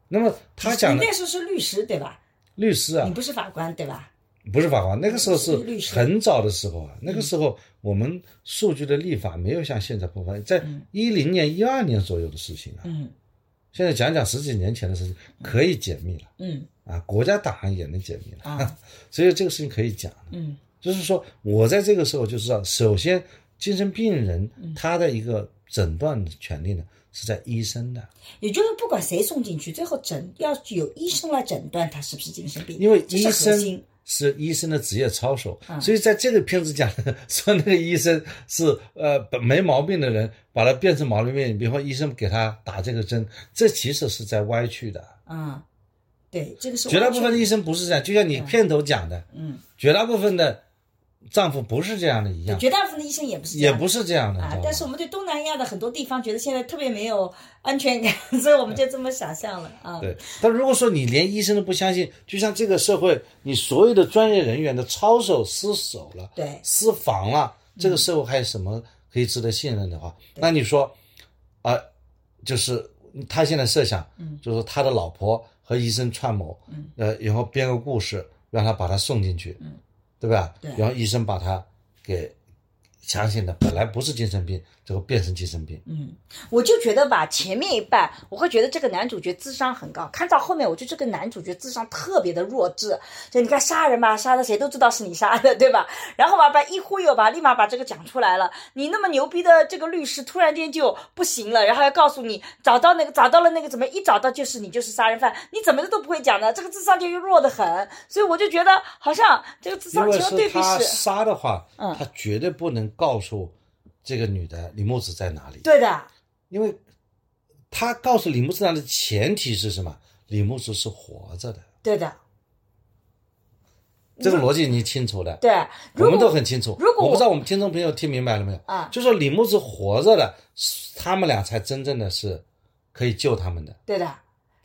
C: 那么他讲
B: 你
C: 的
B: 那时候是律师对吧？
C: 律师啊
B: 你，不是法官对吧？
C: 不是法官，那个时候是
B: 是嗯律师
C: 很早的时候啊，那个时候我们数据的立法没有像现在普法，在一零年、一二年左右的事情啊。
B: 嗯
C: 现在讲讲十几年前的事情，可以解密了
B: 嗯
C: 啊，国家档案也能解密了， *laughs*
B: 啊
C: 所以这个事情可以讲。
B: 嗯
C: 就是说，我在这个时候就知道，首先精神病人
B: 嗯
C: 他的一个诊断的权利呢是在医生的，
B: 也就是不管谁送进去，最后诊要有医生来诊断他是不是精神病，
C: 因为
B: 这是
C: 医
B: 核
C: 生
B: 心嗯
C: 是医生的职业操守，所以在这个片子讲 *laughs* 说那个医生是呃本没毛病的人，把他变成毛病病，比方医生给他打这个针，这其实是在歪曲的。
B: 啊，对，这个是
C: 绝大部分的
B: 完全
C: 医生不是这样，就像你片头讲的，
B: 嗯，
C: 绝大部分的丈夫不是这样的一样，
B: 绝大部分的医生也不是这
C: 也
B: 样的
C: 不是这样的，你知
B: 啊
C: 道，
B: 但
C: 吗
B: 是我们对东南亚的很多地方觉得现在特别没有安全感， *laughs* 所以我们就这么想象了啊。
C: 对，但如果说你连医生都不相信，就像这个社会，你所有的专业人员的操守失守了，
B: 对
C: 私防了，这个社会还有什么可以值得信任的话？
B: 嗯
C: 那你说，啊、就是他现在设想，
B: 嗯
C: 就是他的老婆和医生串谋，
B: 嗯，
C: 呃，然后编个故事让他把他送进去，
B: 嗯，
C: 对吧？
B: 对
C: 然后医生把他给强行的，本来不是精神病，最后变成精神病，
B: 嗯，我就觉得吧，前面一半我会觉得这个男主角智商很高，看到后面我就这个男主角智商特别的弱智。就你看杀人吧，杀的谁都知道是你杀的，对吧？ *laughs* 然后吧，把一忽悠吧，立马把这个讲出来了。你那么牛逼的这个律师突然间就不行了，然后要告诉你找到那个找到了那个怎么一找到就是你就是杀人犯，你怎么都不会讲呢？这个智商就又弱得很，所以我就觉得好像这个智
C: 因
B: 商
C: 为
B: 只有
C: 是
B: 对比
C: 他
B: 是，
C: 杀的话，
B: 嗯
C: 他绝对不能告诉这个女的李木子在哪里，
B: 对的，
C: 因为他告诉李木子在哪里的前提是什么？李木子是活着的，
B: 对的，
C: 这个逻辑你清楚的，
B: 对。
C: 我
B: 如
C: 们
B: 果
C: 都很清楚。
B: 如果
C: 我不知道我们听众朋友听明白了没有？
B: 啊
C: 就说李木子活着的，他们俩才真正的是可以救他们的。
B: 对的，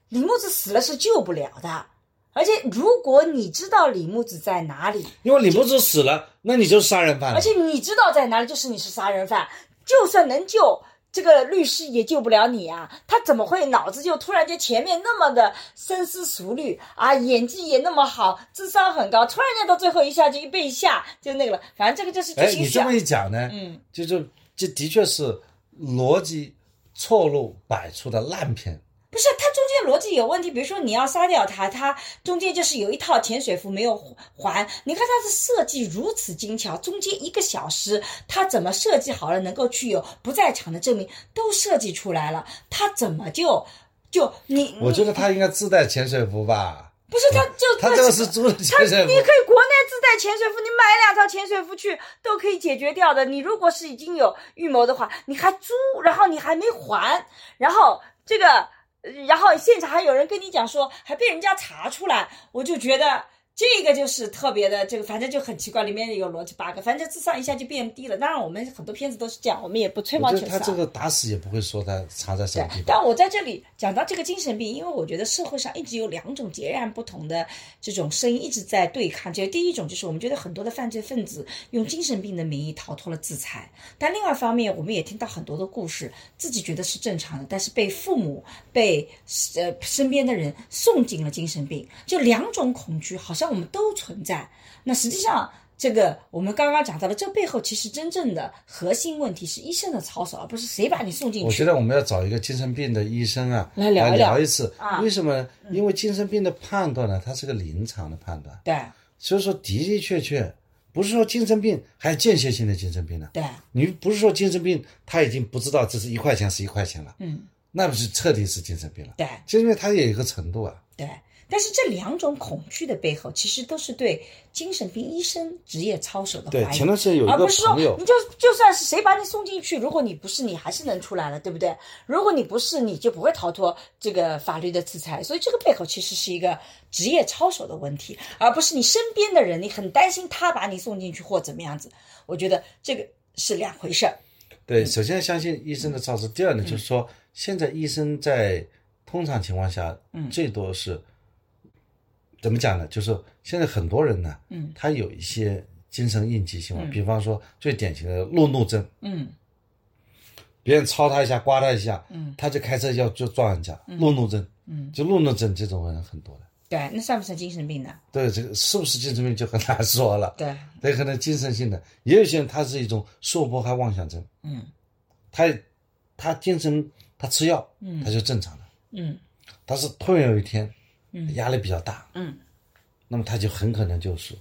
B: 李木子死了是救不了的。而且，如果你知道李木子在哪里，
C: 因为李木子死了，那你就是杀人犯了。
B: 而且你知道在哪里，就是你是杀人犯。就算能救，这个律师也救不了你啊！他怎么会脑子就突然间前面那么的深思熟虑啊，演技也那么好，智商很高，突然间到最后一下就一被吓就那个了。反正这个就是剧
C: 哎，
B: 情
C: 你这
B: 小
C: 么，一讲呢，
B: 嗯，
C: 就是这的确是逻辑错路百出的烂片。
B: 不是它中间逻辑有问题。比如说你要杀掉他，他中间就是有一套潜水服没有还。你看它的设计如此精巧，中间一个小时他怎么设计好了，能够去有不在场的证明都设计出来了，他怎么就就你？
C: 我觉
B: 得
C: 得他应该自带潜水服吧，
B: 不是他就
C: 他这个是租的潜水服
B: 你。可以国内自带潜水服，你买两套潜水服去都可以解决掉的。你如果是已经有预谋的话，你还租，然后你还没还，然后这个，呃然后现场还有人跟你讲说，还被人家查出来，我就觉得。这个就是特别的，这个反正就很奇怪，里面有逻辑 bug，反正智商一下就变低了。当然，我们很多片子都是这样，我们也不吹毛
C: 我觉
B: 求
C: 得
B: 疵啊。
C: 他这个打死也不会说他藏在什
B: 对
C: 么地，方。
B: 但我在这里讲到这个精神病，因为我觉得社会上一直有两种截然不同的这种声音一直在对抗。就第一种就是我们觉得很多的犯罪分子用精神病的名义逃脱了制裁，但另外一方面，我们也听到很多的故事，自己觉得是正常的，但是被父母、被呃身边的人送进了精神病。就两种恐惧，好像我们都存在。那实际上，这个我们刚刚讲到的，这背后其实真正的核心问题是医生的操守，而不是谁把你送进去。
C: 我觉得我们要找一个精神病的医生啊，
B: 来
C: 来
B: 聊一聊
C: 一次。
B: 啊
C: 为什么呢？因为精神病的判断呢，它是个临场的判断，
B: 对
C: 所以说的的确确不是说精神病，还有间歇性的精神病呢。
B: 对，
C: 你不是说精神病他已经不知道这是一块钱是一块钱了，
B: 嗯，
C: 那不是彻底是精神病了。
B: 对
C: 精神病它也有一个程度啊，
B: 对。但是这两种恐惧的背后，其实都是对精神病医生职业操守的
C: 对，
B: 怀疑
C: 前。段时间有一
B: 哦而
C: 个
B: 不是说
C: 朋友
B: 你，就就算是谁把你送进去，如果你不是，你还是能出来了，对不对？如果你不是，你就不会逃脱这个法律的制裁。所以这个背后其实是一个职业操守的问题，而不是你身边的人，你很担心他把你送进去或怎么样子。我觉得这个是两回事儿。嗯
C: 对，首先相信医生的操守，第二呢，就是说现在医生在通常情况下，
B: 嗯
C: 最多是怎么讲呢？就是现在很多人呢，
B: 嗯
C: 他有一些精神应激行为，
B: 嗯
C: 比方说最典型的路怒症，
B: 嗯
C: 别人超他一下，刮他一下，
B: 嗯
C: 他就开车要就撞人家，路怒症，
B: 嗯，
C: 就路怒症这种人很多的。
B: 对，那算不算精神病呢？
C: 对，这个是不是精神病就很难说了。
B: 对，
C: 对，可能精神性的，也有些人他是一种受迫害妄想症，
B: 嗯
C: 他他精神他吃药，
B: 嗯
C: 他就正常了。
B: 嗯
C: 但是突然有一天，
B: 嗯
C: 压力比较大，
B: 嗯，
C: 那么他就很可能就是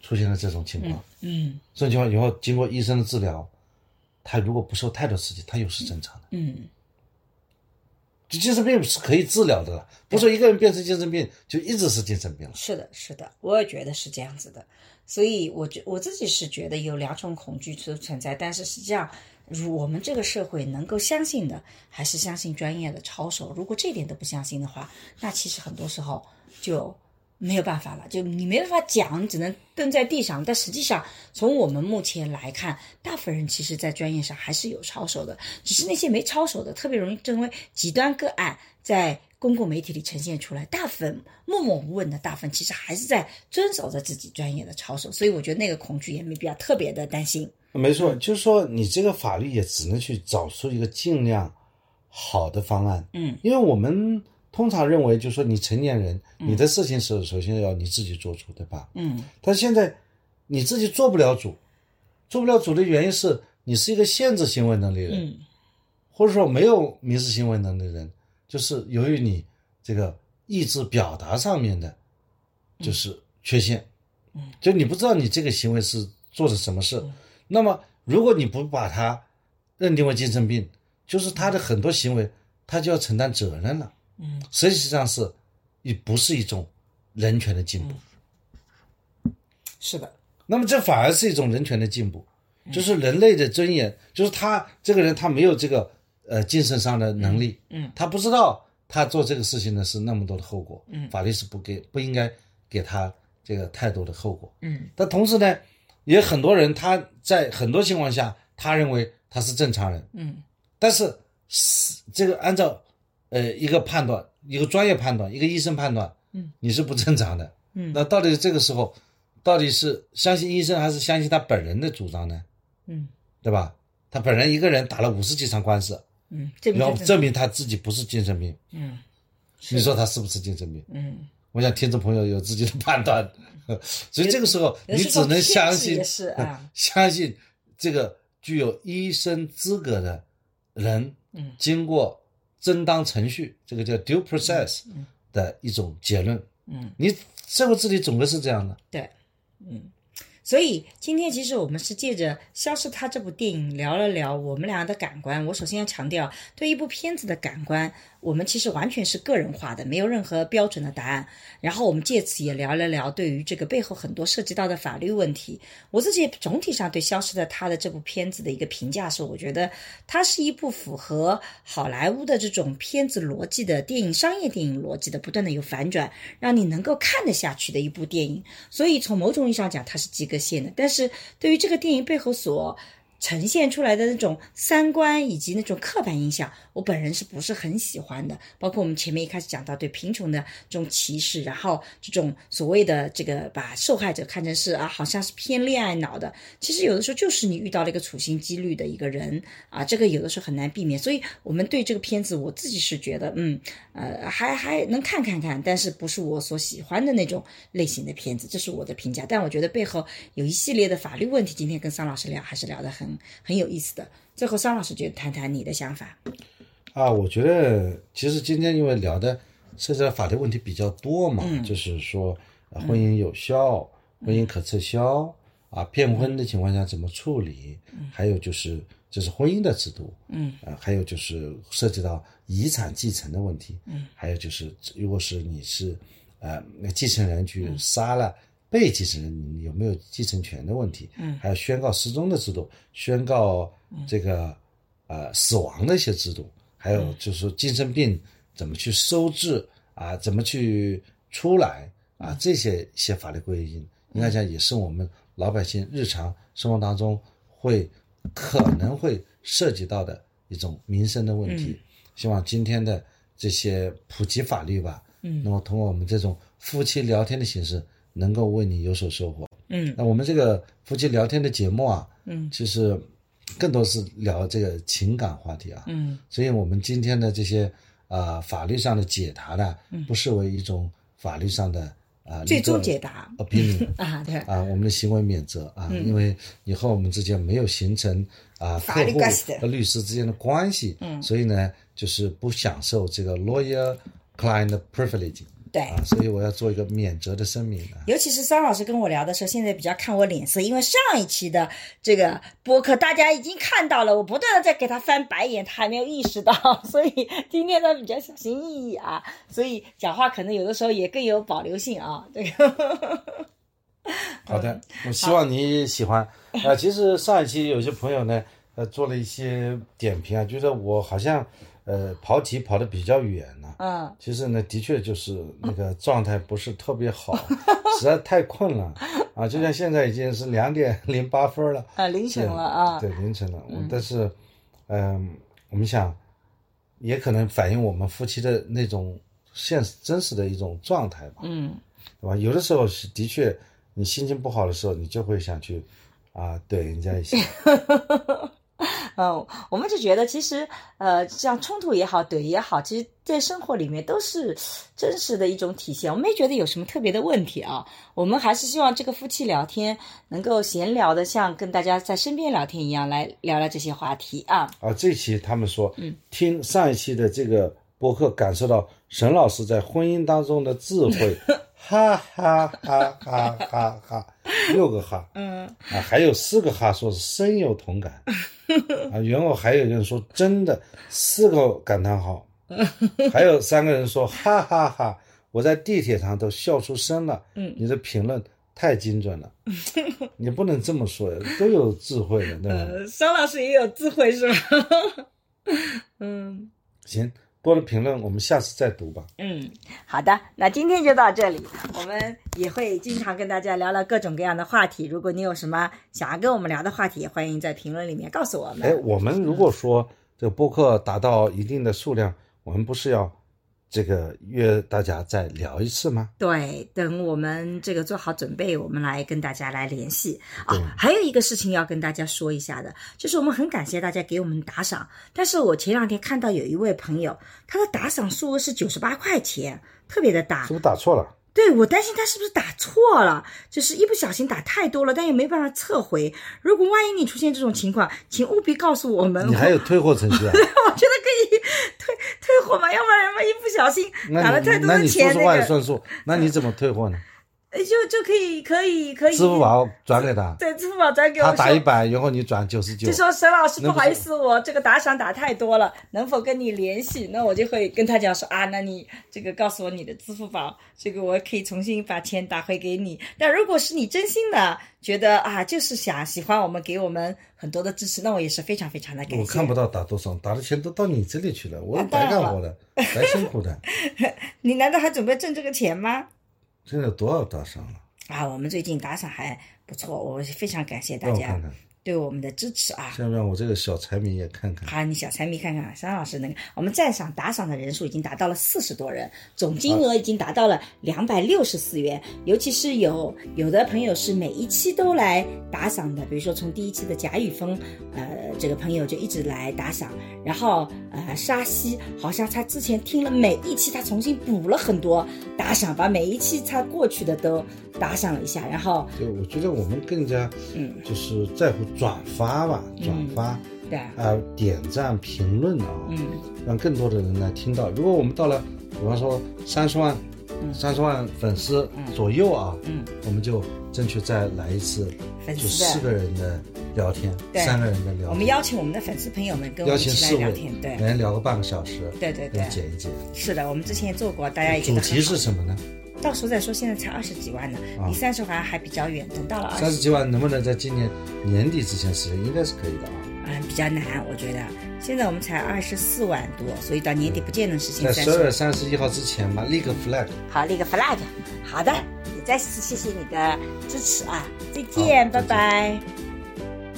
C: 出现了这种情况。
B: 嗯
C: 这种情况以后，经过医生的治疗，他如果不受太多刺激，他又是正常的。
B: 嗯。
C: 就精神病是可以治疗的了，不是说一个人变成精神病就一直是精神病了。
B: 是的，是的，我也觉得是这样子的。所以我觉我自己是觉得有两种恐惧存存在，但是实际上，如我们这个社会能够相信的，还是相信专业的操守。如果这点都不相信的话，那其实很多时候就没有办法了，就你没办法讲，你只能蹲在地上。但实际上，从我们目前来看，大部分人其实在专业上还是有操守的，只是那些没操守的，特别容易成为极端个案，在公共媒体里呈现出来。大部分默默无闻的大部分，其实还是在遵守着自己专业的操守，所以我觉得那个恐惧也没必要特别的担心。
C: 没错，就是说你这个法律也只能去找出一个尽量好的方案。
B: 嗯，
C: 因为我们通常认为，就是说你成年人，你的事情是首先要你自己做主，对吧？
B: 嗯
C: 但现在你自己做不了主，做不了主的原因是你是一个限制行为能力人，
B: 嗯
C: 或者说没有民事行为能力人，就是由于你这个意志表达上面的，就是缺陷，
B: 嗯，
C: 就你不知道你这个行为是做的什么事。
B: 嗯
C: 那么如果你不把它认定为精神病，就是他的很多行为，他就要承担责任了。
B: 嗯，
C: 实际上是，也不是一种人权的进步。
B: 是的，
C: 那么这反而是一种人权的进步，就是人类的尊严，就是他这个人他没有这个呃精神上的能力，
B: 嗯嗯
C: 他不知道他做这个事情呢是那么多的后果，
B: 嗯
C: 法律是不给不应该给他这个太多的后果，
B: 嗯
C: 但同时呢，也很多人他在很多情况下他认为他是正常人，
B: 嗯
C: 但是是这个按照呃一个判断，一个专业判断，一个医生判断，
B: 嗯，
C: 你是不正常的，
B: 嗯
C: 那到底这个时候，到底是相信医生还是相信他本人的主张呢？
B: 嗯
C: 对吧？他本人一个人打了五十几场官司，
B: 嗯，证明
C: 要
B: 他
C: 证明他自己不是精神病。
B: 嗯
C: 你说他是不是精神病？
B: 嗯，
C: 我想听众朋友有自己的判断， *laughs* 所以这个时候
B: 有
C: 你
B: 时
C: 只
B: 候
C: 能
B: 天
C: 相
B: 气
C: 信
B: 也是啊，
C: *laughs* 相信这个具有医生资格的人，
B: 嗯
C: 经过正当程序，这个叫 due process 的一种结论。
B: 嗯，
C: 你社会治理总归是这样的，
B: 对，嗯，所以今天其实我们是借着《消失他》这部电影聊了聊我们俩的感官。我首先要强调，对一部片子的感官，我们其实完全是个人化的，没有任何标准的答案。然后我们借此也聊了聊对于这个背后很多涉及到的法律问题。我自己总体上对《消失的他》的这部片子的一个评价是，我觉得它是一部符合好莱坞的这种片子逻辑的电影、商业电影逻辑的，不断的有反转，让你能够看得下去的一部电影。所以从某种意义上讲，它是及格线的。但是对于这个电影背后所呈现出来的那种三观以及那种刻板印象，我本人是不是很喜欢的？包括我们前面一开始讲到对贫穷的这种歧视，然后这种所谓的这个把受害者看成是啊，好像是偏恋爱脑的，其实有的时候就是你遇到了一个处心积虑的一个人啊，这个有的时候很难避免。所以我们对这个片子，我自己是觉得，嗯，呃，还还能看看看，但是不是我所喜欢的那种类型的片子，这是我的评价。但我觉得背后有一系列的法律问题，今天跟桑老师聊还是聊得很很有意思的。最后，桑老师就谈谈你的想法。
C: 啊，我觉得其实今天因为聊的涉及到法律问题比较多嘛，
B: 嗯
C: 就是说、啊婚姻有效、婚姻可撤销啊，骗婚的情况下怎么处理，还有就是这是婚姻的制度，
B: 嗯
C: 啊，还有就是涉及到遗产继承的问题，
B: 嗯，
C: 还有就是如果是你是呃那继承人去
B: 嗯
C: 杀了。被继承人你有没有继承权的问题，
B: 嗯
C: 还有宣告失踪的制度，宣告这个呃死亡的一些制度，还有就是说精神病怎么去收治啊，怎么去出来啊，这些一些法律规定，应该讲也是我们老百姓日常生活当中会可能会涉及到的一种民生的问题。希望今天的这些普及法律吧，
B: 嗯
C: 那么通过我们这种夫妻聊天的形式，能够为你有所收获。
B: 嗯
C: 那我们这个夫妻聊天的节目啊，
B: 嗯
C: 其实更多是聊这个情感话题啊。
B: 嗯
C: 所以我们今天的这些呃法律上的解答呢，不视为一种法律上的啊、呃、
B: 嗯最终解答
C: opinion
B: 啊，对，
C: 啊，我们的行为免责啊，因为以后我们之间没有形成啊
B: 嗯法
C: 客
B: 律
C: 户
B: 关系的
C: 和律师之间的关系，
B: 嗯
C: 所以呢，就是不享受这个 lawyer client privilege
B: 对。
C: 啊，所以我要做一个免责的声明啊。
B: 尤其是桑老师跟我聊的时候，现在比较看我脸色，因为上一期的这个播客大家已经看到了，我不断的在给他翻白眼，他还没有意识到，所以今天他比较小心翼翼啊， *laughs* 所以讲话可能有的时候也更有保留性啊。这个
C: *laughs* 好
B: 嗯
C: 的，我希望你喜欢。呃，其实上一期有些朋友呢，呃，做了一些点评啊，觉得我好像呃跑题跑得比较远了、
B: 嗯，
C: 其实呢，的确就是那个状态不是特别
B: *laughs*
C: 好，实在太困了啊！就像现在已经是
B: *laughs*
C: 两点零八分了，
B: 啊，凌晨
C: 是
B: 了啊，
C: 对，凌晨了。我但是，嗯、我们想，也可能反映我们夫妻的那种现实真实的一种状态吧。
B: 嗯
C: 对吧？有的时候是的确，你心情不好的时候，你就会想去啊怼人家一下。
B: *laughs* 嗯，我们就觉得其实呃，像冲突也好，怼也好，其实在生活里面都是真实的一种体现。我们没觉得有什么特别的问题啊，我们还是希望这个夫妻聊天能够闲聊的，像跟大家在身边聊天一样，来聊聊这些话题啊。
C: 啊，这期他们说，
B: 嗯
C: 听上一期的这个播客，感受到沈老师在婚姻当中的智慧，哈哈哈哈哈哈，六个哈
B: 嗯
C: 啊，还有四个哈说是深有同感啊，然后还有人说真的四个感叹号，还有三个人说哈哈哈我在地铁上都笑出声了，
B: 嗯
C: 你的评论太精准
B: *laughs*
C: 了，你不能这么说呀，都有智慧的，对吧？
B: 桑呃老师也有智慧是吧？ *laughs* 嗯
C: 行，多的评论我们下次再读吧。
B: 嗯，好的，那今天就到这里，我们也会经常跟大家聊聊各种各样的话题。如果你有什么想要跟我们聊的话题，也欢迎在评论里面告诉我
C: 哎
B: 们。
C: 哎，我们如果说这个播客达到一定的数量，我们不是要这个约大家再聊一次吗？
B: 对，等我们这个做好准备，我们来跟大家来联系啊
C: 对。
B: 还有一个事情要跟大家说一下的，就是我们很感谢大家给我们打赏，但是我前两天看到有一位朋友，他的打赏数额是九十八块钱，特别的大
C: 是不。是打错了？
B: 对我担心他是不是打错了，就是一不小心打太多了，但又没办法撤回。如果万一你出现这种情况，请务必告诉我们，
C: 你
B: 呃我
C: 还有退货程序啊？
B: 我觉得可以退退货嘛，要不然万一不小心
C: 那
B: 打了
C: 你
B: 太多
C: 那
B: 的
C: 你说
B: 钱，
C: 实话
B: 那
C: 也
B: 个
C: 算数，那你怎么退货
B: *laughs*
C: 呢？
B: 呃就就可以可以可以，
C: 支付宝转给他，
B: 对支付宝转给我
C: 他
B: 说，
C: 打一百，然后你转九十九
B: 就，说沈老师
C: 那
B: 不
C: 不
B: 好
C: 是
B: 意思，我这个打赏打太多了，能否跟你联系？那我就会跟他讲说啊，那你这个告诉我你的支付宝，这个我可以重新把钱打回给你。但如果是你真心的觉得啊，就是想喜欢我们，给我们很多的支持，那我也是非常非常的感谢。
C: 我看不到打多少，打的钱都到你这里去了，我
B: 啊当然
C: 白干
B: 了
C: 活了，白辛苦的。
B: 你难道还准备挣这个钱吗？
C: 现在有多少打赏了？
B: 啊，我们最近打赏还不错，我非常感谢大
C: 让我
B: 家
C: 看看，
B: 对我们的支持啊！
C: 现在让我这个小财迷也看看。
B: 好，你小财迷看看啊，沈老师那个，我们赞赏打赏的人数已经达到了四十多人，总金额已经达到了两百六十四元。尤其是有有的朋友是每一期都来打赏的，比如说从第一期的贾雨峰，呃，这个朋友就一直来打赏，然后呃，沙溪好像他之前听了每一期，他重新补了很多打赏，把每一期他过去的都打赏了一下，然后
C: 就我觉得我们更加
B: 嗯，
C: 就是在乎转发吧，转发啊、
B: 对啊，
C: 点赞、评论啊、
B: 嗯
C: 让更多的人来听到。如果我们到了，比方说三十万、三十万粉丝左右啊，
B: 嗯，
C: 我们就争取再来一次，
B: 粉
C: 就
B: 丝
C: 四
B: 的，
C: 个人的聊天，
B: 对
C: 三个人的聊天，
B: 我们邀请我们的粉丝朋友们跟我
C: 邀
B: 们一
C: 请
B: 起来
C: 四
B: 聊
C: 位哎
B: 天，，对
C: 每。人聊个半个小时，
B: 对对对
C: 来剪一剪。
B: 是的，我们之前也做过，大家也觉
C: 主
B: 得
C: 题是
B: 很好
C: 什么呢？
B: 到时候再说，现在才二十几万呢，
C: 啊
B: 离三十万还比较远，等到了二
C: 三十
B: 十，
C: 几万能不能在今年年底之前实现？应该是可以的啊。
B: 嗯，比较难，我觉得。现在我们才二十四万多，所以到年底不见得实现
C: 在
B: 三
C: 十
B: 十
C: 二
B: 万
C: 月。哎三十一号之前吧，立个 flag。
B: 好，立个 flag。好的，也再次谢谢你的支持啊！再见，拜
C: 再见
B: 拜。